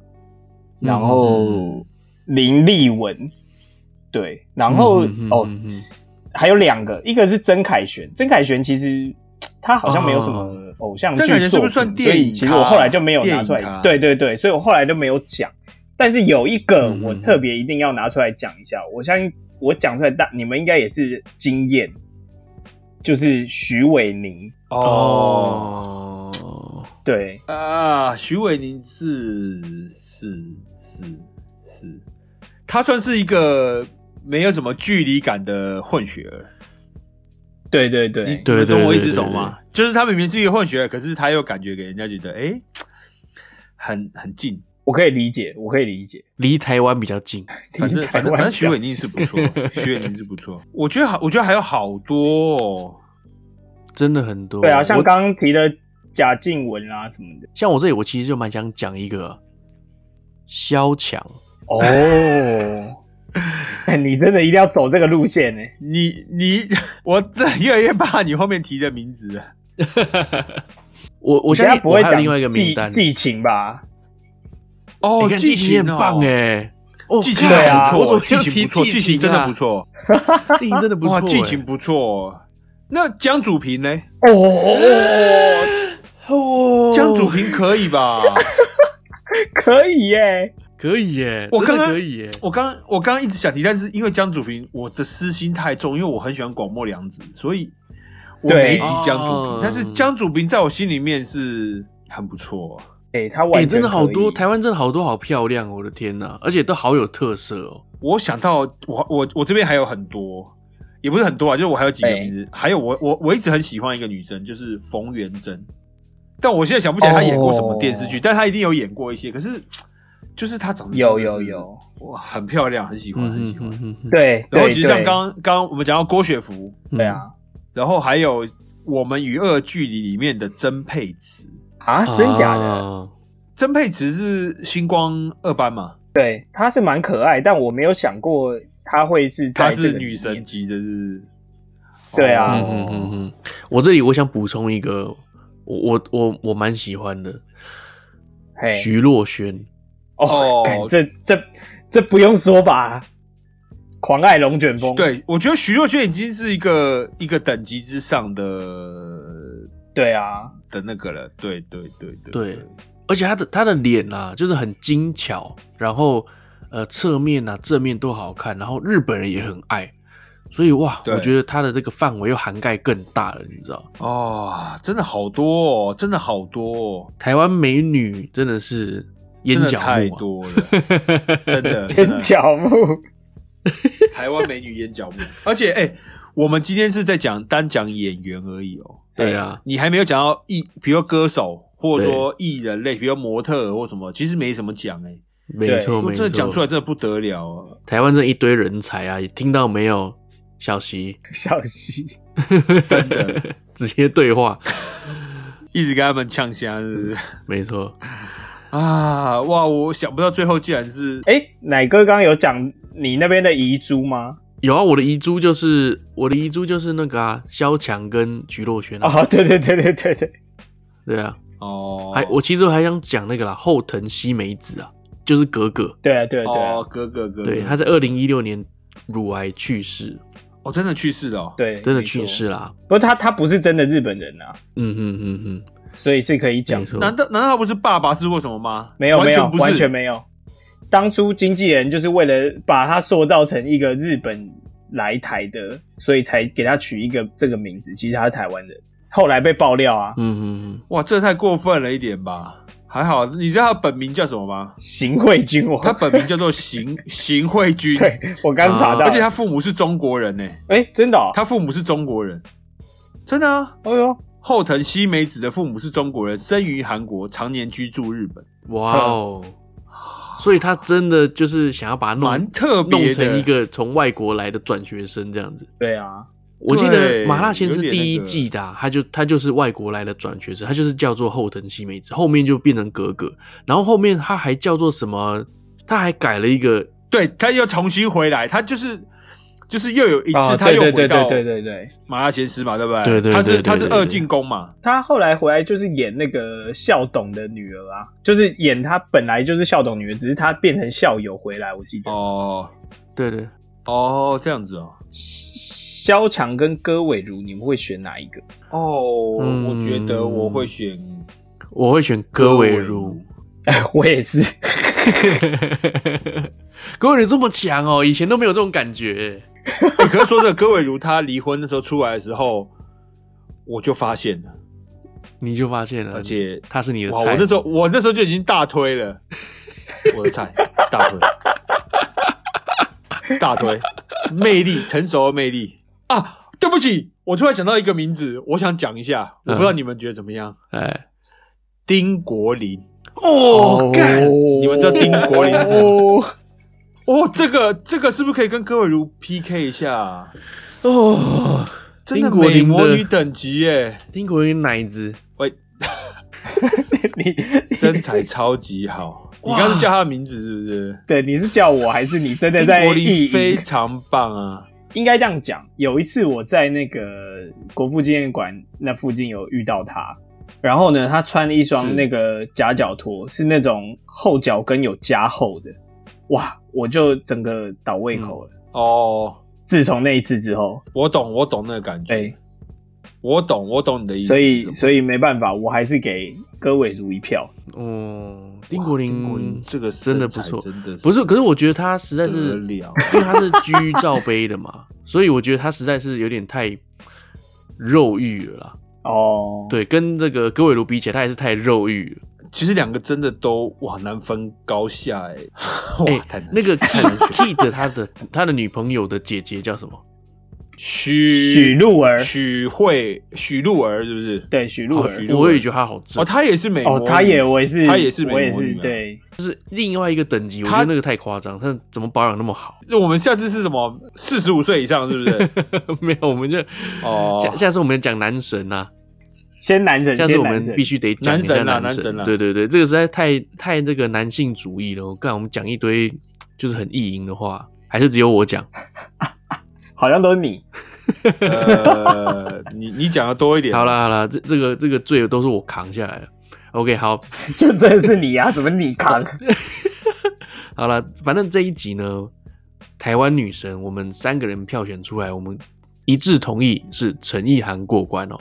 S2: 然
S1: 嗯
S2: 后林立文，对，然后、
S1: 嗯哼
S2: 哦，
S1: 嗯哼
S2: 还有两个，一个是曾凯旋，曾凯旋其实他好像没有什么偶像剧
S3: 哦曾
S2: 作
S3: 凯
S2: 品，
S3: 旋是不是算电影
S2: 所以其实
S3: 咖
S2: 我后来就没有拿出
S3: 电影咖
S2: 来，对对对，所以我后来就没有讲。但是有一个
S1: 嗯嗯
S2: 我
S1: 嗯
S2: 特别一定要拿出来讲一下，我相信我讲出来大你们应该也是惊艳，就是徐伟宁，
S3: 哦
S1: 嗯哦，
S2: 对，
S3: 啊，徐伟宁是是是是，他算是一个没有什么距离感的混血儿。
S2: 对对
S3: 你
S2: 对，
S1: 对
S3: 你
S1: 对
S3: 懂我
S1: 对
S3: 意思
S1: 对
S3: 懂吗？就是他明明是一个混血儿，可是他又感觉给人家觉得哎、诶很很近。
S2: 我可以理解，我可以理解，
S1: 离台湾比较近。
S3: 反正
S2: 听
S3: 反
S2: 台
S3: 正
S2: 湾
S3: 反正徐伟
S2: 讲
S3: 宁是 不错，徐伟宁是不错。我觉得好，我觉得还有好多、哦。
S1: 真的很多，
S2: 对啊，像
S1: 我
S2: 刚刚提的贾静雯啊什么的，
S1: 像我这里，我其实就蛮想讲一个萧强，
S2: 哦。 你真的一定要走这个路线呢、欸
S3: 你 你我这越来越怕你后面提的名字了。
S1: 我我
S2: 我
S1: 相信
S2: 不会
S1: 我还有
S2: 讲
S1: 另外一个名
S2: 寄
S1: 单，
S2: 寄情吧？
S3: 哦
S1: 你，看季
S3: 秦
S1: 很棒
S3: 哎、
S1: 哎，哦，
S3: 季情
S2: 对啊
S3: 不
S1: 我怎
S3: 错，
S1: 么
S3: 季
S1: 就
S3: 情
S1: 提
S3: 不错，季情真的 不
S1: 错
S3: 错，，
S1: 季啊情真的不错
S3: 哇，
S1: 哎，
S3: 季情不欸错。哦那江祖平呢？
S2: 哦哦，
S1: 哦
S3: 江祖平可以吧？
S2: 可以耶、
S1: 可以耶，
S3: 我
S1: 真的
S3: 刚刚
S1: 可以耶，
S3: 我刚我刚刚一直想提，但是因为江祖平我的私心太重，因为我很喜欢广末凉子，所以我
S2: 对
S3: 没提江祖平
S1: 哦。
S3: 但是江祖平在我心里面是很不错。
S2: 哎、他完
S1: 哎，
S2: 全
S1: 真的好多，
S2: 他
S1: 台湾真的好多好漂亮，我的天哪，而且都好有特色哦，
S3: 我想到我我我这边还有很多，也不是很多啊，就是我还有几个名字，还有我我我一直很喜欢一个女生，就是冯元珍，但我现在想不起来她演过什么电视剧，但她一定有演过一些。可是就是她长得
S2: 有
S3: 真的
S2: 有
S3: 是
S2: 有，
S3: 哇，很漂亮，很喜欢，很
S1: 嗯
S3: 喜欢。
S1: 嗯嗯嗯，
S2: 对，
S3: 然后
S2: 对
S3: 其实像
S2: 对
S3: 刚刚刚我们讲到郭雪芙，
S1: 嗯
S2: 对，啊
S3: 然后还有《我们与恶距离》里面的曾沛慈，
S2: 啊，真假的？
S3: 嗯
S1: 啊
S3: 曾沛慈是星光二班嘛，
S2: 对，他是蛮可爱，但我没有想过他会是在
S3: 她
S2: 这
S3: 是
S2: 个
S3: 女
S2: 里
S3: 神
S2: 面
S3: 级的，哦是
S2: 对啊
S1: 嗯嗯嗯嗯，我这里我想补充一个，我我我我蛮喜欢的，
S2: 嘿
S1: 徐若瑄。
S2: 哦
S3: 哦，
S2: 干这这这不用说吧？狂爱龙卷风，
S3: 对，我觉得徐若瑄已经是一个一个等级之上的
S2: 对啊，
S3: 的那个了。对对对对
S1: 对而且他的他的脸啊，就是很精巧，然后呃侧面啊正面都好看，然后日本人也很爱，所以哇，
S3: 对
S1: 我觉得他的这个范围又涵盖更大了，你知道？
S3: 哦，真的好多、哦，真的好多、哦，
S1: 台湾美女真的是眼
S3: 真的
S1: 角
S3: 太
S1: 目、
S3: 多了，
S1: 啊，
S3: 真的真
S2: 天
S3: 的
S2: 角木，
S3: 台湾美女眼角目。而且哎、我们今天是在讲单讲演员而已哦，
S1: 对啊，
S3: 你还没有讲到艺，比如歌手或者说艺人类，比如模特儿或什么，其实没什么讲哎、
S1: 没错
S3: 如果
S1: 哦没
S3: 真的讲出
S1: 错
S3: 来，，真的不得了、啊。
S1: 台湾这一堆人才啊，听到没有？小席
S2: 小溪，
S3: 真的
S1: 直接对话，
S3: 一直跟他们呛虾，是不是？
S1: 没错。
S3: 啊！哇，我想不到最后竟然是
S2: 哎、奶哥刚刚有讲你那边的遗珠吗？
S1: 有啊，我的遗珠就是我的遗珠就是那个啊，萧强跟徐若瑄啊，
S2: 哦，对对对对对对，
S1: 对啊，
S3: 哦，
S1: 还我其实还想讲那个啦，后藤希美子啊，就是格格，
S2: 对啊对啊对啊、
S3: 哦，哥哥哥，
S1: 对，她在二零一六年乳癌去世，
S3: 哦，真的去世了哦，
S2: 对，
S1: 真的
S2: 没错
S1: 去世。啦，
S2: 不过他他不是真的日本人啊，
S1: 嗯哼哼哼，
S2: 所以是可以讲
S1: 没错
S3: 难道难道他不是爸爸是为什么吗？
S2: 没有
S3: 完
S2: 没
S3: 全
S2: 有
S3: 不是
S2: 完全没有。当初经纪人就是为了把他塑造成一个日本来台的，所以才给他取一个这个名字。其实他是台湾人，后来被爆料啊，
S1: 嗯哼哼。
S3: 哇，这太过分了一点吧？还好，你知道他本名叫什么吗？
S2: 行贿君王。
S3: 他本名叫做邢 邢慧君，
S2: 对我刚查到，
S3: 而且他父母是中国人呢、
S2: 哎、真的、哦，
S3: 他父母是中国人，真的啊。
S2: 哎呦，
S3: 后藤希美子的父母是中国人，生于韩国，常年居住日本，
S1: 哇 哦！所以他真的就是想要把它
S3: 蛮
S1: 弄
S3: 特别的。
S1: 弄成一个从外国来的转学生这样子。
S2: 对啊，
S1: 我记得
S3: 对
S1: 《麻辣先生
S3: 有》点那个
S1: 第一季的啊、他就他就是外国来的转学生，他就是叫做后藤希美子，后面就变成格格，然后后面他还叫做什么？他还改了一个，
S3: 对，他又重新回来，他就是就是又有一
S2: 哦
S1: 啊
S3: 次，他又
S2: 对
S3: 回
S2: 对对
S3: 到
S2: 对对对对，
S3: 麻辣鲜师嘛，对不对？
S1: 对对对
S3: 他是
S1: 对对
S3: 他是
S1: 对
S3: 二进宫嘛，
S2: 他后来回来就是演那个孝董的女儿啊，就是演他本来就是孝董女儿，只是他变成校友回来，我记得。
S3: 哦
S1: 对对，
S3: 哦，这样子哦。
S2: 萧强跟戈伟如，你们会选哪一个？
S3: 哦，
S1: 嗯
S3: 我觉得我会选
S1: 我会选戈伟如。
S2: 我也是，
S1: 戈伟如这么强哦，以前都没有这种感觉。
S3: 欸可是说真的，戈伟如他离婚的时候出来的时候，我就发现了，
S1: 你就发现了，
S3: 而且
S1: 他是你的
S3: 哇，
S1: 菜
S3: 我那时候我那时候就已经大推了，我的菜大推，大推，魅力，成熟的魅力啊！对不起，我突然想到一个名字，我想讲一下，我不知道你们觉得怎么样？
S1: 哎，
S3: 丁国林，
S1: 哦，干、
S3: 你们知道丁国林是谁吗？
S2: 哦，
S3: 哦，这个这个是不是可以跟戈伟如 PK 一下啊？
S1: 哦，
S3: 真的
S1: 丁国
S3: 美
S1: 林的
S3: 魔女等级耶！
S1: 丁国英奶子，
S3: 喂，
S2: 你
S3: 身材超级好。你刚是叫他的名字是不是？
S2: 对你是叫我还是你真的在
S3: 英国
S2: 意
S3: 林
S2: 淫
S3: 非常棒啊！
S2: 应该这样讲。有一次我在那个国父纪念馆那附近有遇到他，然后呢，他穿了一双
S3: 是
S2: 那个夹脚拖，是那种后脚跟有加厚的，哇，我就整个倒胃口了。
S3: 哦，
S2: 自从那一次之后，
S3: 我懂，我懂那个感觉，
S2: 哎、
S3: 我懂，我懂你的意思。
S2: 所以所以没办法，我还是给戈伟如一票。
S1: 哦，
S3: 以
S1: 丁国林，
S3: 林，这个身
S1: 真的
S3: 材
S1: 不错
S3: 真的
S1: 不是，可是我觉得他实在
S3: 得
S1: 是，因
S3: 了。
S1: 为他是居罩杯的 嘛，所以我觉得他实在是有点太肉欲了啦。
S2: 哦，
S1: 对，跟这个戈伟卢比起来，他也是太肉欲了。
S3: 其实两个真的都哇难分高下哎，
S1: 哎
S3: 哇 太难
S1: 那个 Kid
S3: 了
S1: Kid 他的他的女朋友的姐姐叫什么？
S2: 许
S3: 许
S2: 露儿，
S3: 许慧许露儿是不是？
S2: 对，许露
S1: 好
S2: 儿，
S1: 我也觉得她好正
S3: 哦，。她也是美魔
S2: 哦，
S3: 女
S2: 他也，我也是，
S3: 她也是美
S2: 我也
S3: 魔
S2: 是
S3: 女，啊
S2: 对，
S1: 另外一个等级，我觉
S3: 她
S1: 得那个太夸张，他怎么保养那么 好？
S3: 就我们下次是什么？四十五岁以上是不 是？
S1: 没有，我们就
S3: 哦，
S1: 下下次我们讲男神啊。
S2: 先男神，
S1: 下次
S2: 先
S1: 我们
S2: 男神
S1: 必。须得讲一下
S3: 男神啦啊
S1: 男
S3: 男神啦
S1: 对对对，这个实在太太这个男性主义了。我干，我们讲一堆就是很意淫的话，还是只有我讲？
S2: 好像都是你。
S3: 呃，你你讲的多一点。
S1: 好，啦好啦，这这个这个罪都是我扛下来的。OK，好，
S2: 就真的是你啊？什么你扛？
S1: 好了，反正这一集呢，台湾女神我们三个人票选出来，我们一致同意是陈意涵过关哦。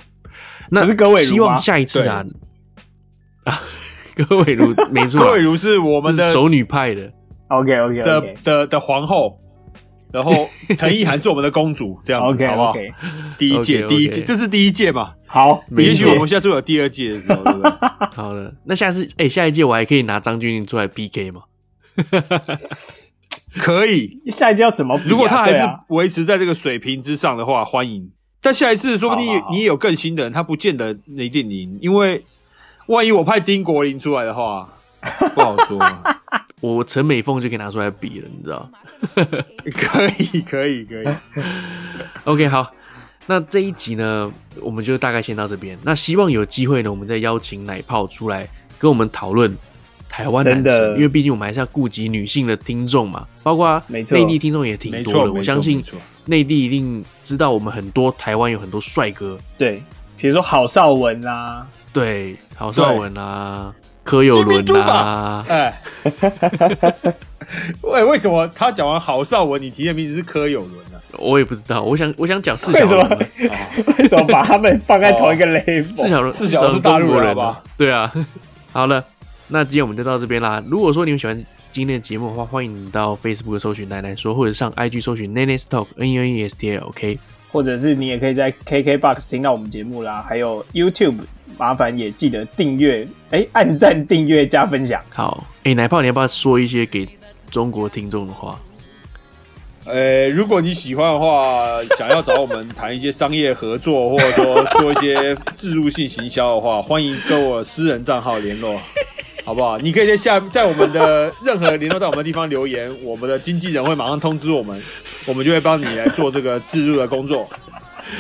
S1: 那
S2: 不是葛伟如吗
S1: 希望下一次啊啊， 葛伟如没错啊，
S3: 郭伟如是我
S1: 我
S3: 们的
S1: 熟女派的，
S2: OK OK
S3: 的
S2: OK
S3: 的的皇后，然后陈意涵是我们的公主，这样子
S2: OK
S3: 好不好？
S2: OK，
S3: 第一届，
S1: OK，OK
S3: 第一届，这是第一届嘛？
S2: 好，
S1: 没
S3: 也
S1: 理
S3: 许
S1: 解
S3: 我们下次有第二届的时候，对不对？
S1: 好了，那下次哎、下一届我还可以拿张钧甯出来 PK 吗？
S3: 可以，
S2: 下一届要怎么比啊？
S3: 如果他还
S2: 对
S3: 是
S2: 啊
S3: 维持在这个水平之上的话，欢迎。但下一次说不定
S2: 好好好
S3: 你也有更新的人，他不见得一定赢，因为万一我派丁国林出来的话，不好说。
S1: 我陈美凤就可以拿出来比了，你知道
S3: 可以，可以，可以。
S1: ？OK，好，那这一集呢，我们就大概先到这边。那希望有机会呢，我们再邀请奶泡出来跟我们讨论台湾男
S2: 真的
S1: 生，因为毕竟我们还是要顾及女性的听众嘛，包括
S2: 没错
S1: 内地听众也挺
S3: 没
S1: 多
S3: 错，
S1: 的。我
S3: 没错
S1: 相
S3: 没
S1: 信
S3: 错
S1: 内地一定知道我们很多台湾有很多帅哥，
S2: 对，比如说郝邵文啊 啦、
S1: 对，郝邵文啊，柯有伦啊，
S3: 哎， 喂，为什么他讲完郝邵文，你提的名字是柯有伦啊呢、
S1: 我也不知道，我想我想讲释
S2: 为
S1: 小
S2: 什
S1: 龙
S2: 么
S1: 啊，
S2: 为什么把他们放在同一个 level？
S1: 至少人
S3: 至
S1: 至
S3: 少
S1: 少
S3: 是
S1: 是
S3: 大
S1: 中
S3: 陆
S1: 国
S3: 人
S1: 人
S3: 好
S1: 啊，对啊。 好了，那今天我们就到这边啦。如果说你们喜欢今天的节目的话，欢迎你到 Facebook 搜寻“奶奶说”，或者上 IG 搜寻 “Nene Talk N E N E S T L OK。
S2: 或者是你也可以在 KKBOX 听到我们节目啦，还有 YouTube，麻烦也记得订阅，哎、按赞、订阅、加分享。
S1: 好，哎、奶泡，你要不要说一些给中国听众的话？
S3: 呃，如果你喜欢的话，想要找我们谈一些商业合作，或者说做一些植入性行销的话， 欢迎跟我私人账号联络，好不好？你可以在下在我们的任何联络到我们的地方留言，我们的经纪人会马上通知我们，我们就会帮你来做这个植入的工作，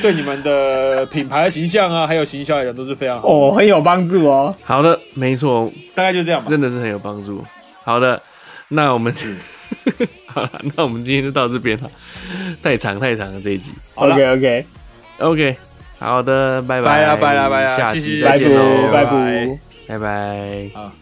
S3: 对你们的品牌形象啊，还有行销来讲都是非常好。
S2: 哦，很有帮助哦。
S1: 好的，没错，
S3: 大概就这样吧。
S1: 真的是很有帮助。好的，那我们 好了，那我们今天就到这边了，太长太长了这一集。
S3: 好了
S2: OK OK，
S1: OK，好的，拜
S3: 拜啦
S1: 拜
S3: 拜啦拜啦
S1: 下
S3: 谢
S1: 集
S3: 谢
S1: 再
S2: 拜
S1: 见
S3: 拜
S1: 喽，
S2: 拜
S3: 拜
S2: 拜。
S1: 拜拜。
S3: 啊。